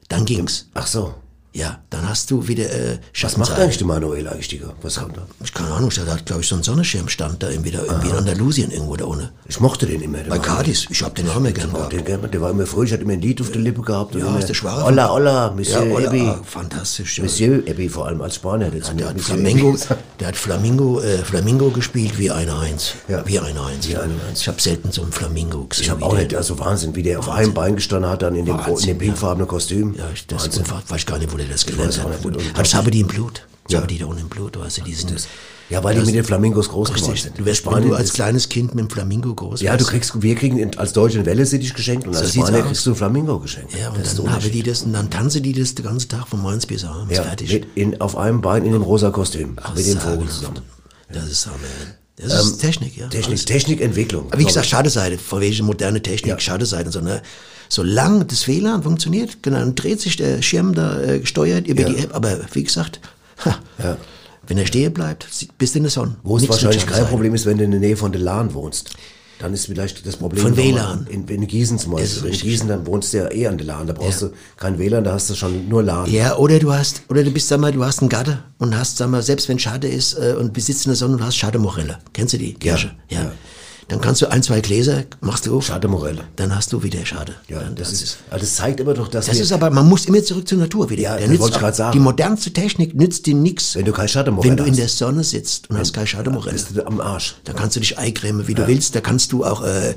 Speaker 2: Dann ging's.
Speaker 1: Ach so.
Speaker 2: Ja, dann hast du wieder äh,
Speaker 1: Was macht
Speaker 2: Schattenseite.
Speaker 1: eigentlich der manuelle eigentlich, Digga? Was hat er?
Speaker 2: Ich keine Ahnung, der hat, glaube ich, so einen Sonnenschirmstand da irgendwie, da, irgendwie in Andalusien irgendwo da ohne.
Speaker 1: Ich mochte den immer. der
Speaker 2: Bei
Speaker 1: Manuel.
Speaker 2: Cardis, ich hab den Namen ja gern
Speaker 1: Oh,
Speaker 2: gehabt.
Speaker 1: den kennt man, der war immer fröhlich, hat immer ein Lied auf der Lippe gehabt.
Speaker 2: Ja,
Speaker 1: immer,
Speaker 2: ist der Schwager von-
Speaker 1: Hola, hola, Monsieur
Speaker 2: Ja,
Speaker 1: ja,
Speaker 2: oder,
Speaker 1: Ebi.
Speaker 2: ah, fantastisch. Ja.
Speaker 1: Monsieur Ebi, vor allem als Spanier. Der,
Speaker 2: Der hat Flamingo, der hat Flamingo, äh, Flamingo gespielt wie eine Eins.
Speaker 1: Ja.
Speaker 2: Wie eine Eins.
Speaker 1: Wie eine Eins.
Speaker 2: Ich habe selten so einen Flamingo gesehen.
Speaker 1: Ich habe
Speaker 2: wie
Speaker 1: auch
Speaker 2: der-
Speaker 1: nicht, also Wahnsinn, wie der auf einem Bein gestanden hat, dann in dem, gro- in
Speaker 2: Wahnsinn,
Speaker 1: dem pinkfarbenen Kostüm.
Speaker 2: Ja, ich, das ist unfassbar. weiß gar nicht, wo der das gelernt
Speaker 1: weiß auch
Speaker 2: hat.
Speaker 1: nicht,
Speaker 2: Wo-
Speaker 1: unglaublich.
Speaker 2: Aber das haben die im Blut. Das
Speaker 1: Ja.
Speaker 2: haben die da unten im Blut. Weißt du, die sind das.
Speaker 1: Ja, weil die mit den Flamingos groß geworden
Speaker 2: Richtig.
Speaker 1: sind.
Speaker 2: Du wärst, wenn
Speaker 1: Spanien
Speaker 2: du als
Speaker 1: ist-
Speaker 2: kleines Kind mit dem Flamingo groß
Speaker 1: Ja,
Speaker 2: wärst.
Speaker 1: du kriegst, wir kriegen in- als Deutsche eine Welle Sittich geschenkt und als
Speaker 2: sieht's
Speaker 1: Spanier
Speaker 2: aus.
Speaker 1: kriegst du ein Flamingo geschenkt.
Speaker 2: Ja, und
Speaker 1: Das ist
Speaker 2: dann,
Speaker 1: der
Speaker 2: haben die
Speaker 1: Unterschied.
Speaker 2: das, und dann tanzen die das den ganzen Tag von Mainz bis abends.
Speaker 1: ja,
Speaker 2: fertig.
Speaker 1: mit in, auf einem Bein in dem rosa Kostüm. mit dem Vogel
Speaker 2: Sagenhaft.
Speaker 1: zusammen. Ähm,
Speaker 2: Das ist Hammer. Das ist Technik, ja.
Speaker 1: Technik, Technikentwicklung.
Speaker 2: Aber wie gesagt, schade Seite, vor welche moderne Technik, schade Seite. So, ne? Solange das WLAN funktioniert, genau, dann dreht sich der Schirm da äh, gesteuert über
Speaker 1: Ja.
Speaker 2: die App. Aber wie gesagt, ha, wenn er stehen bleibt, sie- bist du in der Sonne.
Speaker 1: Wo es
Speaker 2: Nichts mit
Speaker 1: wahrscheinlich
Speaker 2: schade
Speaker 1: kein
Speaker 2: Seite.
Speaker 1: Problem ist, wenn du in der Nähe von der Lahn wohnst. Dann ist vielleicht das Problem.
Speaker 2: Von
Speaker 1: nochmal
Speaker 2: WLAN.
Speaker 1: In, in Gießen zum
Speaker 2: Das ist
Speaker 1: Beispiel. In
Speaker 2: richtig.
Speaker 1: Gießen, dann wohnst du ja eh an der Lahn. Da brauchst
Speaker 2: Ja.
Speaker 1: du kein WLAN, da hast du schon nur Lahn.
Speaker 2: Ja, oder du hast, oder du bist, sag mal, du hast einen Gatte und hast, sag mal, selbst wenn Schade ist äh, und besitzt in der Sonne und hast Schademorelle. Kennst du die? Kirsche? Ja. Dann kannst du ein, zwei Gläser, machst du auf.
Speaker 1: Schademorelle.
Speaker 2: Dann hast du wieder Schade.
Speaker 1: Ja,
Speaker 2: dann,
Speaker 1: das, ist, also das zeigt immer doch, dass
Speaker 2: Das
Speaker 1: wir,
Speaker 2: ist aber, man muss immer zurück zur Natur wieder.
Speaker 1: Ja,
Speaker 2: Der
Speaker 1: das
Speaker 2: nützt
Speaker 1: wollte ich
Speaker 2: auch-
Speaker 1: gerade sagen.
Speaker 2: Die modernste Technik nützt dir nichts,
Speaker 1: wenn du kein Schademorelle
Speaker 2: wenn du in
Speaker 1: hast,
Speaker 2: der Sonne sitzt und hast keine Schademorelle.
Speaker 1: bist du am Arsch.
Speaker 2: Da kannst du dich eincremen, wie du willst. Da kannst du auch äh,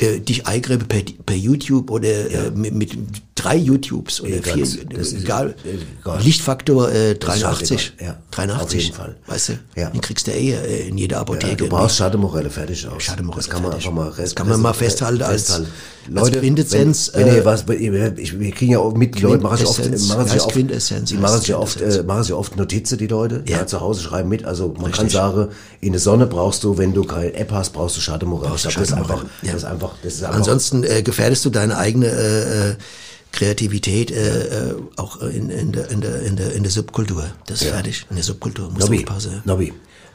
Speaker 2: äh, dich eincremen per, per YouTube oder äh, mit, mit drei YouTubes oder vier,
Speaker 1: ganz- das ist-
Speaker 2: egal.
Speaker 1: egal.
Speaker 2: Lichtfaktor äh,
Speaker 1: ist
Speaker 2: 83.
Speaker 1: scheißegal, ja. Auf
Speaker 2: 83.
Speaker 1: jeden Fall.
Speaker 2: Weißt du,
Speaker 1: Ja.
Speaker 2: den kriegst du eh äh, in jeder Apotheke.
Speaker 1: Ja, du brauchst Schademorelle fertig aus.
Speaker 2: Schademorelle
Speaker 1: das kann man
Speaker 2: fertig.
Speaker 1: einfach mal
Speaker 2: Das kann man mal festhalten als- als
Speaker 1: Leute,
Speaker 2: Quintessenz,
Speaker 1: Wenn, wenn
Speaker 2: äh,
Speaker 1: ihr was, ich, wir kriegen ja auch mit, die Leute machen sich oft, machen
Speaker 2: Quintessenz,
Speaker 1: sich
Speaker 2: heißt
Speaker 1: oft,
Speaker 2: Quintessenz,
Speaker 1: die
Speaker 2: heißt
Speaker 1: machen sich oft,
Speaker 2: Quintessenz.
Speaker 1: äh, machen sich oft Notizen, die Leute, ja.
Speaker 2: Ja.
Speaker 1: zu Hause schreiben mit. Also, man kann
Speaker 2: Richtig.
Speaker 1: sagen, in der Sonne brauchst du, wenn du keine App hast, brauchst du Schademorelle.
Speaker 2: Brauchst du
Speaker 1: Ich glaub, das ist
Speaker 2: Schademorelle.
Speaker 1: einfach,
Speaker 2: Ja.
Speaker 1: das ist einfach, das ist einfach.
Speaker 2: Ansonsten äh, gefährdest du deine eigene äh, äh, Kreativität äh, äh, auch äh, in, in, der, in, der, in, der, in der Subkultur. Das ist fertig. In der Subkultur musst
Speaker 1: Nobby,
Speaker 2: du aufpassen.
Speaker 1: Nobby,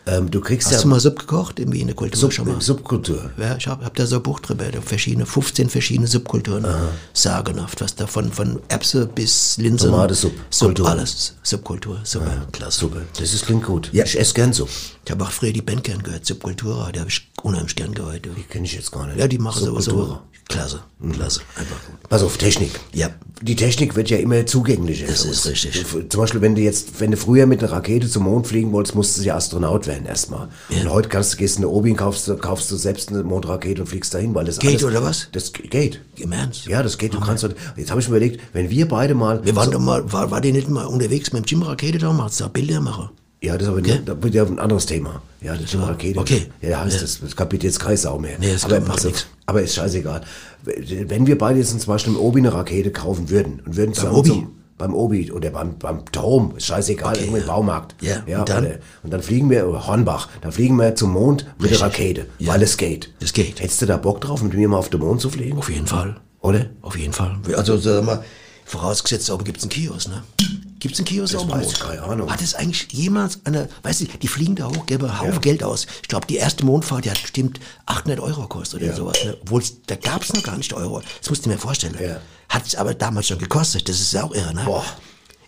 Speaker 1: ähm, du kriegst
Speaker 2: Hast
Speaker 1: ja
Speaker 2: du mal Sub gekocht? Irgendwie in der Kultur schon mal?
Speaker 1: Subkultur.
Speaker 2: Ja, ich habe hab da so ein Buch drüber, da verschiedene, 15 verschiedene Subkulturen. Sagenhaft, was da von, von Erbse bis Linse.
Speaker 1: Tomate, Sub-
Speaker 2: Sub
Speaker 1: Kultur.
Speaker 2: alles. Subkultur, super, klasse.
Speaker 1: Super. Das ist, klingt gut. Ja. Ich esse gern Suppe.
Speaker 2: Ich habe auch früher die Band gern gehört, Subkultura, die habe ich unheimlich gern gehört. du.
Speaker 1: Kenne ich jetzt gar nicht.
Speaker 2: Ja, die machen sowas.
Speaker 1: Subkultur.
Speaker 2: so. Klasse, klasse, einfach gut.
Speaker 1: Pass auf, Technik.
Speaker 2: Ja.
Speaker 1: Die Technik wird ja immer zugänglicher.
Speaker 2: Das
Speaker 1: für
Speaker 2: ist
Speaker 1: uns.
Speaker 2: richtig.
Speaker 1: Du- Zum Beispiel, wenn du jetzt, wenn du früher mit einer Rakete zum Mond fliegen wolltest, musstest du ja Astronaut werden erstmal. Und heute kannst du, gehst in eine Obi und kaufst, du- kaufst du selbst eine Mondrakete und fliegst dahin, weil das
Speaker 2: Geht
Speaker 1: alles,
Speaker 2: oder was?
Speaker 1: Das g- geht.
Speaker 2: Im Ernst?
Speaker 1: Ja, das geht. Du kannst, heute- jetzt habe ich mir überlegt, wenn wir beide mal,
Speaker 2: Wir waren doch mal, war, war die nicht mal unterwegs mit dem Jim Rakete damals, da Bilder machen?
Speaker 1: ja, das ist aber nicht, da wird ja ein anderes Thema. Ja, das ist eine Rakete.
Speaker 2: Okay.
Speaker 1: Ja, da heißt
Speaker 2: Ja.
Speaker 1: das, das kapiert jetzt keine Sau mehr.
Speaker 2: Nee, das
Speaker 1: aber,
Speaker 2: macht
Speaker 1: pass auf,
Speaker 2: nix.
Speaker 1: aber ist scheißegal. Wenn wir beide jetzt zum Beispiel im Obi eine Rakete kaufen würden und würden zusammen
Speaker 2: Obi?
Speaker 1: Zum, beim Obi oder beim, beim Turm, ist scheißegal, irgendwo im
Speaker 2: ja.
Speaker 1: Baumarkt.
Speaker 2: Ja,
Speaker 1: ja
Speaker 2: und dann?
Speaker 1: Oder, und dann fliegen wir, oder Hornbach, dann fliegen wir zum Mond mit der
Speaker 2: Richtig.
Speaker 1: Rakete,
Speaker 2: Ja.
Speaker 1: weil es geht.
Speaker 2: Es geht.
Speaker 1: Hättest du da Bock drauf, mit mir mal auf den Mond zu fliegen?
Speaker 2: Auf jeden Fall.
Speaker 1: Oder?
Speaker 2: Auf jeden Fall. Also sag mal, vorausgesetzt, aber gibt's einen Kiosk, ne? Gibt's einen Kiosk auf dem
Speaker 1: weiß
Speaker 2: Mond?
Speaker 1: ich, keine Ahnung.
Speaker 2: Hat es eigentlich jemals eine, weißt du, die fliegen da hoch, geben einen Haufen Geld aus. Ich glaube, die erste Mondfahrt, die hat bestimmt 800 Euro gekostet oder sowas. Ne? Obwohl, da gab's noch gar nicht Euro. Das musst du mir vorstellen.
Speaker 1: Ja.
Speaker 2: Hat es aber damals schon gekostet. Das ist ja auch irre, ne?
Speaker 1: Boah.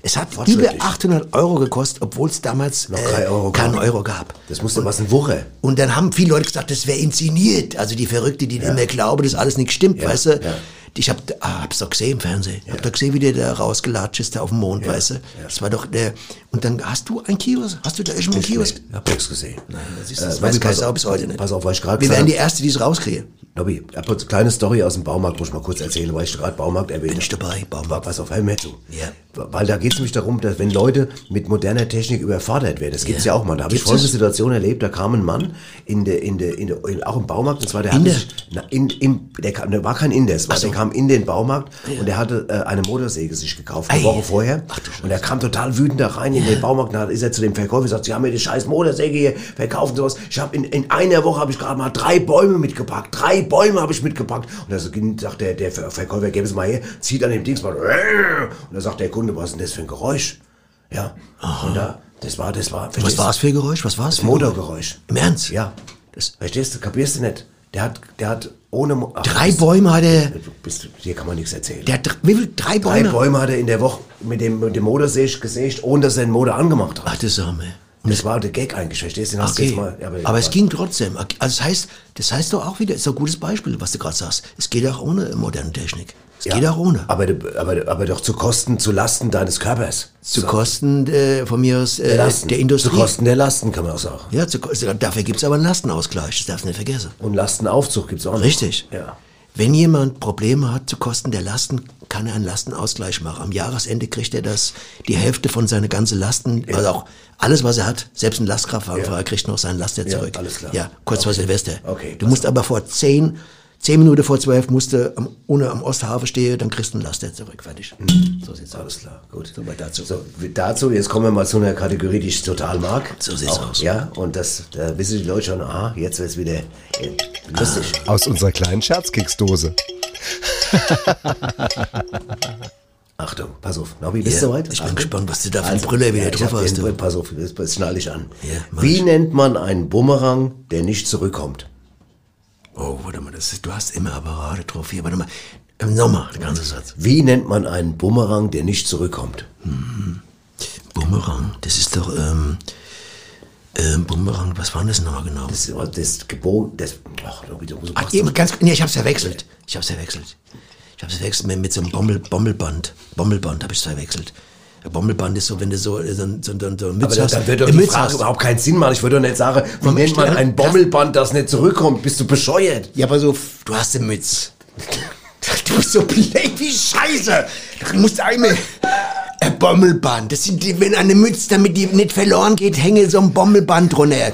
Speaker 2: Es hat über
Speaker 1: Fortschrittlich.
Speaker 2: 800 Euro gekostet, obwohl es damals äh,
Speaker 1: Noch kein Euro
Speaker 2: keinen
Speaker 1: gab.
Speaker 2: Euro gab.
Speaker 1: Das musste was ein Woche.
Speaker 2: Und dann haben viele Leute gesagt, das wäre inszeniert. Also die Verrückte, die immer glauben, dass alles nicht stimmt,
Speaker 1: Ja,
Speaker 2: weißt du?
Speaker 1: ja.
Speaker 2: Ich hab, ah, hab's doch gesehen im Fernsehen. Hab doch gesehen, wie der da rausgelatscht ist, da auf dem Mond, weißt du? Das war doch der. Und dann hast du ein Kiosk? Hast du da irgendwo einen
Speaker 1: Ich
Speaker 2: Kiosk?
Speaker 1: hab nichts gesehen. Nein,
Speaker 2: Das ist- weiß keiner bis heute nicht.
Speaker 1: Äh, Pass auf, weil ich gerade
Speaker 2: Wir
Speaker 1: gesagt
Speaker 2: werden die
Speaker 1: hab-
Speaker 2: Erste, die es rauskriegen.
Speaker 1: Nobby, ich hab kurz eine kleine Story aus dem Baumarkt, muss ich mal kurz erzählen, weil ich gerade Baumarkt erwähnt
Speaker 2: Bin ich dabei,
Speaker 1: war
Speaker 2: Baumarkt.
Speaker 1: was auf einmal zu.
Speaker 2: Ja.
Speaker 1: Weil da geht es nämlich darum, dass wenn Leute mit moderner Technik überfordert werden, das gibt es ja. auch mal. Da habe ich
Speaker 2: Gibt's
Speaker 1: folgende
Speaker 2: das?
Speaker 1: Situation erlebt, da kam ein Mann in der, in der, in der, in, auch im Baumarkt, und zwar der
Speaker 2: Inder?
Speaker 1: hatte sich, na, in, im, der, kam, der war kein Inder, es war, der kam in den Baumarkt und der hatte äh, eine Motorsäge sich gekauft, eine
Speaker 2: Ei.
Speaker 1: Woche vorher. und er kam total wütend da rein in den Baumarkt, und da ist er zu dem Verkäufer und sagt, sie haben mir die scheiß Motorsäge hier verkauft und sowas. Ich habe in, in einer Woche habe ich gerade mal drei Bäume mitgepackt, drei Bäume habe ich mitgepackt. Und da so ging- sagt der, der Ver- Verkäufer, gäbe es mal her, zieht an dem Dings mal. Und da sagt der Kunde, was ist denn das für ein Geräusch? Ja. Und da, das war, das war.
Speaker 2: Was war es für ein Geräusch? Was war es?
Speaker 1: Das Motorgeräusch.
Speaker 2: Im Ernst?
Speaker 1: Ja. Das verstehst du, kapierst du nicht. Der hat, der hat ohne. Mo- Ach,
Speaker 2: Drei
Speaker 1: bist-
Speaker 2: Bäume hat er.
Speaker 1: Du bist, hier kann man nichts erzählen.
Speaker 2: Der hat dr- wie viel? Drei
Speaker 1: drei
Speaker 2: Bäume?
Speaker 1: Bäume hat er in der Woche mit dem, mit dem Motorsäge gesägt, ohne dass er den Motor angemacht hat.
Speaker 2: Ach, das Arme.
Speaker 1: Und das war der Gag eigentlich, verstehst du? Den hast du
Speaker 2: Okay.
Speaker 1: jetzt mal,
Speaker 2: aber, es ging trotzdem. Okay, Also das heißt, das heißt doch auch wieder, ist doch ein gutes Beispiel, was du gerade sagst. Es geht auch ohne moderne um Technik. Es
Speaker 1: Ja,
Speaker 2: geht auch ohne.
Speaker 1: Aber, de- aber, aber doch zu Kosten, zu Lasten deines Körpers.
Speaker 2: Zu Kosten äh, von mir aus äh,
Speaker 1: Der
Speaker 2: der,
Speaker 1: Lasten.
Speaker 2: Industrie.
Speaker 1: Zu Kosten der Lasten, kann man auch sagen.
Speaker 2: Ja, zu, Ko- dafür gibt es aber einen Lastenausgleich, das darfst du nicht vergessen.
Speaker 1: Und Lastenaufzug gibt's auch noch.
Speaker 2: Richtig.
Speaker 1: Ja.
Speaker 2: Wenn jemand Probleme hat zu Kosten der Lasten, kann er einen Lastenausgleich machen. Am Jahresende kriegt er das, die Hälfte von seiner ganzen Lasten, also auch alles, was er hat, selbst ein Lastkraftwagenfahrer kriegt noch seinen Laster
Speaker 1: Ja,
Speaker 2: zurück.
Speaker 1: alles klar.
Speaker 2: Ja, kurz vor Silvester.
Speaker 1: Okay,
Speaker 2: Du musst aber vor zehn, zehn Minuten vor zwölf musst du am, ohne am Osthafen stehen, dann kriegst du einen Laster zurück. Fertig. So sieht's aus.
Speaker 1: Alles klar, gut. So, dazu. dazu, jetzt kommen wir mal zu einer Kategorie, die ich total mag.
Speaker 2: So sieht's aus.
Speaker 1: Ja, und das, da wissen die Leute schon, aha, jetzt wird's wieder äh, lustig.
Speaker 5: Ah, Aus unserer kleinen Scherzkeksdose.
Speaker 1: [LAUGHS] Achtung, pass auf. Nobby, bist
Speaker 2: Ja,
Speaker 1: du soweit?
Speaker 2: Ich bin
Speaker 1: Achtung. Also,
Speaker 2: gespannt, was du da für einen Brüller wieder
Speaker 1: ja, ich
Speaker 2: drauf
Speaker 1: hab
Speaker 2: hast.
Speaker 1: den-
Speaker 2: du.
Speaker 1: Pass auf, jetzt, jetzt schnall ich an.
Speaker 2: Ja, mach
Speaker 1: Wie
Speaker 2: ich.
Speaker 1: nennt man einen Bumerang, der nicht zurückkommt?
Speaker 2: Oh, warte mal, das ist, du hast immer Apparate drauf hier. Warte mal. Ähm, Nochmal, der ganze Satz.
Speaker 1: Wie nennt man einen Bumerang, der nicht zurückkommt?
Speaker 2: Bumerang, das ist doch, ähm, ähm, Bumerang, was war denn das nochmal genau?
Speaker 1: Das, das Gebot, das. Ach, Nobby, du musst.
Speaker 2: Ach, eben, ganz, nee, ich hab's verwechselt. Ich hab's verwechselt. Ich hab's verwechselt mit, mit so einem Bommel, Bommelband. Bommelband hab ich's verwechselt. Ein Bommelband ist so, wenn du so, äh, so, ein- so, ein- so, ein- so eine
Speaker 1: Aber
Speaker 2: Mütze
Speaker 1: dann,
Speaker 2: hast.
Speaker 1: dann wird doch
Speaker 2: Eine
Speaker 1: die
Speaker 2: Mütze
Speaker 1: Frage
Speaker 2: hast.
Speaker 1: überhaupt keinen Sinn machen. Ich würde doch nicht sagen, wie
Speaker 2: Moment,
Speaker 1: nennt man
Speaker 2: schnell.
Speaker 1: ein Bommelband, das nicht zurückkommt? Bist du bescheuert?
Speaker 2: Ja, aber so, f- du hast eine Mütze. Du bist so blöd wie Scheiße. Du musst einmal... Ein Bommelband. Das sind die, wenn eine Mütze, damit die nicht verloren geht, hänge so ein Bommelband runter.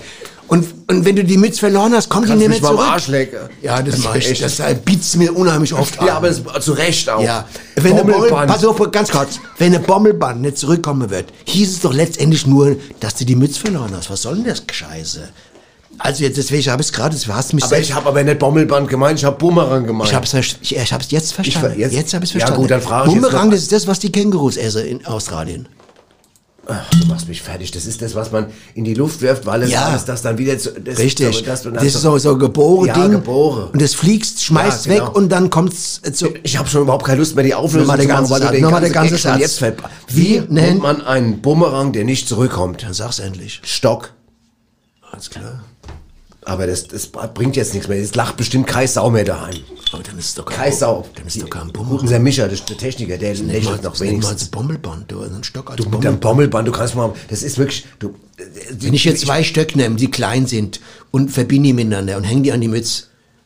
Speaker 2: Und, und wenn du die Mütze verloren hast, kommt die
Speaker 1: Kannst mich
Speaker 2: nicht mehr
Speaker 1: mal am
Speaker 2: zurück.
Speaker 1: Arsch lecken.
Speaker 2: Ja, das,
Speaker 1: Das
Speaker 2: mach ich.
Speaker 1: echt.
Speaker 2: Das äh, bietet's mir unheimlich oft an.
Speaker 1: Ja, aber das, zu Recht auch.
Speaker 2: Ja, wenn eine Bommel,
Speaker 1: Bommelband.
Speaker 2: pass auf, ganz kurz. Wenn eine Bommelband nicht zurückkommen wird, hieß es doch letztendlich nur, dass du die Mütze verloren hast. Was soll denn das Scheiße? Also jetzt, deswegen habe ich es gerade, du hast mich
Speaker 1: Aber
Speaker 2: selbst-
Speaker 1: ich habe aber nicht Bommelband gemeint, ich habe Bumerang gemeint.
Speaker 2: ich hab's, verst- ich, ich hab's jetzt verstanden.
Speaker 1: ver- jetzt-
Speaker 2: jetzt habe ich's
Speaker 1: Ja,
Speaker 2: verstanden.
Speaker 1: gut, dann frage ich jetzt
Speaker 2: Bumerang,
Speaker 1: noch-
Speaker 2: das ist das, was die Kängurus essen in Australien.
Speaker 1: du machst mich fertig. Das ist das, was man in die Luft wirft, weil es
Speaker 2: Ja.
Speaker 1: alles das dann wieder zu. Das,
Speaker 2: Richtig.
Speaker 1: Das,
Speaker 2: Das,
Speaker 1: das,
Speaker 2: ist so, so ein geboren
Speaker 1: Ja,
Speaker 2: Ding.
Speaker 1: geboren.
Speaker 2: Und das fliegst, schmeißt
Speaker 1: Ja, genau.
Speaker 2: weg und dann kommt's äh, zu...
Speaker 1: ich habe schon überhaupt keine Lust mehr, die Auflösung
Speaker 2: Nochmal der
Speaker 1: zu machen,
Speaker 2: ganze
Speaker 1: weil du
Speaker 2: Satz,
Speaker 1: den
Speaker 2: nochmal
Speaker 1: ganzen
Speaker 2: der ganze
Speaker 1: Gag schon
Speaker 2: Satz.
Speaker 1: jetzt ver Wie
Speaker 2: Wie
Speaker 1: nennt
Speaker 2: nennt-
Speaker 1: man einen Bumerang, der nicht zurückkommt?
Speaker 2: Dann sag's endlich.
Speaker 1: Stock.
Speaker 2: Alles klar.
Speaker 1: Aber das, das bringt jetzt nichts mehr. Jetzt lacht bestimmt Kai Sau mehr daheim.
Speaker 2: Aber Oh, dann ist doch kein
Speaker 1: Kai Sau.
Speaker 2: Dann ist doch kein
Speaker 1: Gut,
Speaker 2: Bumerang.
Speaker 1: unser Mischer, das ist der Techniker, der
Speaker 2: Nenn mal-
Speaker 1: lächelt noch
Speaker 2: nenn mal
Speaker 1: wenigstens.
Speaker 2: als Bommelband, du, einen Stock als
Speaker 1: Du mit
Speaker 2: Bommelband.
Speaker 1: deinem Bommelband, du kannst mal. Das ist wirklich. Du,
Speaker 2: Wenn ich jetzt zwei Stöcke nehme, die klein sind, und verbinde die miteinander und hänge die an die Mütze,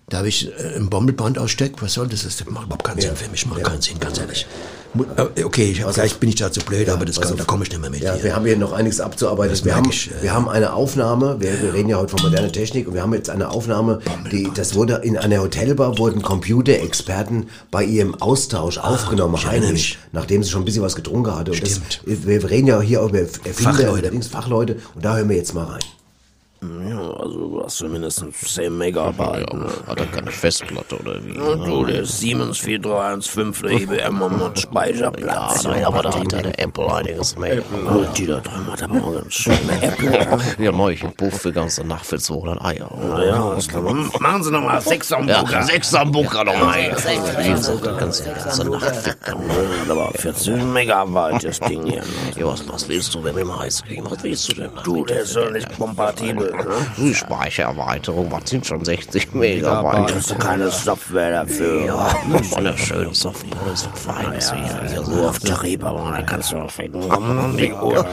Speaker 2: da habe ich äh, ein Bommelband aus Stöck. Was soll das? Das macht überhaupt keinen Sinn für mich. Macht keinen Sinn, ganz ehrlich. Mu- äh, Okay, ich, vielleicht bin ich da zu blöd, aber das kann, da komme ich nicht mehr mit.
Speaker 1: Ja,
Speaker 2: hier.
Speaker 1: wir haben hier noch einiges abzuarbeiten. Wir
Speaker 2: merk
Speaker 1: haben,
Speaker 2: ich, äh.
Speaker 1: wir haben eine Aufnahme, wir, wir reden ja heute von moderner Technik und wir haben jetzt eine Aufnahme, die, das wurde in einer Hotelbar, wurden Computerexperten bei ihrem Austausch aufgenommen,
Speaker 2: ich erinnere
Speaker 1: heimlich,
Speaker 2: mich.
Speaker 1: nachdem sie schon ein bisschen was getrunken hatte. Und das,
Speaker 2: Stimmt.
Speaker 1: wir reden ja hier auch über Erfinder,
Speaker 2: Fachleute.
Speaker 1: Dings, Fachleute und da hören wir jetzt mal rein.
Speaker 9: Ja, also du hast mindestens 10 Megabyte. Ne? Hat er keine Festplatte oder ne? wie? du, der Siemens 4315, der E IBM und Speicherplatz. Ja, aber da hat der Apple einiges mehr. Und die da drüben hat er morgen schöne Apple. Ja, neulich im Buch für ganze Nacht für 200 Eier. Ja, das kann man.
Speaker 11: Machen Sie nochmal sechs am
Speaker 9: Ja, sechs am Bucher nochmal. ne?
Speaker 11: Aber 14 Megabyte das Ding hier.
Speaker 9: [LAUGHS] Ja, ne? was, was willst ne? du denn mit dem Eis? Was willst du denn?
Speaker 11: Du, der ist doch nicht kompatibel.
Speaker 9: Die Speichererweiterung, was sind schon 60
Speaker 11: Megabyte?
Speaker 9: Das ist keine Software dafür. Ja, wunderschöne Software, das ist ein feines hier. Ja, nur auf Tarif, aber da kannst du noch [LAUGHS] finden. Komm an die Uhr.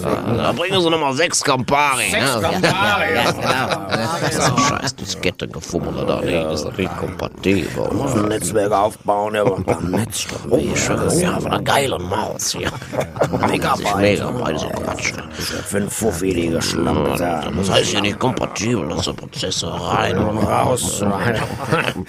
Speaker 9: Da bringen sie nochmal sechs Campari.
Speaker 11: Sechs
Speaker 9: ne?
Speaker 11: Campari,
Speaker 9: Ja, genau. Das ist eine scheiß Diskette gefummelt da. Ah, Nee, das ist nicht kompatibel. Du musst ein Netzwerk aufbauen, aber ein paar Netzstoffe. Oh, schön. Ja, von einer geilen Maus hier. Megabyte. ne? Megabyte, so Quatsch. Fünf Fuffi, die geschlampt Das heißt ja nicht kompatibel, dass der Prozessor rein und raus.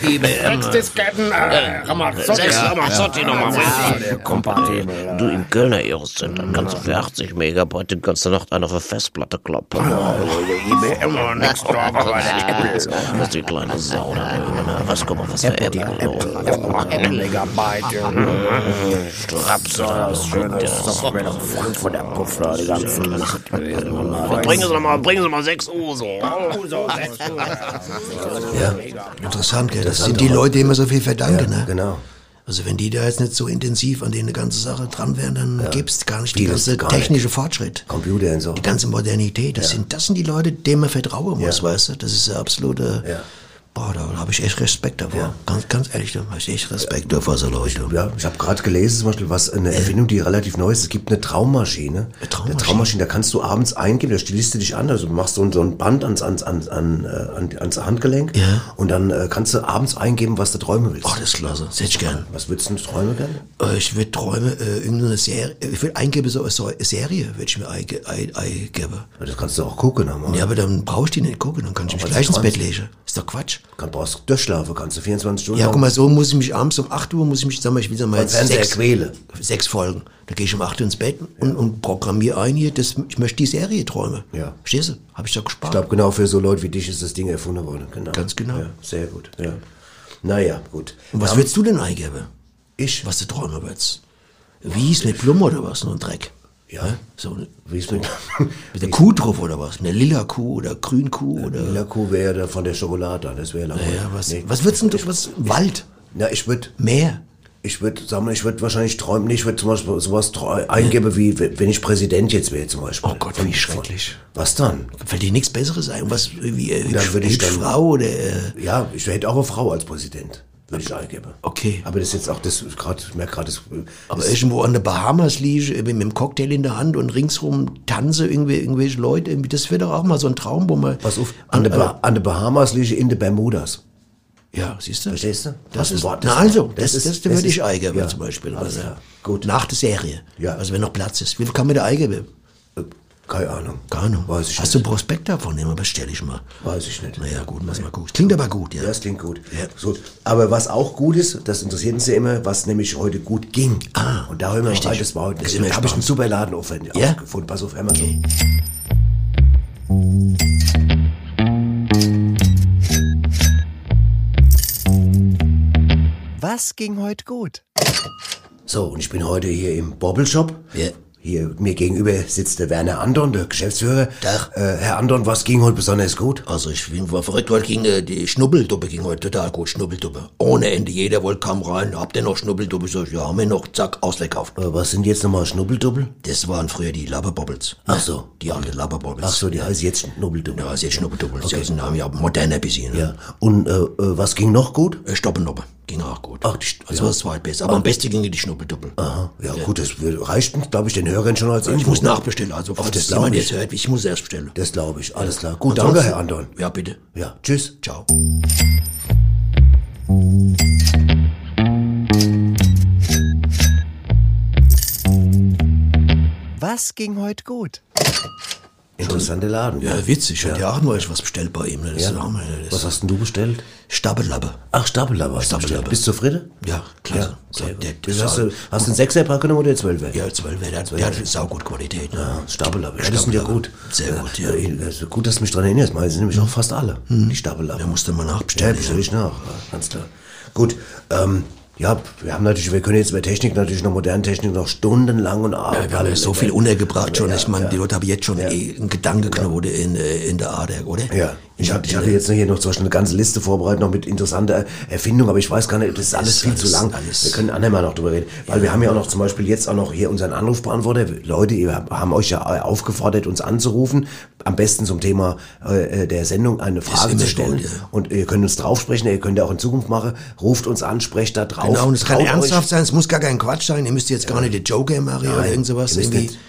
Speaker 9: IBM.
Speaker 11: Sechs Disketten, äh, Ramazzotti.
Speaker 9: Sechs Ramazzotti
Speaker 11: Ja.
Speaker 9: nochmal
Speaker 11: Ja,
Speaker 9: mit. Kompatibel. Du im Kölner Iris Center kannst du für 80 Megabyte die ganze Nacht eine auf eine Festplatte kloppen. IBM und nix drauf, aber der Apple. Das ist die kleine Sau da. Was, guck mal, was der Apple los Straps oder was Schönes. Von der Puffler die ganze Nacht. Bringen Sie mal, bringen Sie mal 6 Uso. Uso, 6
Speaker 2: Ja, interessant, gell? Das sind die Leute, denen wir so viel verdanken, ne?
Speaker 1: Genau.
Speaker 2: Also wenn die da jetzt nicht so intensiv an denen ganze Sache dran wären, dann gibt's gar nicht die
Speaker 1: Vieles
Speaker 2: ganze
Speaker 1: gar
Speaker 2: technische Fortschritt.
Speaker 1: Computer und so.
Speaker 2: Die ganze Modernität. Das, sind, das sind die Leute, denen man vertrauen muss, weißt du? Das ist der absolute... Boah, da habe ich echt Respekt davor. Ganz, ganz ehrlich, da habe ich echt Respekt davor, so Leute. Äh.
Speaker 1: Ja, ich habe gerade gelesen, zum Beispiel, was eine Erfindung, die relativ neu ist. Es gibt eine Traummaschine. Eine Traummaschine. da kannst du abends eingeben, da stillst du dich an, also du machst so ein, so ein Band ans, ans, ans, an, äh, an, ans Handgelenk
Speaker 2: Ja.
Speaker 1: und dann äh, kannst du abends eingeben, was du träumen willst. Oh,
Speaker 2: das ist klasse. Das hätte ich gern.
Speaker 1: Was würdest du denn träumen gerne?
Speaker 2: Äh, Ich würde Träume, äh, irgendeine Serie, ich würde eingeben, so eine so eine Serie würde ich mir einge- ein- eingeben.
Speaker 1: Das kannst du auch gucken. Aber.
Speaker 2: Ja, aber dann brauche ich die nicht gucken, dann kann ich mich
Speaker 1: Aber
Speaker 2: gleich ins Bett
Speaker 1: träumst.
Speaker 2: legen. Ist doch Quatsch.
Speaker 1: Kann, brauchst du durchschlafen, kannst du 24 Stunden
Speaker 2: Ja,
Speaker 1: lang.
Speaker 2: guck mal, so muss ich mich abends um 8 Uhr, muss ich mich, sag mal, ich will sagen mal
Speaker 1: Vom Fernseher quälen.
Speaker 2: sechs Folgen. Da gehe ich um 8 Uhr ins Bett und, und programmiere ein hier, das, ich möchte die Serie träumen.
Speaker 1: Ja.
Speaker 2: Verstehst du? Habe ich doch gespart.
Speaker 1: Ich glaube, genau für so Leute wie dich ist das Ding erfunden worden. Genau. Ganz genau. Ja, sehr gut. Ja. Naja, gut.
Speaker 2: Und was
Speaker 1: Dann-
Speaker 2: würdest du denn eingeben?
Speaker 1: Ich?
Speaker 2: Was du träumen würdest? Wies mit Blumen oder was? Nur ein Dreck. Ja. So eine,
Speaker 1: Wies mit,
Speaker 2: mit der Kuh drauf oder was? Eine lila Kuh oder Grünkuh oder.
Speaker 1: Lila Kuh wäre da von der Schokolade, an, das wäre lange.
Speaker 2: Naja, was- was würdest du, was, Wald?
Speaker 1: Na, ich würde.
Speaker 2: Meer?
Speaker 1: Ich würde, sag mal, ich würde wahrscheinlich träumen, ich würde zum Beispiel sowas trau- eingeben, wie we- wenn ich Präsident jetzt wäre zum Beispiel. Oh Gott, wie schrecklich. Was dann?
Speaker 2: Fällt dir nichts Besseres ein? Was, wie, äh,
Speaker 1: Dann
Speaker 2: hübsch,
Speaker 1: würde ich
Speaker 2: hübsch
Speaker 1: dann-
Speaker 2: Frau oder. Äh,
Speaker 1: Ja, ich hätte auch eine Frau als Präsident, würde ich eingeben. Okay. Aber das ist jetzt auch, das gerade, ich merke gerade, das.
Speaker 2: Aber
Speaker 1: das-
Speaker 2: irgendwo an der Bahamas liege, mit einem Cocktail in der Hand und ringsrum tanze irgendwie, irgendwelche Leute. irgendwie, Das wäre doch auch mal so ein Traum, wo man.
Speaker 1: Pass auf, an, der ba an der Bahamas liege ich in den Bermudas.
Speaker 2: Ja, siehst du?
Speaker 1: Verstehst du?
Speaker 2: Das ist,
Speaker 1: Wort.
Speaker 2: na also, das, das, würde
Speaker 1: ist-
Speaker 2: ich eingeben
Speaker 1: ja,
Speaker 2: zum Beispiel.
Speaker 1: alles
Speaker 2: Also,
Speaker 1: klar.
Speaker 2: gut. Nach der Serie.
Speaker 1: Ja. Äh,
Speaker 2: Also wenn noch Platz ist. Wie viel kann man da eingeben?
Speaker 1: Keine Ahnung.
Speaker 2: Keine Ahnung. Weiß ich Hast du ein Prospekt davon? Ja, bestell ich mal.
Speaker 1: Weiß ich nicht.
Speaker 2: Naja, gut, muss mal gucken. Klingt aber gut, ja.
Speaker 1: Das klingt gut. So, aber was auch gut ist, das interessiert uns ja immer, was nämlich heute gut ging. Ah, und da hören wir mal rein, das war heute.
Speaker 2: Das ist immer
Speaker 1: da habe ich einen
Speaker 2: spannend.
Speaker 1: super Laden auf, ja? aufgefunden. Pass auf, Amazon.
Speaker 4: Was ging heute gut?
Speaker 1: So, und ich bin heute hier im Bobble-Shop. Hier mir gegenüber sitzt der Werner Andon, der Geschäftsführer. Äh, Herr Andon, was ging heute besonders gut?
Speaker 2: Also ich bin war verrückt, heute ging äh, die Schnubbelduppe ging heute total gut, Schnubbelduppe.
Speaker 1: Äh,
Speaker 2: Ohne Ende, jeder wollte kam rein, habt ihr noch Schnubbelduppe? Ich sag, ja, haben wir noch, zack, ausverkauft.
Speaker 1: Was sind jetzt nochmal Schnubbeldubbel?
Speaker 2: Das waren früher die Labberbobbles.
Speaker 1: Ach so.
Speaker 2: Die alte Labberbobbles.
Speaker 1: Ach so, die heißt jetzt Schnubbeldubbel.
Speaker 2: Ja, ist jetzt Schnubbeldubbel. Okay. Das ist ein Name, ja, moderner bisschen. Ne?
Speaker 1: Ja. Und äh, äh, was ging noch gut?
Speaker 2: Äh, Stoppenduppe ging auch gut.
Speaker 1: Ach, die, Sch-
Speaker 2: Also
Speaker 1: ja.
Speaker 2: das war halt besser. Aber am besten ging die Schnubbeldubbel.
Speaker 1: Aha. Ja, gut, das wür- reicht, glaube ich, den Hörern schon als
Speaker 2: Ich
Speaker 1: Info.
Speaker 2: muss nachbestellen, also falls
Speaker 1: das
Speaker 2: das jemand
Speaker 1: glaub ich.
Speaker 2: jetzt hört, ich muss erst bestellen.
Speaker 1: Das glaube ich. Alles klar. Gut,
Speaker 2: Ansonsten-
Speaker 1: danke, Herr Andon.
Speaker 2: Ja, bitte.
Speaker 1: Ja, tschüss.
Speaker 2: Ciao.
Speaker 4: Was ging heute gut?
Speaker 1: Interessante Laden.
Speaker 2: Ja, witzig. Heute Abend war ich was bestellt bei ihm. Ne? Das ist
Speaker 1: Ja.
Speaker 2: der Hammer, ne? das
Speaker 1: Was hast denn du bestellt?
Speaker 2: Stabbellappe.
Speaker 1: Ach, Stapellaber. hast du bestellt.
Speaker 2: Stapellaber.
Speaker 1: Bist du zufrieden?
Speaker 2: Ja, klasse.
Speaker 1: sehr
Speaker 2: Der-
Speaker 1: gut.
Speaker 2: der-
Speaker 1: hast, du, hast du einen Sechserpack genommen oder einen Zwölfer?
Speaker 2: Ja, 12 der hat, der hat saugut Qualität. Ne?
Speaker 1: Ja, Stapellaber. Ja, das sind ja gut.
Speaker 2: Sehr gut, ja. Hm.
Speaker 1: Äh, also Gut, dass du mich daran erinnerst. Meine sind nämlich auch fast alle, die Stapellaber.
Speaker 2: Da musste man
Speaker 1: Ja,
Speaker 2: nachbestellen.
Speaker 1: bestelle ich nach. Ja, ganz klar. Gut, ähm, ja, wir haben natürlich, wir können jetzt über Technik natürlich noch moderne Technik noch stundenlang und arbeiten.
Speaker 2: Wir haben ja so viel untergebracht schon. Ich meine, die Leute haben jetzt schon eh einen Gedanken ja. in, äh, in der Ader, oder?
Speaker 1: Ja.
Speaker 2: In
Speaker 1: Ich, hab, ich hatte jetzt hier noch zum Beispiel eine ganze Liste vorbereitet, noch mit interessanter Erfindung, aber ich weiß gar nicht, das ist alles viel zu lang. Wir können andermal noch drüber reden. Weil wir haben ja auch noch zum Beispiel jetzt auch noch hier unseren Anrufbeantworter. Leute, ihr haben euch ja äh, aufgefordert, uns anzurufen. Am besten zum Thema äh, der Sendung eine Frage zu stellen. Und ihr könnt uns drauf sprechen, ihr könnt ja auch in Zukunft machen. Ruft uns an, sprecht da drauf.
Speaker 2: Genau, und es kann
Speaker 1: Traut
Speaker 2: ernsthaft
Speaker 1: euch.
Speaker 2: sein, es muss gar kein Quatsch sein. Ihr müsst jetzt gar nicht den Joker machen oder
Speaker 1: Nein,
Speaker 2: irgend sowas.
Speaker 1: ihr müsst
Speaker 2: Irgendwie
Speaker 1: nicht-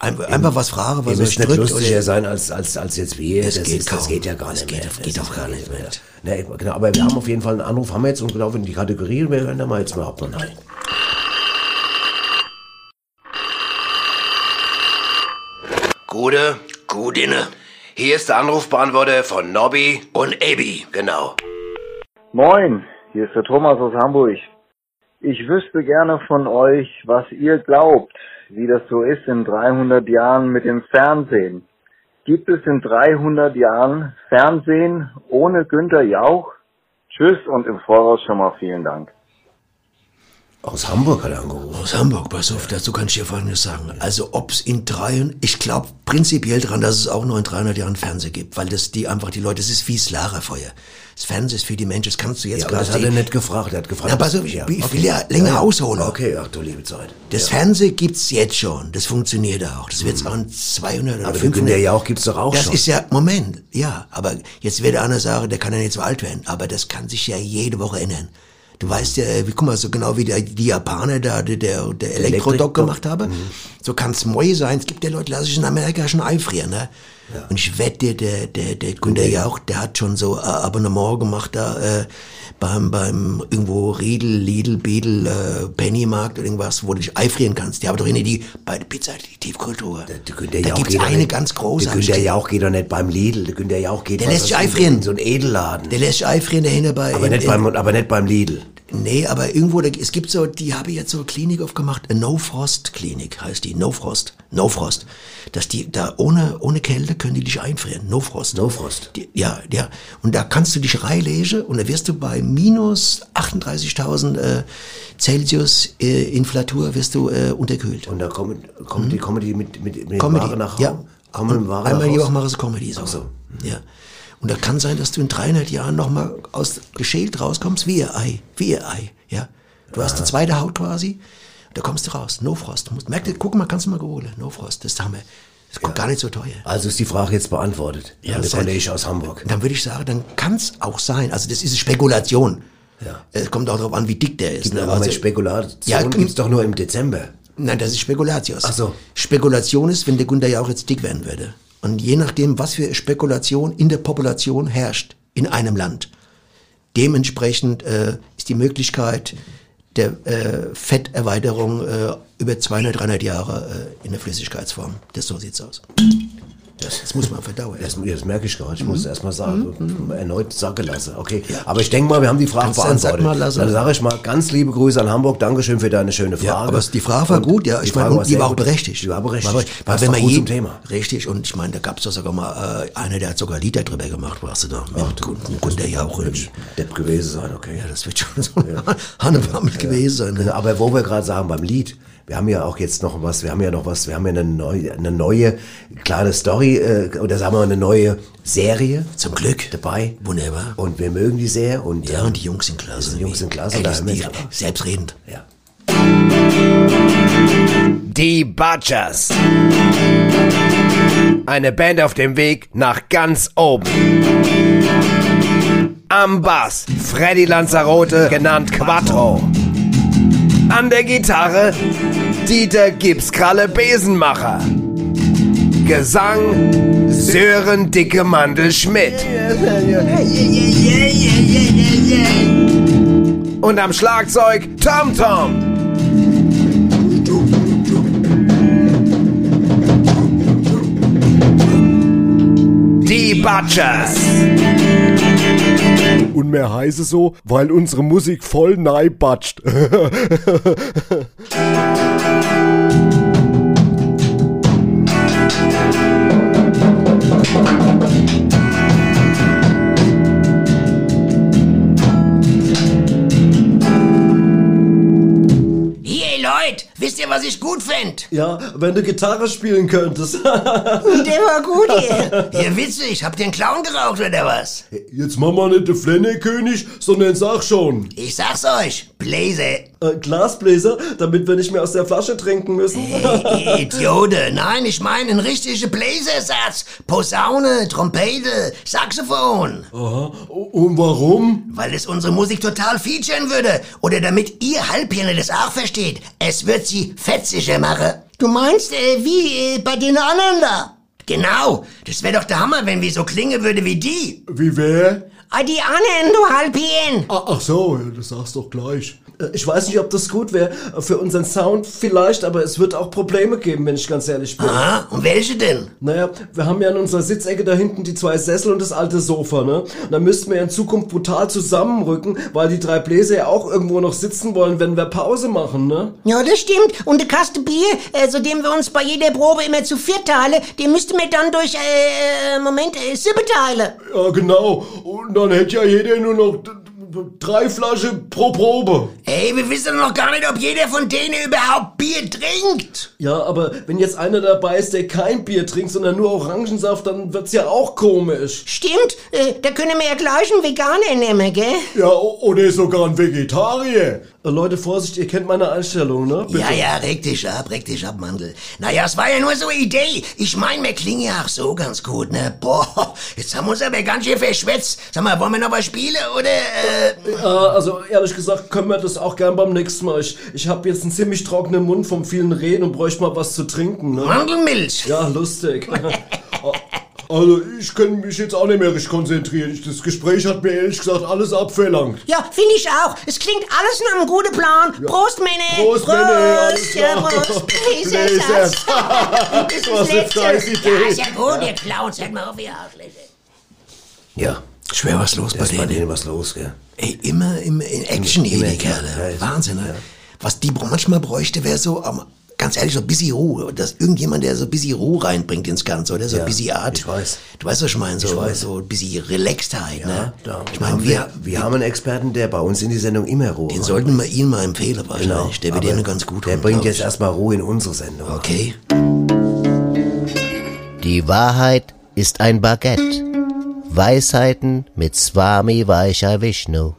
Speaker 2: ein, einfach was fragen,
Speaker 1: Ihr
Speaker 2: was euch
Speaker 1: müsst nicht
Speaker 2: drückt.
Speaker 1: lustiger
Speaker 2: oder-
Speaker 1: sein als, als, als jetzt wir.
Speaker 2: Es geht
Speaker 1: ist,
Speaker 2: kaum.
Speaker 1: das geht ja gar
Speaker 2: Es
Speaker 1: nicht
Speaker 2: geht-
Speaker 1: mehr.
Speaker 2: geht auch gar nicht mehr.
Speaker 1: Nee, genau, aber wir haben auf jeden Fall einen Anruf, haben wir jetzt und genau in die Kategorie, und wir hören da mal jetzt mal ab und rein. Gute, Gudinne. Hier ist der Anrufbeantworter von Nobby und Abby. Genau.
Speaker 12: Moin, hier ist der Thomas aus Hamburg. Ich wüsste gerne von euch, was ihr glaubt, wie das so ist in 300 Jahren mit dem Fernsehen. Gibt es in 300 Jahren Fernsehen ohne Günter Jauch? Tschüss und im Voraus schon mal vielen Dank.
Speaker 1: Aus Hamburg hat er angerufen.
Speaker 2: Aus Hamburg, pass auf, dazu kann ich dir Folgendes sagen. Also ob's in drei, ich glaube prinzipiell dran, dass es auch nur in 300 Jahren Fernsehen gibt, weil das die einfach die Leute, das ist wie das Lagerfeuer. Das Fernsehen ist für die Menschen, das kannst du jetzt
Speaker 1: Ja, aber
Speaker 2: gar
Speaker 1: das hat er nicht gefragt. Er hat gefragt.
Speaker 2: Na, pass auf, ich, ich will ja länger ausholen.
Speaker 1: Okay, ach du liebe Zeit.
Speaker 2: Das Fernsehen gibt's jetzt schon, das funktioniert auch. Das wird's auch in 200 oder
Speaker 1: Hm. Aber den
Speaker 2: 500.
Speaker 1: Günther Jauch gibt's doch auch
Speaker 2: das
Speaker 1: schon.
Speaker 2: ist ja, Moment, ja, aber jetzt wird einer sagen, der kann ja nicht so alt werden, aber das kann sich ja jede Woche ändern. Du weißt ja, wie, guck mal, so genau wie der, die Japaner da, der, der, der Elektrodog
Speaker 1: Elektrik-Doc.
Speaker 2: gemacht habe,
Speaker 1: Hm.
Speaker 2: so kann's moi sein. Es gibt ja Leute, die lassen sich in Amerika schon einfrieren, ne? Und ich wette dir, der, der, der Günther Jauch, der hat schon so äh, Abonnement gemacht da, äh, beim, beim irgendwo Riedel, Lidl, Bedel, äh, Pennymarkt oder irgendwas, wo du dich einfrieren kannst. Die haben doch in die, bei der Pizza, die Tiefkultur.
Speaker 1: Der
Speaker 2: da
Speaker 1: Jauch
Speaker 2: gibt's
Speaker 1: geht doch
Speaker 2: eine
Speaker 1: nicht-
Speaker 2: ganz große.
Speaker 1: Der
Speaker 2: hab ich
Speaker 1: Günther
Speaker 2: gesehen.
Speaker 1: Jauch geht doch nicht beim Lidl. Der Günther Jauch geht
Speaker 2: Der
Speaker 1: was
Speaker 2: lässt sich
Speaker 1: weiß ich,
Speaker 2: einfrieren.
Speaker 1: in so einen Edelladen.
Speaker 2: Der lässt sich einfrieren, der hinter bei.
Speaker 1: aber,
Speaker 2: in-
Speaker 1: nicht
Speaker 2: in-
Speaker 1: beim, aber nicht beim Lidl.
Speaker 2: Nee, aber irgendwo, da, es gibt so, die habe jetzt so eine Klinik aufgemacht, eine No-Frost-Klinik heißt die, No-Frost, No-Frost, dass die da ohne, ohne Kälte können die dich einfrieren, No-Frost.
Speaker 1: No-Frost.
Speaker 2: Die, ja, ja, und da kannst du dich reinlegen und da wirst du bei minus 38.000 äh, Celsius äh, Inflatur wirst du äh, unterkühlt. Hm?
Speaker 1: Und da kommen, kommt die Comedy mit, mit, mit den
Speaker 2: Comedy,
Speaker 1: Ware nach Hause.
Speaker 2: ja.
Speaker 1: Kommen mit Ware
Speaker 2: Einmal
Speaker 1: nach
Speaker 2: die Woche
Speaker 1: Hause.
Speaker 2: machen sie Comedy. So. Ja. Und da kann sein, dass du in 300 Jahren nochmal aus geschält rauskommst, wie ihr Ei, wie ihr Ei, ja. Du hast eine zweite Haut quasi, da kommst du raus. No Frost. Du musst- Merk dir, guck mal, kannst du mal holen. No Frost, das haben wir. Das kommt gar nicht so teuer.
Speaker 1: Also ist die Frage jetzt beantwortet.
Speaker 2: Ja,
Speaker 1: Ja, der
Speaker 2: das heißt-
Speaker 1: Kollege aus Hamburg.
Speaker 2: Dann würde ich sagen, dann kann es auch sein. Also das ist Spekulation. Es kommt auch darauf an, wie dick der ist.
Speaker 1: Gibt
Speaker 2: ne?
Speaker 1: aber
Speaker 2: Also-
Speaker 1: also, Spekulation
Speaker 2: Ja,
Speaker 1: gibt's doch nur im Dezember.
Speaker 2: Nein, das ist Spekulatius.
Speaker 1: Ach so.
Speaker 2: Spekulation ist, wenn der Günther ja auch jetzt dick werden würde. Und je nachdem, was für Spekulation in der Population herrscht in einem Land, dementsprechend äh, ist die Möglichkeit der äh, Fetterweiterung äh, über 200, 300 Jahre äh, in der Flüssigkeitsform. Das so sieht's aus. Das, das muss man verdauen.
Speaker 1: Das, das merke ich gerade. Ich muss es
Speaker 2: Mhm. Hm?
Speaker 1: erstmal sagen. um Erneut sacken lassen. Okay. Aber ich denke mal, wir haben die Frage
Speaker 2: Kannst du einen Sack
Speaker 1: beantwortet.
Speaker 2: mal lassen?
Speaker 1: Dann sage ich mal ganz liebe Grüße an Hamburg. Dankeschön für deine schöne Frage.
Speaker 2: Ja, aber es- die Frage war
Speaker 1: Und
Speaker 2: gut, ja. Ich
Speaker 1: die
Speaker 2: meine,
Speaker 1: Frage
Speaker 2: und die
Speaker 1: sehr
Speaker 2: war auch
Speaker 1: gut.
Speaker 2: berechtigt.
Speaker 1: Die war berechtigt.
Speaker 2: Weil
Speaker 1: Passt
Speaker 2: wenn
Speaker 1: doch
Speaker 2: man
Speaker 1: gut
Speaker 2: jeden,
Speaker 1: zum Thema.
Speaker 2: Richtig, und ich meine, da gab's doch sogar mal äh, einer, der hat sogar Lieder drüber gemacht, warst du da? Ach, Kunden, Kunden, der ja auch irgendwie.
Speaker 1: Depp gewesen sein, okay.
Speaker 2: Ja, das wird schon so [LAUGHS] ein Hannebammel gewesen sein.
Speaker 1: Genau,
Speaker 2: Ne?
Speaker 1: aber wo wir gerade sagen, beim Lied, wir haben ja auch jetzt noch was, wir haben ja noch was, wir haben ja eine neue, eine neue kleine Story äh, oder sagen wir mal eine neue Serie
Speaker 2: Zum Glück.
Speaker 1: dabei.
Speaker 2: Wunderbar.
Speaker 1: Und wir mögen die sehr und
Speaker 2: Ja,
Speaker 1: äh,
Speaker 2: und die Jungs sind klasse.
Speaker 1: Die Jungs sind klasse,
Speaker 2: Ey,
Speaker 1: da
Speaker 2: die
Speaker 1: haben
Speaker 2: sind
Speaker 1: wir
Speaker 2: die,
Speaker 1: jetzt aber-
Speaker 2: selbstredend.
Speaker 1: ja.
Speaker 4: Die Butchers. Eine Band auf dem Weg nach ganz oben. Am Bass Freddy Lanzarote, genannt Quattro. An der Gitarre Dieter Gipskralle Besenmacher. Gesang Sören Dicke Mandel Schmidt. Und am Schlagzeug Tom Tom. Die Butchers.
Speaker 5: Und mehr heiße so, weil unsere Musik voll neibatscht. [LAUGHS]
Speaker 6: Hier, Leute, wir
Speaker 9: Wisst ihr, was ich gut fänd?
Speaker 7: Ja, wenn du Gitarre spielen könntest.
Speaker 9: Der war gut,
Speaker 7: [LAUGHS]
Speaker 9: ihr. Ihr witzig, habt ihr einen Clown geraucht oder was?
Speaker 7: Jetzt mach mal nicht den Flennekönig, sondern sag schon.
Speaker 9: Ich sag's euch, Bläse.
Speaker 7: Äh, Glasbläser, damit wir nicht mehr aus der Flasche trinken müssen. [LAUGHS]
Speaker 9: Hey, Idiode, nein, ich meine einen richtigen Bläsersatz. Posaune, Trompete, Saxophon.
Speaker 7: Aha, und warum?
Speaker 9: Weil es unsere Musik total featuren würde. Oder damit ihr Halbhirne das auch versteht. Es wird sie fetziger machen.
Speaker 3: Du meinst, äh, wie äh, bei den anderen da?
Speaker 9: Genau, das wäre doch der Hammer, wenn wir so klingen würde wie die.
Speaker 7: Wie wer?
Speaker 3: Ah, die anderen, du Halbien.
Speaker 7: Ah, Ach so, ja, das sagst doch gleich. Äh, Ich weiß nicht, ob das gut wäre äh, für unseren Sound vielleicht, aber es wird auch Probleme geben, wenn ich ganz ehrlich bin.
Speaker 9: Aha, Ah, und welche denn?
Speaker 7: Naja, wir haben ja in unserer Sitzecke da hinten die zwei Sessel und das alte Sofa, ne? Und da müssten wir in Zukunft brutal zusammenrücken, weil die drei Bläser ja auch irgendwo noch sitzen wollen, wenn wir Pause machen, ne?
Speaker 3: Ja, das stimmt. Und der Kasten Bier, äh, zu dem wir uns bei jeder Probe immer zu viert teilen, den müssten wir dann durch, äh, Moment, äh, sieben teilen.
Speaker 7: Ja, genau. Und dann hätte ja jeder nur noch d- d- drei Flaschen pro Probe.
Speaker 9: Ey, wir wissen doch noch gar nicht, ob jeder von denen überhaupt Bier trinkt.
Speaker 7: Ja, aber wenn jetzt einer dabei ist, der kein Bier trinkt, sondern nur Orangensaft, dann wird's ja auch komisch.
Speaker 3: Stimmt, äh, da können wir ja gleich einen Veganer nehmen, gell?
Speaker 7: Ja, o- oder sogar ein Vegetarier. Äh, Leute, Vorsicht, ihr kennt meine Einstellung, ne?
Speaker 9: Ja, ja, reg dich ab, reg dich ab, Mandel. Naja, es war ja nur so eine Idee. Ich mein, wir klingen ja auch so ganz gut, ne? Boah, jetzt haben wir uns aber ganz schön verschwätzt. Sag mal, wollen wir noch was spielen, oder? Äh,
Speaker 7: Äh, also ehrlich gesagt können wir das auch gern beim nächsten Mal. Ich, ich habe jetzt einen ziemlich trockenen Mund vom vielen Reden und bräuchte mal was zu trinken. Ne?
Speaker 9: Mandelmilch.
Speaker 7: Ja, lustig. Äh, also ich kann mich jetzt auch nicht mehr richtig konzentrieren. Ich- Das Gespräch hat mir ehrlich gesagt alles abverlangt.
Speaker 3: Ja, finde ich auch. Es klingt alles nach einem guten Plan. Prost, Männer.
Speaker 7: Prost, Männer, alles
Speaker 3: ja,
Speaker 7: klar. [LAUGHS]
Speaker 3: Prost.
Speaker 7: Bläser.
Speaker 3: Bläsersatz. [LAUGHS] Das
Speaker 7: [LAUGHS]
Speaker 3: ist
Speaker 7: Was eine
Speaker 3: Letzte.
Speaker 7: scheiß Idee.
Speaker 9: Ja, ist ja gut, ihr Clowns, hört mal auf, ihr Arschlöcher.
Speaker 1: Ja.
Speaker 2: Schwer was los
Speaker 1: bei denen. bei denen was los, gell?
Speaker 2: Ey, immer im, in Action hier, die Kerle. Wahnsinn, ne? Was die manchmal bräuchte, wäre so, ähm, ganz ehrlich, so ein bisschen Ruhe. Dass irgendjemand, der so ein bisschen Ruhe reinbringt ins Ganze, oder? So ein bisschen Art. Ich weiß. Du weißt, was ich meine? So, so ein bisschen Relaxedheit, ne?
Speaker 1: Da
Speaker 2: Ich meine,
Speaker 1: haben
Speaker 2: wir,
Speaker 1: wir haben einen Experten, der bei uns in die Sendung immer Ruhe Den
Speaker 2: sollten wir Ihnen mal empfehlen, wahrscheinlich. Der wird Ihnen ganz gut
Speaker 1: Der
Speaker 2: tun,
Speaker 1: bringt
Speaker 2: glaub
Speaker 1: jetzt
Speaker 2: ich.
Speaker 1: erstmal Ruhe in unsere Sendung.
Speaker 2: Okay.
Speaker 4: Die Wahrheit ist ein Baguette. Weisheiten mit Swami Vaishya Vishnu.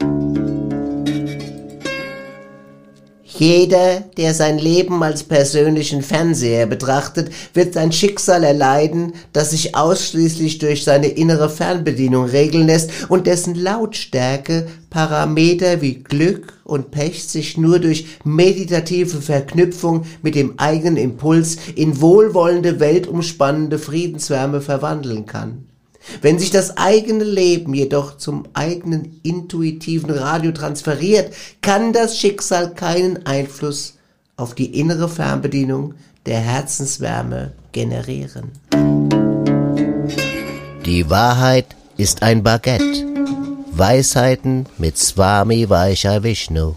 Speaker 4: Jeder, der sein Leben als persönlichen Fernseher betrachtet, wird sein Schicksal erleiden, das sich ausschließlich durch seine innere Fernbedienung regeln lässt und dessen Lautstärke Parameter wie Glück und Pech sich nur durch meditative Verknüpfung mit dem eigenen Impuls in wohlwollende, weltumspannende Friedenswärme verwandeln kann. Wenn sich das eigene Leben jedoch zum eigenen intuitiven Radio transferiert, kann das Schicksal keinen Einfluss auf die innere Fernbedienung der Herzenswärme generieren. Die Wahrheit ist ein Baguette. Weisheiten mit Swami Vaishya Vishnu.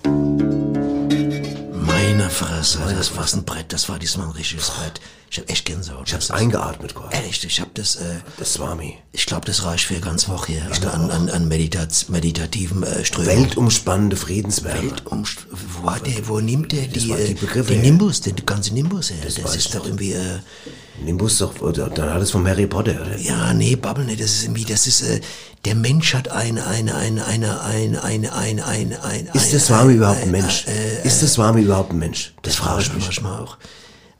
Speaker 2: Meine Fresse, das war ein Brett, das war diesmal ein richtiges Brett. Ich hab echt Gänsehaut. Ich hab's
Speaker 1: eingeatmet, Gott.
Speaker 2: Echt, ich hab das, äh,
Speaker 1: Das war mir.
Speaker 2: ich glaube, das reicht für eine ganze Woche hier an, an, an, an Meditat meditativen äh, Strömen.
Speaker 1: Weltumspannende Friedenswärme.
Speaker 2: Weltumst wo, hat der, wo nimmt der die,
Speaker 1: war
Speaker 2: äh,
Speaker 1: die Begriffe
Speaker 2: den
Speaker 1: her.
Speaker 2: Nimbus, den ganzen Nimbus her? Das,
Speaker 1: weiß
Speaker 2: ist
Speaker 1: ich
Speaker 2: doch
Speaker 1: nicht.
Speaker 2: irgendwie, äh,
Speaker 1: Nimbus doch, oder, dann hat es vom Harry Potter, oder?
Speaker 2: ja, nee, Bubble, nee, das ist irgendwie, das ist, äh, der Mensch hat eine, eine, eine, eine, eine, eine, eine, eine, eine.
Speaker 1: Ist das Swami überhaupt ein
Speaker 2: äh,
Speaker 1: Mensch? Ist das Swami überhaupt ein Mensch? Das frage ich mich.
Speaker 2: Manchmal auch.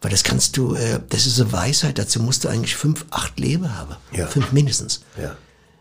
Speaker 2: Weil das kannst du, äh, das ist eine Weisheit, dazu musst du eigentlich fünf, acht Leben haben.
Speaker 1: Ja.
Speaker 2: Fünf mindestens.
Speaker 1: Ja.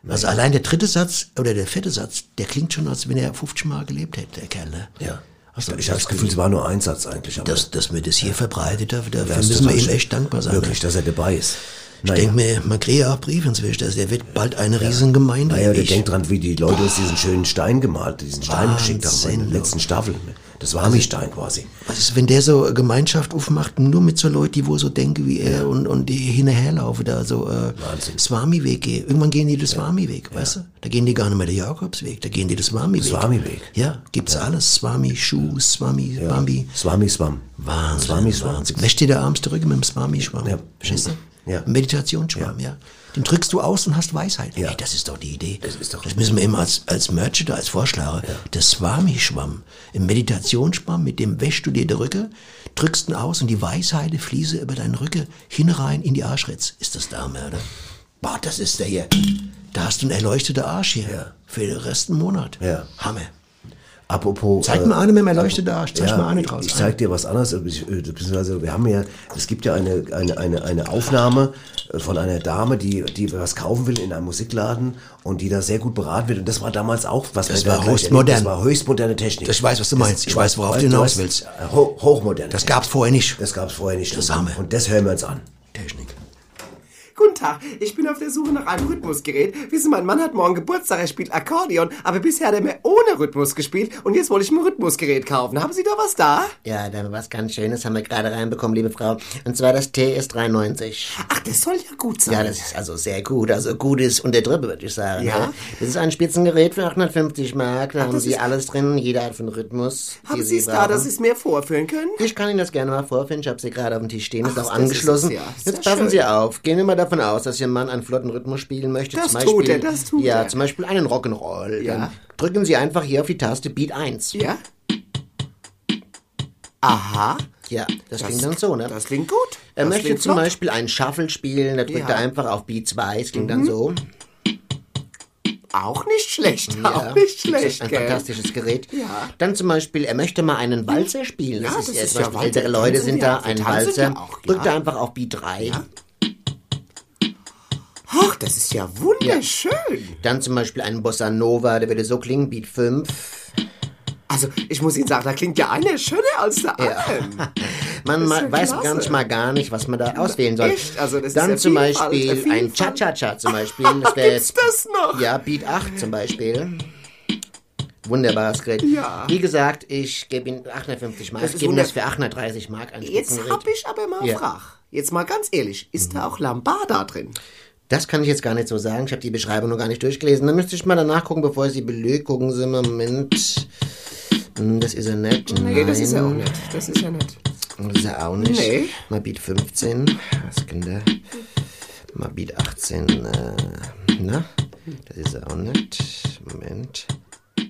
Speaker 2: Also allein der dritte Satz oder der vierte Satz, der klingt schon, als wenn er 50 Mal gelebt hätte, der Kerl. Ne?
Speaker 1: Ja.
Speaker 2: Also,
Speaker 1: Ich habe das Gefühl, es war nur ein Satz eigentlich. Aber
Speaker 2: dass, dass wir das hier verbreitet haben, dafür
Speaker 1: Ja, ist
Speaker 2: müssen wir
Speaker 1: total
Speaker 2: ihm
Speaker 1: schön.
Speaker 2: echt dankbar sein.
Speaker 1: Wirklich,
Speaker 2: ne?
Speaker 1: dass er dabei ist.
Speaker 2: Ich denke mir, man kriegt ja auch Briefe inzwischen, also der wird bald eine riesen Gemeinde.
Speaker 1: Naja, der
Speaker 2: ich-
Speaker 1: denkt dran, wie die Leute uns diesen schönen Stein gemalt, diesen Stein
Speaker 2: Wahnsinn, Also
Speaker 1: geschickt haben in der letzten Staffel. Das war mich Stein quasi.
Speaker 2: Was ist, wenn der so eine Gemeinschaft aufmacht, nur mit so Leuten, die wo so denken wie er und, und die hinterherlaufen da, so äh, Swami-Weg gehen. Irgendwann gehen die den Swami-Weg, weißt du? Da gehen die gar nicht mehr den Jakobsweg, da gehen die den Swami-Weg.
Speaker 1: Swami-Weg.
Speaker 2: Ja, gibt's alles. Swami, Schuh, Swami, Bambi.
Speaker 1: Swami Swam.
Speaker 2: Wahnsinn,
Speaker 1: Swami Swam.
Speaker 2: Wahnsinn. Wer steht da abends zurück mit dem Swami-Schwamm? Ja. Verstehst du? Ja. Meditationsschwamm, ja. Den drückst du aus und hast Weisheit. Ja. Ey, das ist doch die Idee. Das, ist doch das müssen wir immer als, als Merch oder als Vorschlager. Das Swami-Schwamm. Ein Meditationsschwamm, mit dem wäschst du dir die Rücke, drückst ihn aus und die Weisheit fließe über deinen Rücken hinein in die Arschritz. Ist das der Hammer, oder? Boah, das ist der hier. Da hast du einen erleuchteten Arsch hier. Für den Rest einen Monat.
Speaker 1: Ja.
Speaker 2: Hammer.
Speaker 1: Apropos.
Speaker 2: Zeig
Speaker 1: äh,
Speaker 2: mir eine mit dem erleuchteten Arsch. Zeig
Speaker 1: ja,
Speaker 2: mir eine
Speaker 1: Ich
Speaker 2: draus.
Speaker 1: zeig dir was anderes. Ich, äh, Beziehungsweise wir haben ja, es gibt ja eine, eine, eine, eine Aufnahme äh, von einer Dame, die, die was kaufen will in einem Musikladen und die da sehr gut beraten wird. Und das war damals auch was.
Speaker 2: Das
Speaker 1: wir da
Speaker 2: war
Speaker 1: gleich
Speaker 2: höchst
Speaker 1: erlebt.
Speaker 2: modern.
Speaker 1: Das war höchst moderne Technik.
Speaker 2: Ich weiß, was du meinst. Ich weiß, worauf
Speaker 1: weißt
Speaker 2: du hinaus
Speaker 1: was?
Speaker 2: willst.
Speaker 1: Ho hochmoderne.
Speaker 2: Das gab's vorher nicht.
Speaker 1: Das gab's vorher nicht.
Speaker 2: Das haben wir.
Speaker 1: Und das hören wir uns an.
Speaker 13: Guten Tag, ich bin auf der Suche nach einem Rhythmusgerät. Wissen, Sie, mein Mann hat morgen Geburtstag, er spielt Akkordeon, aber bisher hat er mehr ohne Rhythmus gespielt und jetzt wollte ich ein Rhythmusgerät kaufen. Haben Sie da was da?
Speaker 14: Ja, da was ganz Schönes haben wir gerade reinbekommen, liebe Frau. Und zwar das TS93.
Speaker 13: Ach, das soll ja gut sein.
Speaker 14: Ja, das ist also sehr gut. Also gut ist unter Drippe, würde ich sagen.
Speaker 13: Ja.
Speaker 14: ne? Das ist ein Spitzengerät für 850 Mark. Da haben
Speaker 13: das
Speaker 14: Sie
Speaker 13: ist-
Speaker 14: alles drin, jede Art von Rhythmus. die
Speaker 13: Haben Sie es da,
Speaker 14: brauchen.
Speaker 13: dass Sie es mir vorführen können?
Speaker 14: Ich kann Ihnen das gerne mal vorführen. Ich habe sie gerade auf dem Tisch stehen, ist
Speaker 13: Ach,
Speaker 14: auch
Speaker 13: das ist
Speaker 14: angeschlossen.
Speaker 13: es ja. Ist
Speaker 14: Jetzt
Speaker 13: ja
Speaker 14: passen
Speaker 13: schön.
Speaker 14: Sie auf. Gehen wir mal davon aus, dass Ihr Mann einen flotten Rhythmus spielen möchte.
Speaker 13: Das
Speaker 14: zum
Speaker 13: tut
Speaker 14: Beispiel,
Speaker 13: er, das tut
Speaker 14: Ja,
Speaker 13: er.
Speaker 14: zum Beispiel einen Rock'n'Roll.
Speaker 13: Ja.
Speaker 14: Dann drücken Sie einfach hier auf die Taste Beat 1.
Speaker 13: Ja.
Speaker 14: Aha. Ja, das,
Speaker 13: Das-
Speaker 14: klingt dann so, ne?
Speaker 13: Das klingt gut.
Speaker 14: Er
Speaker 13: Das
Speaker 14: möchte
Speaker 13: klingt
Speaker 14: zum
Speaker 13: flott.
Speaker 14: Beispiel einen Shuffle spielen, da drückt
Speaker 13: Ja.
Speaker 14: er einfach auf Beat 2, es klingt dann
Speaker 13: Mhm.
Speaker 14: so.
Speaker 13: Auch nicht schlecht,
Speaker 14: Ja,
Speaker 13: auch nicht
Speaker 14: das ist
Speaker 13: schlecht,
Speaker 14: Ein
Speaker 13: gell?
Speaker 14: fantastisches Gerät.
Speaker 13: Ja.
Speaker 14: Dann zum Beispiel, er möchte mal einen Walzer spielen.
Speaker 13: Ja, das
Speaker 14: ja
Speaker 13: ist
Speaker 14: zum
Speaker 13: ja
Speaker 14: Beispiel
Speaker 13: Walzer.
Speaker 14: ältere Leute
Speaker 13: Tanzen
Speaker 14: sind
Speaker 13: ja,
Speaker 14: da,
Speaker 13: die
Speaker 14: ein
Speaker 13: tanzen
Speaker 14: Walzer.
Speaker 13: ja auch, ja.
Speaker 14: Drückt er einfach auf Beat 3.
Speaker 13: Ach, das ist ja wunderschön.
Speaker 14: Dann zum Beispiel einen Bossa Nova, der würde so klingen, Beat 5.
Speaker 13: Also, ich muss Ihnen sagen, da klingt ja einer schöner als der andere.
Speaker 14: Man
Speaker 13: Das ist
Speaker 14: ma-
Speaker 13: ja
Speaker 14: weiß
Speaker 13: klasse.
Speaker 14: manchmal gar nicht, was man da auswählen soll.
Speaker 13: echt, also das ist
Speaker 14: Dann
Speaker 13: ja
Speaker 14: zum
Speaker 13: Vielfalt, ja,
Speaker 14: Beispiel ein
Speaker 13: Vielfalt.
Speaker 14: Cha-Cha-Cha zum Beispiel. Das wäre
Speaker 13: Gibt's das noch?
Speaker 14: Ja, Beat 8 zum Beispiel. Wunderbares Gerät.
Speaker 13: Ja.
Speaker 14: Wie gesagt, ich gebe Ihnen 850 Mark.
Speaker 13: Das
Speaker 14: Ich
Speaker 13: ist
Speaker 14: gebe Ihnen das für
Speaker 13: wunder-
Speaker 14: 830 Mark ein
Speaker 13: Jetzt
Speaker 14: Spitzengerät.
Speaker 13: hab ich aber mal
Speaker 14: Ja. Mhm.
Speaker 13: Frage. Jetzt mal ganz ehrlich, ist da auch Lambada drin?
Speaker 14: Das kann ich jetzt gar nicht so sagen. Ich habe die Beschreibung noch gar nicht durchgelesen. Da müsste ich mal danach gucken, bevor ich sie belege. Gucken Sie mal, Moment. Hm, Das ist er nicht.
Speaker 13: Nee, das ist ja auch
Speaker 14: Nein.
Speaker 13: nicht. Das ist ja nicht.
Speaker 14: Das ist er auch nicht.
Speaker 13: Nee.
Speaker 14: Mal Beat 15. Was kann der? Mal Beat 18. Äh, na? Das ist er auch nicht. Moment.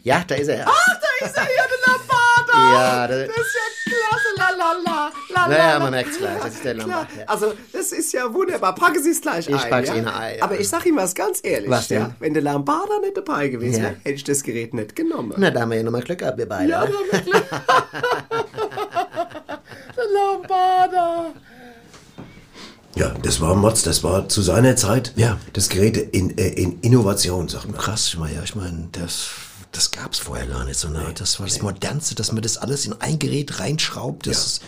Speaker 14: Ja, da ist er.
Speaker 13: Ach, da ist er ja, der Lambada!
Speaker 14: Ja,
Speaker 13: das,
Speaker 14: das-
Speaker 13: ist ja klasse, la la la, la la.
Speaker 14: Naja,
Speaker 13: la.
Speaker 14: man merkt's gleich, das ist der Lambada,
Speaker 13: Klar,
Speaker 14: ja.
Speaker 13: Also, das ist ja wunderbar. Packen Sie es gleich
Speaker 14: Ich
Speaker 13: ein.
Speaker 14: pack's
Speaker 13: ja?
Speaker 14: Ihnen ein, ja.
Speaker 13: Aber ich sag Ihnen was ganz ehrlich.
Speaker 14: Was denn?
Speaker 13: Ja? Wenn der Lambada nicht dabei gewesen
Speaker 14: Ja.
Speaker 13: wäre, hätte ich das Gerät nicht genommen.
Speaker 14: Na, da haben wir ja nochmal Glück gehabt, wir beide.
Speaker 13: Ja,
Speaker 14: ne?
Speaker 13: Der Lambada!
Speaker 1: Ja, das war Motz, das war zu seiner Zeit ja. das Gerät in, äh, in Innovation, sagt man.
Speaker 2: Krass, ich meine, ja, ich meine, das, das gab's vorher gar nicht so. Ne? das war das Modernste, dass man das alles in ein Gerät reinschraubt. Das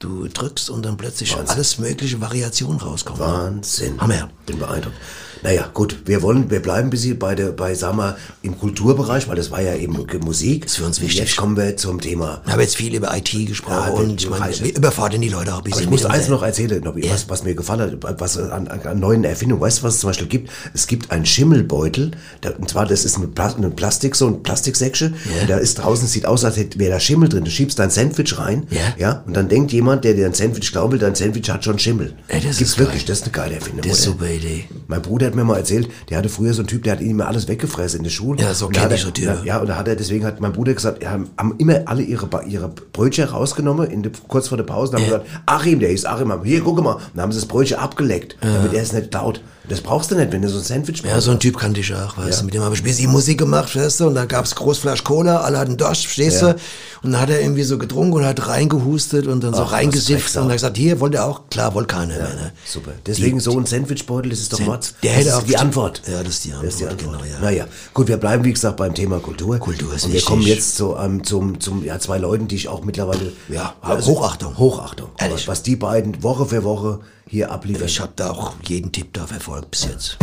Speaker 2: Du drückst und dann plötzlich alles mögliche Variationen rauskommen.
Speaker 1: Wahnsinn. Hammer. Bin beeindruckt. Naja, gut, wir wollen, wir bleiben ein bisschen bei, der, bei sagen wir, im Kulturbereich, weil das war ja eben Ge- Musik. Ist für uns wichtig. Jetzt kommen wir zum Thema.
Speaker 2: Wir haben jetzt viel über IT gesprochen
Speaker 1: Ja, wir-
Speaker 2: und ich meine,
Speaker 1: reicht.
Speaker 2: wir überfordern die Leute auch ein
Speaker 1: Aber
Speaker 2: bisschen.
Speaker 1: ich muss
Speaker 2: mit
Speaker 1: eins
Speaker 2: unserem-
Speaker 1: noch erzählen, Nobby, was, was mir gefallen hat, was an, an, an neuen Erfindungen. Weißt du, was es zum Beispiel gibt? Es gibt einen Schimmelbeutel. Da, und zwar, das ist eine, Pla eine Plastik, so ein Plastiksäckchen. Und da ist draußen, es sieht aus, als hätte- wäre da Schimmel drin. Du schiebst dein Sandwich rein. Ja. Und dann denkt jemand, der dir ein Sandwich glauben will, dein Sandwich hat schon Schimmel. Ey, das Gibt's wirklich. Das ist eine geile Erfindung.
Speaker 2: Das ist
Speaker 1: oder?
Speaker 2: super Idee.
Speaker 1: Mein Bruder hat mir mal erzählt, der hatte früher so einen Typ, der hat ihm immer alles weggefressen in der Schule.
Speaker 2: Ja, so
Speaker 1: Und da
Speaker 2: kenn
Speaker 1: hat
Speaker 2: ich
Speaker 1: er-
Speaker 2: so Typen.
Speaker 1: Ja, und da hat er, deswegen hat mein Bruder gesagt, er haben, haben immer alle ihre, Ba- ihre Brötchen rausgenommen, in der, kurz vor der Pause, und haben gesagt, Achim, der hieß Achim, haben, hier, guck mal, und dann haben sie das Brötchen abgeleckt, damit er es nicht klaut. Das brauchst du nicht, wenn du so ein Sandwich
Speaker 2: Ja, so ein Typ kannte ich auch, weißt
Speaker 1: Ja.
Speaker 2: du, mit dem habe ich ein bisschen Musik gemacht, weißt du, und dann gab's Großflasch Cola, alle hatten Durst, verstehst
Speaker 1: Ja.
Speaker 2: du, und dann hat er irgendwie so getrunken und hat reingehustet und dann so
Speaker 1: Ach, was
Speaker 2: reingesifft
Speaker 1: Drecksau.
Speaker 2: und hat gesagt, hier, wollt ihr auch? Klar, wollte keiner mehr, ne?
Speaker 1: Super. Deswegen so ein Sandwichbeutel, das ist doch
Speaker 2: Sen-
Speaker 1: Motz.
Speaker 2: der
Speaker 1: das
Speaker 2: hätte
Speaker 1: ist
Speaker 2: auch-
Speaker 1: die Antwort.
Speaker 2: Ja, das ist die Antwort.
Speaker 1: Das ist die Antwort. Genau, ja. Naja, gut, wir bleiben, wie gesagt, beim Thema Kultur. Kultur
Speaker 2: ist
Speaker 1: Und wir
Speaker 2: wichtig.
Speaker 1: kommen jetzt zu, ähm, zum, zum, ja, zwei Leuten, die ich auch mittlerweile.
Speaker 2: Ja,
Speaker 1: Also
Speaker 2: also Hochachtung.
Speaker 1: Hochachtung. Ehrlich. Was die beiden Woche für Woche hier abliefern.
Speaker 2: Ich habe da auch jeden Tipp da verfolgt bis jetzt.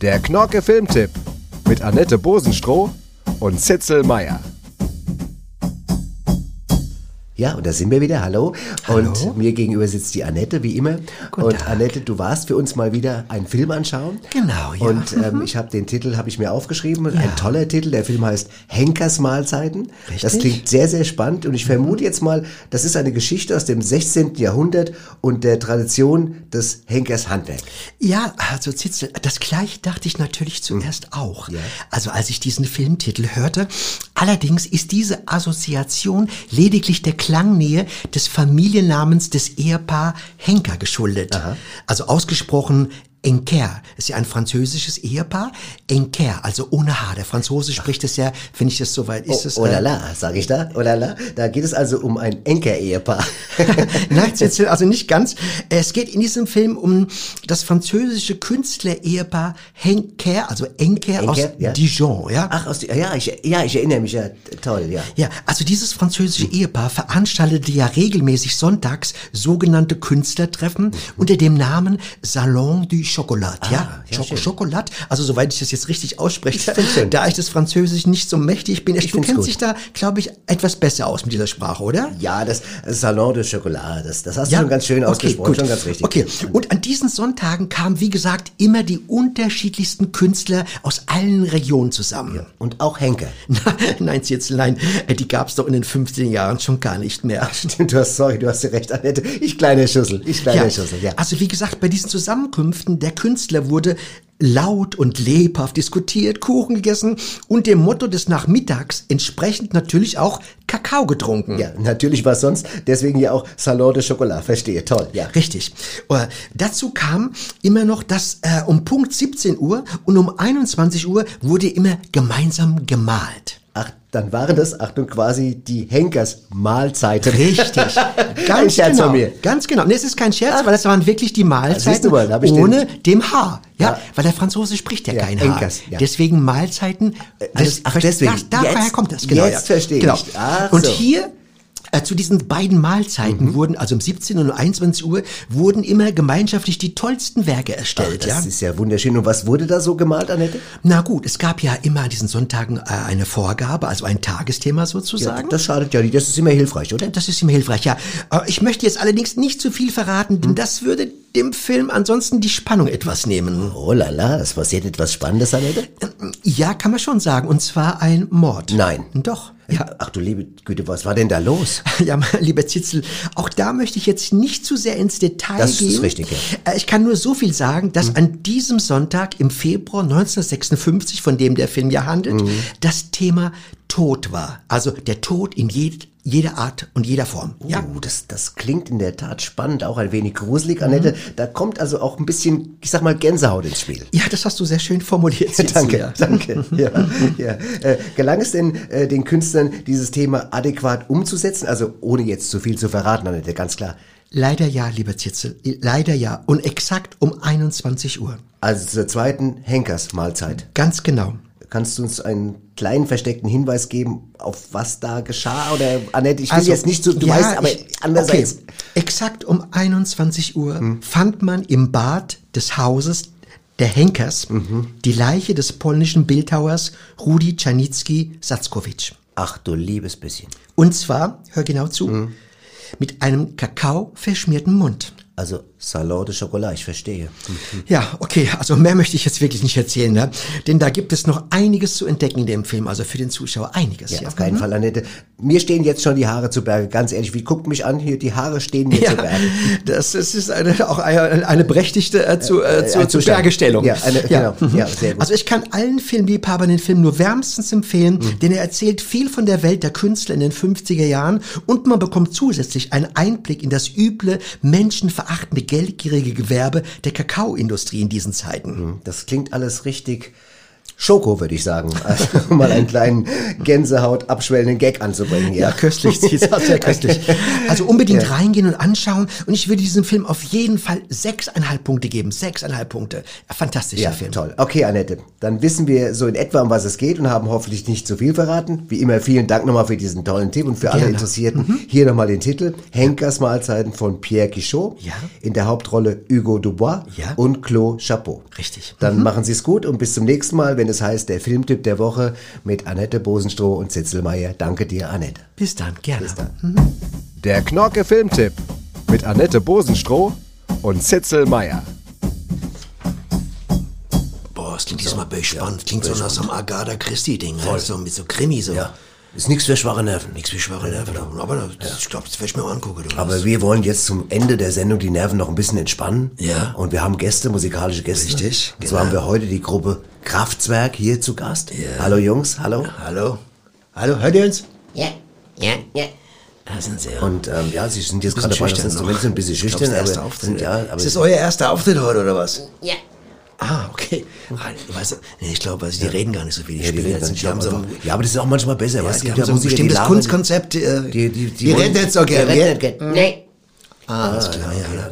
Speaker 5: Der Knorke Filmtipp mit Annette Bosenstroh und Zitzel Meyer.
Speaker 4: Ja, und da sind wir wieder. Hallo. Und mir gegenüber sitzt die Annette, wie immer.
Speaker 10: Guten
Speaker 4: und Annette, du warst für uns mal wieder einen Film anschauen.
Speaker 10: Genau, ja.
Speaker 4: Und ähm,
Speaker 10: Mhm.
Speaker 4: ich habe den Titel, habe ich mir aufgeschrieben.
Speaker 10: Ja.
Speaker 4: Ein toller Titel. Der Film heißt [LAUGHS] Henkers Mahlzeiten. Das
Speaker 10: Richtig.
Speaker 4: klingt sehr, sehr spannend. Und ich vermute jetzt mal, das ist eine Geschichte aus dem 16. Jahrhundert und der Tradition des Henkers Handwerk.
Speaker 10: Ja, also Zitzel, das gleiche dachte ich natürlich
Speaker 4: Mhm.
Speaker 10: zuerst auch. Also als ich diesen Filmtitel hörte. Allerdings ist diese Assoziation lediglich der Klangnähe des Familiennamens des Ehepaar Henker geschuldet. Also ausgesprochen Enker ist ja ein französisches Ehepaar. Enker, also ohne H. Der Franzose spricht es ja, wenn ich das soweit ist. es,
Speaker 4: oh, oh la
Speaker 10: äh,
Speaker 4: la, sage ich da. Oh la la. Da geht es also um ein Enker-Ehepaar.
Speaker 10: Nein, jetzt also nicht ganz. Es geht in diesem Film um das französische Künstler-Ehepaar Henker, also Enker, aus
Speaker 4: Henker, ja.
Speaker 10: Dijon, ja?
Speaker 4: Ach, aus ja, ich, ja, ich erinnere mich, ja, toll, ja.
Speaker 10: Ja, also dieses französische Ehepaar veranstaltete ja regelmäßig sonntags sogenannte
Speaker 4: Mhm.
Speaker 10: Künstlertreffen unter dem Namen Salon du Chocolat, ja?
Speaker 4: Ah, ja,
Speaker 10: Choco
Speaker 4: schön.
Speaker 10: Chocolat, also soweit ich das jetzt richtig ausspreche, da ich das Französisch nicht so mächtig bin. du
Speaker 4: find's
Speaker 10: kennst
Speaker 4: gut.
Speaker 10: dich da, glaube ich, etwas besser aus mit dieser Sprache, oder?
Speaker 4: Ja, das Salon de Chocolat, das, das hast du schon ganz schön ausgesprochen, schon ganz richtig.
Speaker 10: Okay, und an diesen Sonntagen kamen, wie gesagt, immer die unterschiedlichsten Künstler aus allen Regionen zusammen.
Speaker 4: Und auch Henker.
Speaker 10: [LAUGHS] nein, Zitzelein, die gab's doch in den 15 Jahren schon gar nicht mehr.
Speaker 4: Stimmt, du hast, sorry, du hast ja recht, Annette. Ich kleine Schüssel, ich kleine
Speaker 10: Ja.
Speaker 4: Schüssel, ja.
Speaker 10: Also wie gesagt, bei diesen Zusammenkünften der Künstler wurde laut und lebhaft diskutiert, Kuchen gegessen und dem Motto des Nachmittags entsprechend natürlich auch Kakao getrunken.
Speaker 4: Ja, natürlich was sonst, deswegen ja auch Salon de Chocolat, verstehe, toll, ja.
Speaker 10: Richtig. Äh, dazu kam immer noch, dass äh, um Punkt 17 Uhr und um 21 Uhr wurde immer gemeinsam gemalt.
Speaker 4: Ach, dann waren das, Achtung, quasi die Henkers Mahlzeiten. [LAUGHS]
Speaker 10: Richtig.
Speaker 4: Ein
Speaker 10: Ganz
Speaker 4: Scherz
Speaker 10: genau.
Speaker 4: von mir.
Speaker 10: Ganz genau. Nee, es ist kein Scherz, weil das waren wirklich die
Speaker 4: Ah, siehst du
Speaker 10: Mahlzeiten
Speaker 4: mal, da hab ich den-
Speaker 10: ohne dem Haar. Ja, weil der Franzose spricht ja, kein Haar.
Speaker 4: Enkers, ja.
Speaker 10: Deswegen Mahlzeiten. äh,
Speaker 4: das- ach, deswegen.
Speaker 10: Das, daher
Speaker 4: Jetzt-
Speaker 10: kommt das, genau.
Speaker 4: jetzt
Speaker 10: ja.
Speaker 4: verstehe ich.
Speaker 10: Genau.
Speaker 4: Ach
Speaker 10: Und
Speaker 4: so.
Speaker 10: hier äh, zu diesen beiden
Speaker 4: Mhm.
Speaker 10: Mahlzeiten wurden, also um 17 und um 21 Uhr, wurden immer gemeinschaftlich die tollsten Werke erstellt.
Speaker 4: Das
Speaker 10: ja?
Speaker 4: ist ja wunderschön. Und was wurde da so gemalt, Annette?
Speaker 10: Na gut, es gab ja immer an diesen Sonntagen äh, eine Vorgabe, also ein Tagesthema sozusagen.
Speaker 4: das schadet ja nicht. Das ist immer hilfreich, oder?
Speaker 10: Das ist immer hilfreich, ja. Äh, Ich möchte jetzt allerdings nicht zu viel verraten,
Speaker 4: Hm?
Speaker 10: denn das würde dem Film ansonsten die Spannung etwas nehmen.
Speaker 4: Oh la la, es passiert etwas Spannendes, Annette?
Speaker 10: Ähm, Ja, kann man schon sagen. Und zwar ein Mord.
Speaker 4: Nein. Äh,
Speaker 10: Doch.
Speaker 4: Ach du liebe Güte, was war denn da los?
Speaker 10: [LAUGHS] Ja, mein lieber Zitzel, auch da möchte ich jetzt nicht zu sehr ins Detail
Speaker 4: Das ist
Speaker 10: gehen.
Speaker 4: richtig, ja. Mhm.
Speaker 10: Äh, Ich kann nur so viel sagen, dass an diesem Sonntag im Februar 1956, von dem der Film ja handelt,
Speaker 4: Mhm.
Speaker 10: das Thema Tod war. Also der Tod in jed jeder Art und jeder Form. ja.
Speaker 4: Oh, das, das klingt in der Tat spannend, auch ein wenig gruselig, Annette. Da kommt also auch ein bisschen, ich sag mal, Gänsehaut ins Spiel.
Speaker 10: Mhm. Ja, das hast du sehr schön formuliert. Zitzel,
Speaker 4: [LAUGHS] danke,
Speaker 10: ja.
Speaker 4: danke. Ja, ja. Äh, gelang es denn äh, den Künstlern, dieses Thema adäquat umzusetzen? Also ohne jetzt zu viel zu verraten, Annette, ganz klar.
Speaker 10: Leider ja, lieber Zitzel, leider ja. Und exakt um 21 Uhr.
Speaker 4: Also zur zweiten Henkers-Mahlzeit.
Speaker 10: Ganz genau.
Speaker 4: Kannst du uns einen kleinen versteckten Hinweis geben, auf was da geschah? Oder Annette, ich will
Speaker 10: Also,
Speaker 4: jetzt nicht so, du
Speaker 10: ja,
Speaker 4: weißt, aber
Speaker 10: ich-
Speaker 4: andererseits. Hm.
Speaker 10: Okay. Exakt um 21 Uhr fand man im Bad des Hauses der Henkers
Speaker 4: Mhm.
Speaker 10: die Leiche des polnischen Bildhauers Rudi Czarnicki Satzkowicz.
Speaker 4: Ach du liebes bisschen. Hm.
Speaker 10: Und zwar, hör genau zu, mit einem Kakao verschmierten Mund.
Speaker 4: Also Salon de Chocolat, ich verstehe. Hm,
Speaker 10: Ja, okay, also mehr möchte ich jetzt wirklich nicht erzählen, ne? denn da gibt es noch einiges zu entdecken in dem Film, also für den Zuschauer einiges. Mhm.
Speaker 4: Ja, auf keinen Fall, Annette. Mir stehen jetzt schon die Haare zu Berge, ganz ehrlich. Wie guckt mich an hier? Die Haare stehen mir
Speaker 10: Ja,
Speaker 4: zu Berge.
Speaker 10: [LAUGHS] Das, das ist eine, auch eine, eine berechtigte äh, zu, äh,
Speaker 4: Äh,
Speaker 10: zu,
Speaker 4: ein
Speaker 10: zu
Speaker 4: Zustand.
Speaker 10: Bergestellung.
Speaker 4: Ja, eine,
Speaker 10: Ja.
Speaker 4: genau. Ja,
Speaker 10: [LAUGHS]
Speaker 4: sehr gut.
Speaker 10: Also ich kann allen Filmliebhabern den Film nur wärmstens empfehlen,
Speaker 4: Mhm.
Speaker 10: denn er erzählt viel von der Welt der Künstler in den 50er Jahren und man bekommt zusätzlich einen Einblick in das üble, menschenverachtende, geldgierige Gewerbe der Kakaoindustrie in diesen Zeiten.
Speaker 4: Mhm. Das klingt alles richtig Schoko, würde ich sagen. [LAUGHS] Also, um mal einen kleinen Gänsehaut abschwellenden Gag anzubringen. Ja,
Speaker 10: Ja, köstlich, sie ist auch sehr
Speaker 4: [LAUGHS]
Speaker 10: köstlich. Also unbedingt
Speaker 4: Ja.
Speaker 10: reingehen und anschauen. Und ich würde diesem Film auf jeden Fall sechseinhalb Punkte geben. Sechseinhalb Punkte. Fantastischer
Speaker 4: Ja,
Speaker 10: Film.
Speaker 4: toll. Okay, Annette, dann wissen wir so in etwa, um was es geht und haben hoffentlich nicht zu viel verraten. Wie immer, vielen Dank nochmal für diesen tollen Tipp und für alle
Speaker 10: Gerne. Mhm.
Speaker 4: Interessierten. Hier nochmal den Titel, Henkers Mahlzeiten von Pierre Quichot.
Speaker 10: Ja.
Speaker 4: In der Hauptrolle Hugo Dubois
Speaker 10: Ja.
Speaker 4: und Claude Chapeau.
Speaker 10: Richtig. Mhm.
Speaker 4: Dann machen Sie es gut und bis zum nächsten Mal, wenn
Speaker 1: wenn es heißt, der Filmtipp der Woche mit Annette Bosenstroh und Zitzelmeier. Danke dir, Annette.
Speaker 2: Bis dann, gerne.
Speaker 1: Bis dann.
Speaker 10: Mhm.
Speaker 15: Der Knorke Filmtipp mit Annette Bosenstroh und Zitzel Meyer.
Speaker 2: Boah, es klingt diesmal bespannt. klingt so nach so einem Agatha Christie-Ding, halt, so mit so Krimi so.
Speaker 1: Ist nichts für schwache Nerven. genau.
Speaker 2: Nichts für schwache Nerven. Aber das, ich glaube, das werde ich mir mal angucken. Du.
Speaker 1: Aber wir wollen jetzt zum Ende der Sendung die Nerven noch ein bisschen entspannen.
Speaker 2: Ja.
Speaker 1: Und wir haben Gäste, musikalische Gäste.
Speaker 2: Richtig, genau.
Speaker 1: Und zwar haben wir heute die Gruppe Kraftwerk hier zu Gast. Hallo Jungs, hallo.
Speaker 2: Hallo. Hallo, hört ihr uns?
Speaker 6: Ja, ja, ja.
Speaker 2: Das sind sehr.
Speaker 1: Und ähm, ja, sie sind jetzt
Speaker 2: Bisschen
Speaker 1: gerade bei das
Speaker 2: schüchtern
Speaker 1: Instrument
Speaker 2: noch.
Speaker 1: sind ein bisschen
Speaker 2: Ich glaub,
Speaker 1: schüchtern,
Speaker 2: das erste
Speaker 1: aber,
Speaker 2: Auftritt.
Speaker 1: sind, ja, aber
Speaker 2: Ist das euer erster Auftritt heute oder was?
Speaker 6: Ja.
Speaker 2: Ah, okay. Ah, du weißt du, nee, ich glaube, also die reden gar nicht so viel. Die
Speaker 1: Ja, die
Speaker 2: spielen
Speaker 1: reden
Speaker 2: jetzt-
Speaker 1: nicht,
Speaker 2: die haben so
Speaker 1: aber-
Speaker 2: ein-
Speaker 1: ja, aber das ist auch manchmal besser.
Speaker 2: Ja,
Speaker 1: weißt du,
Speaker 2: die
Speaker 1: die
Speaker 2: haben so ein
Speaker 1: Musik, die
Speaker 2: bestimmtes
Speaker 1: labern-
Speaker 2: Kunstkonzept. äh,
Speaker 1: Die, die,
Speaker 2: die reden jetzt so gerne,
Speaker 1: die
Speaker 2: ja?
Speaker 1: reden nicht gerne.
Speaker 10: Mhm.
Speaker 6: Nein.
Speaker 2: Ah, alles klar, ja, ja.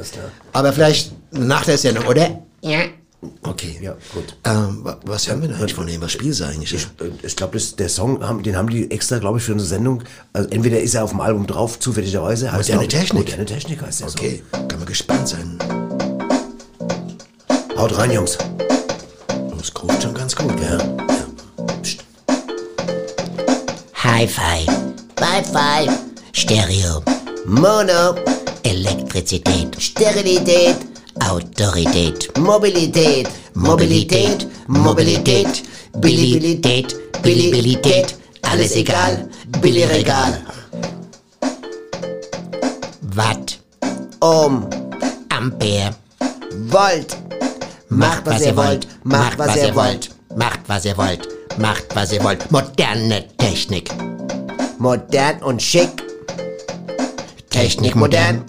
Speaker 2: Aber vielleicht nach der Sendung, oder?
Speaker 6: Ja.
Speaker 2: Okay. Ja, gut. Ähm, wa- was hören wir denn eigentlich von dem? Was spielen sie eigentlich? Ich,
Speaker 1: ich glaube, der Song, haben, den haben die extra, glaube ich, für unsere Sendung. Also entweder ist er auf dem Album drauf, zufälligerweise. Heißt
Speaker 2: Moderne
Speaker 1: glaub ich,
Speaker 2: Technik.
Speaker 1: Moderne Technik heißt der
Speaker 2: Okay, kann man gespannt sein.
Speaker 1: Song. Haut rein, Jungs.
Speaker 2: Das groovt Oh, schon ganz gut, ja.
Speaker 6: Hi-Fi. Wi-Fi. Stereo. Mono. Elektrizität. Sterilität. Autorität. Mobilität. Mobilität. Mobilität. Billibilität. Billibilität. Alles egal. Billigregal. Watt. Ohm. Ampere. Volt. Macht, was ihr wollt. Macht, was ihr wollt. Macht, was ihr wollt. Macht, was ihr wollt. Moderne Technik. Modern und schick. Technik modern.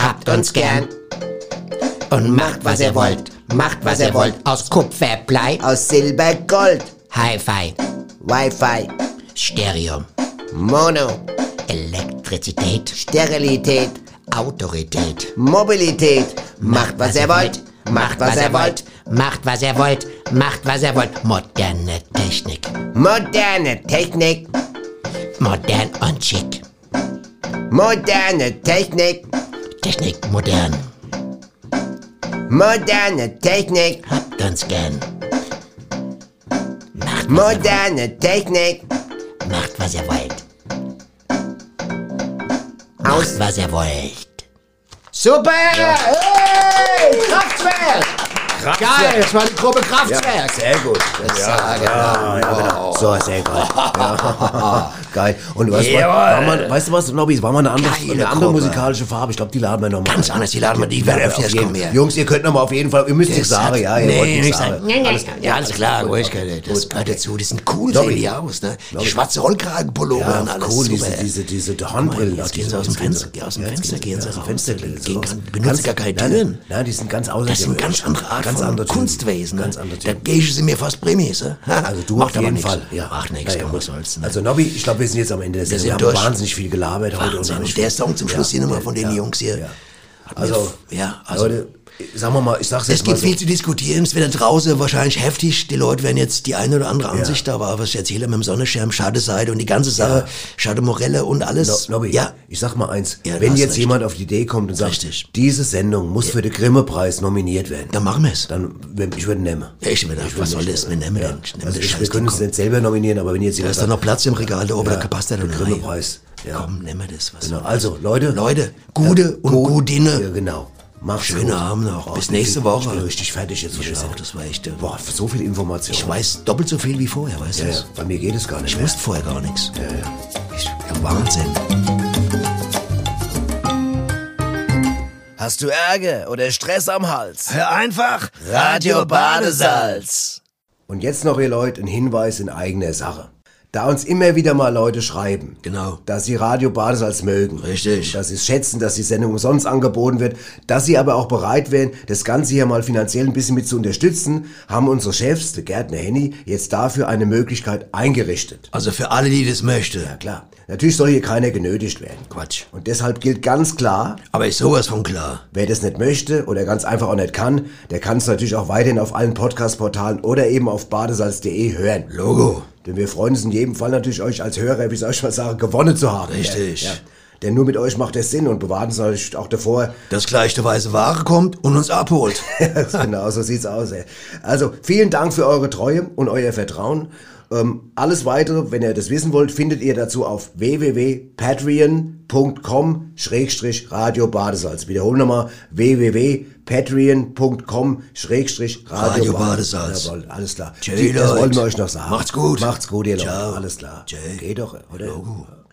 Speaker 6: Habt uns gern. Und macht, was ihr wollt. Macht, was ihr wollt. Aus Kupfer, Blei. Aus Silber, Gold. Hi-Fi. Wi-Fi. Stereo. Mono. Elektrizität. Sterilität. Autorität. Mobilität. Macht, was ihr wollt. Macht, was ihr wollt. Macht, was ihr wollt. Macht, was ihr wollt. Moderne Technik. Moderne Technik. Modern und schick. Moderne Technik. Technik modern. Moderne Technik. Habt uns gern. Macht, moderne Technik. Macht, was ihr wollt. Macht, was ihr wollt. Super! Hey! Kraftwerk! Kraftwerk! Geil, das war die Gruppe Kraftwerk!
Speaker 1: Sehr
Speaker 2: [LAUGHS]
Speaker 1: gut.
Speaker 2: Ah,
Speaker 6: Ja,
Speaker 1: ja, ja,
Speaker 2: Oh.
Speaker 1: genau. So, sehr geil. Ja. [LAUGHS] Geil. Und weißt, du was,
Speaker 2: Jawohl.
Speaker 1: war mal, weißt du was, Nobby, es war mal eine andere,
Speaker 2: Geile
Speaker 1: eine andere
Speaker 2: Gruppe.
Speaker 1: musikalische Farbe. Ich glaube, die laden wir nochmal.
Speaker 2: Ganz anders, die laden wir- die werden öfters kommen, ja.
Speaker 1: Jungs, ihr könnt nochmal auf jeden Fall, ihr müsst
Speaker 2: Das
Speaker 1: nichts sagen,
Speaker 2: hat-
Speaker 1: ja, ihr
Speaker 2: nee,
Speaker 1: wollt nichts
Speaker 2: nichts
Speaker 1: sagen.
Speaker 2: sagen. Alles klar, ja, alles klar, ruhig, Leute, das gehört dazu. Die sind cool,
Speaker 1: Sorry.
Speaker 2: sehen die aus, ne? Die schwarze Rollkragenpullover
Speaker 1: Ja,
Speaker 2: und alles.
Speaker 1: cool, diese-
Speaker 2: super.
Speaker 1: diese- diese Hornbrillen,
Speaker 2: Jetzt
Speaker 1: die sind-
Speaker 2: gehen sie aus dem
Speaker 1: jetzt gehen
Speaker 2: Fenster, gehen aus dem Fenster, gehen sie raus.
Speaker 1: Fenster gehen,
Speaker 2: Benutzen gar keine
Speaker 1: nein,
Speaker 2: Türen.
Speaker 1: Nein, die sind ganz außer
Speaker 2: Das sind ganz andere Art
Speaker 1: Ganz
Speaker 2: von
Speaker 1: andere Typen.
Speaker 2: Kunstwesen.
Speaker 1: Ganz andere
Speaker 2: Da
Speaker 1: Typen.
Speaker 2: gehe ich sie mir fast Prämis. ne?
Speaker 1: Also du
Speaker 2: Macht
Speaker 1: auf
Speaker 2: aber
Speaker 1: jeden
Speaker 2: nichts.
Speaker 1: Fall. Ja.
Speaker 2: Macht nichts,
Speaker 1: Naja,
Speaker 2: komm,
Speaker 1: gut.
Speaker 2: was soll's. ne?
Speaker 1: Also Nobby, ich glaube, wir sind jetzt am Ende der
Speaker 2: Wir
Speaker 1: Sendung. Wir
Speaker 2: sind
Speaker 1: haben
Speaker 2: durch.
Speaker 1: wahnsinnig viel gelabert heute.
Speaker 2: Wahnsinn.
Speaker 1: unheimlich
Speaker 2: Und
Speaker 1: viel-
Speaker 2: der Song zum Schluss hier nochmal von den Jungs hier. Hat mir
Speaker 1: Also,
Speaker 2: f- ja, also-
Speaker 1: also Leute, sagen wir mal, ich sag's jetzt
Speaker 2: Es
Speaker 1: mal
Speaker 2: gibt
Speaker 1: so.
Speaker 2: viel zu diskutieren, es wird da draußen wahrscheinlich heftig. Die Leute werden jetzt die eine oder andere
Speaker 1: Ja.
Speaker 2: Ansicht, aber was ich erzähle mit dem Sonnenschirm, schade Seite und die ganze Sache, schade Morelle und alles.
Speaker 1: No, Nobby,
Speaker 2: ja,
Speaker 1: ich sag mal eins.
Speaker 2: Ja, du
Speaker 1: wenn
Speaker 2: hast
Speaker 1: jetzt
Speaker 2: recht.
Speaker 1: jemand auf die Idee kommt und sagt,
Speaker 2: Richtig.
Speaker 1: diese Sendung muss für den Grimme-Preis nominiert werden.
Speaker 2: dann machen wir es.
Speaker 1: Dann, wenn- ich würde nehmen.
Speaker 2: Ja, ich würde, was soll das? Wir nehmen
Speaker 1: Ja.
Speaker 2: den. Nehmen
Speaker 1: Also
Speaker 2: den
Speaker 1: ich, wir
Speaker 2: Scheiß,
Speaker 1: können
Speaker 2: den
Speaker 1: es nicht selber nominieren, aber wenn jetzt
Speaker 2: Da
Speaker 1: jemand
Speaker 2: ist doch noch Platz im Regal da oben,
Speaker 1: Ja,
Speaker 2: da passt der
Speaker 1: der
Speaker 2: doch noch rein.
Speaker 1: Grimme-Preis. Ja.
Speaker 2: Komm, nehmen wir das. Was
Speaker 1: Genau. Also, Leute.
Speaker 2: Leute, gute Äh, und Gudine.
Speaker 1: Ja, genau. Mach's
Speaker 2: Schönen
Speaker 1: gut.
Speaker 2: Abend noch.
Speaker 1: Oh,
Speaker 2: Bis
Speaker 1: ich bin-
Speaker 2: nächste
Speaker 1: Ich bin
Speaker 2: Woche.
Speaker 1: richtig fertig jetzt. Ich
Speaker 2: auch, das war echt, äh,
Speaker 1: Boah, so viel Information.
Speaker 2: Ich weiß doppelt so viel wie vorher, weißt du?
Speaker 1: Ja, ja,
Speaker 2: das?
Speaker 1: bei mir geht es gar nicht
Speaker 2: Ich
Speaker 1: mehr.
Speaker 2: wusste vorher gar nichts.
Speaker 1: Ja, ja.
Speaker 2: Ich, ja, Wahnsinn.
Speaker 9: Hast du Ärger oder Stress am Hals?
Speaker 16: Hör einfach
Speaker 9: Radio Badesalz.
Speaker 1: Und jetzt noch, ihr Leute, ein Hinweis in eigener Sache. Da uns immer wieder mal Leute schreiben,
Speaker 2: Genau.
Speaker 1: dass sie Radio Badesalz mögen.
Speaker 2: Richtig.
Speaker 1: Dass sie es schätzen, dass die Sendung umsonst angeboten wird, dass sie aber auch bereit wären, das Ganze hier mal finanziell ein bisschen mit zu unterstützen, haben unsere Chefs, der Gärtner Henny, jetzt dafür eine Möglichkeit eingerichtet.
Speaker 2: Also für alle, die das möchten.
Speaker 1: Ja klar, natürlich soll hier keiner genötigt werden.
Speaker 2: Quatsch.
Speaker 1: Und deshalb gilt ganz klar,
Speaker 2: Aber ist sowas von klar.
Speaker 1: Wer das nicht möchte oder ganz einfach auch nicht kann, der kann es natürlich auch weiterhin auf allen Podcast-Portalen oder eben auf badesalz.de hören.
Speaker 2: Logo.
Speaker 1: Denn wir freuen uns in jedem Fall natürlich, euch als Hörer, wie soll ich mal sagen, gewonnen zu haben.
Speaker 2: Richtig.
Speaker 1: Ja. Denn nur mit euch macht es Sinn und bewahrt uns euch auch davor,
Speaker 2: dass gleich die weiße Ware kommt und uns abholt.
Speaker 1: [LAUGHS] genau, so sieht's aus. Ey. Also, vielen Dank für eure Treue und euer Vertrauen. Ähm, alles weitere, wenn ihr das wissen wollt, findet ihr dazu auf www.patreon.com-radio Badesalz. Wiederholen nochmal, www.patreon.com-radio
Speaker 2: Radio Badesalz.
Speaker 1: Jawohl, Alles klar.
Speaker 2: Tschö,
Speaker 1: das
Speaker 2: Leute.
Speaker 1: wollten wir euch noch sagen.
Speaker 2: Macht's gut.
Speaker 1: Macht's gut, ihr Leute.
Speaker 2: Ciao.
Speaker 1: Alles klar. Geht doch, oder?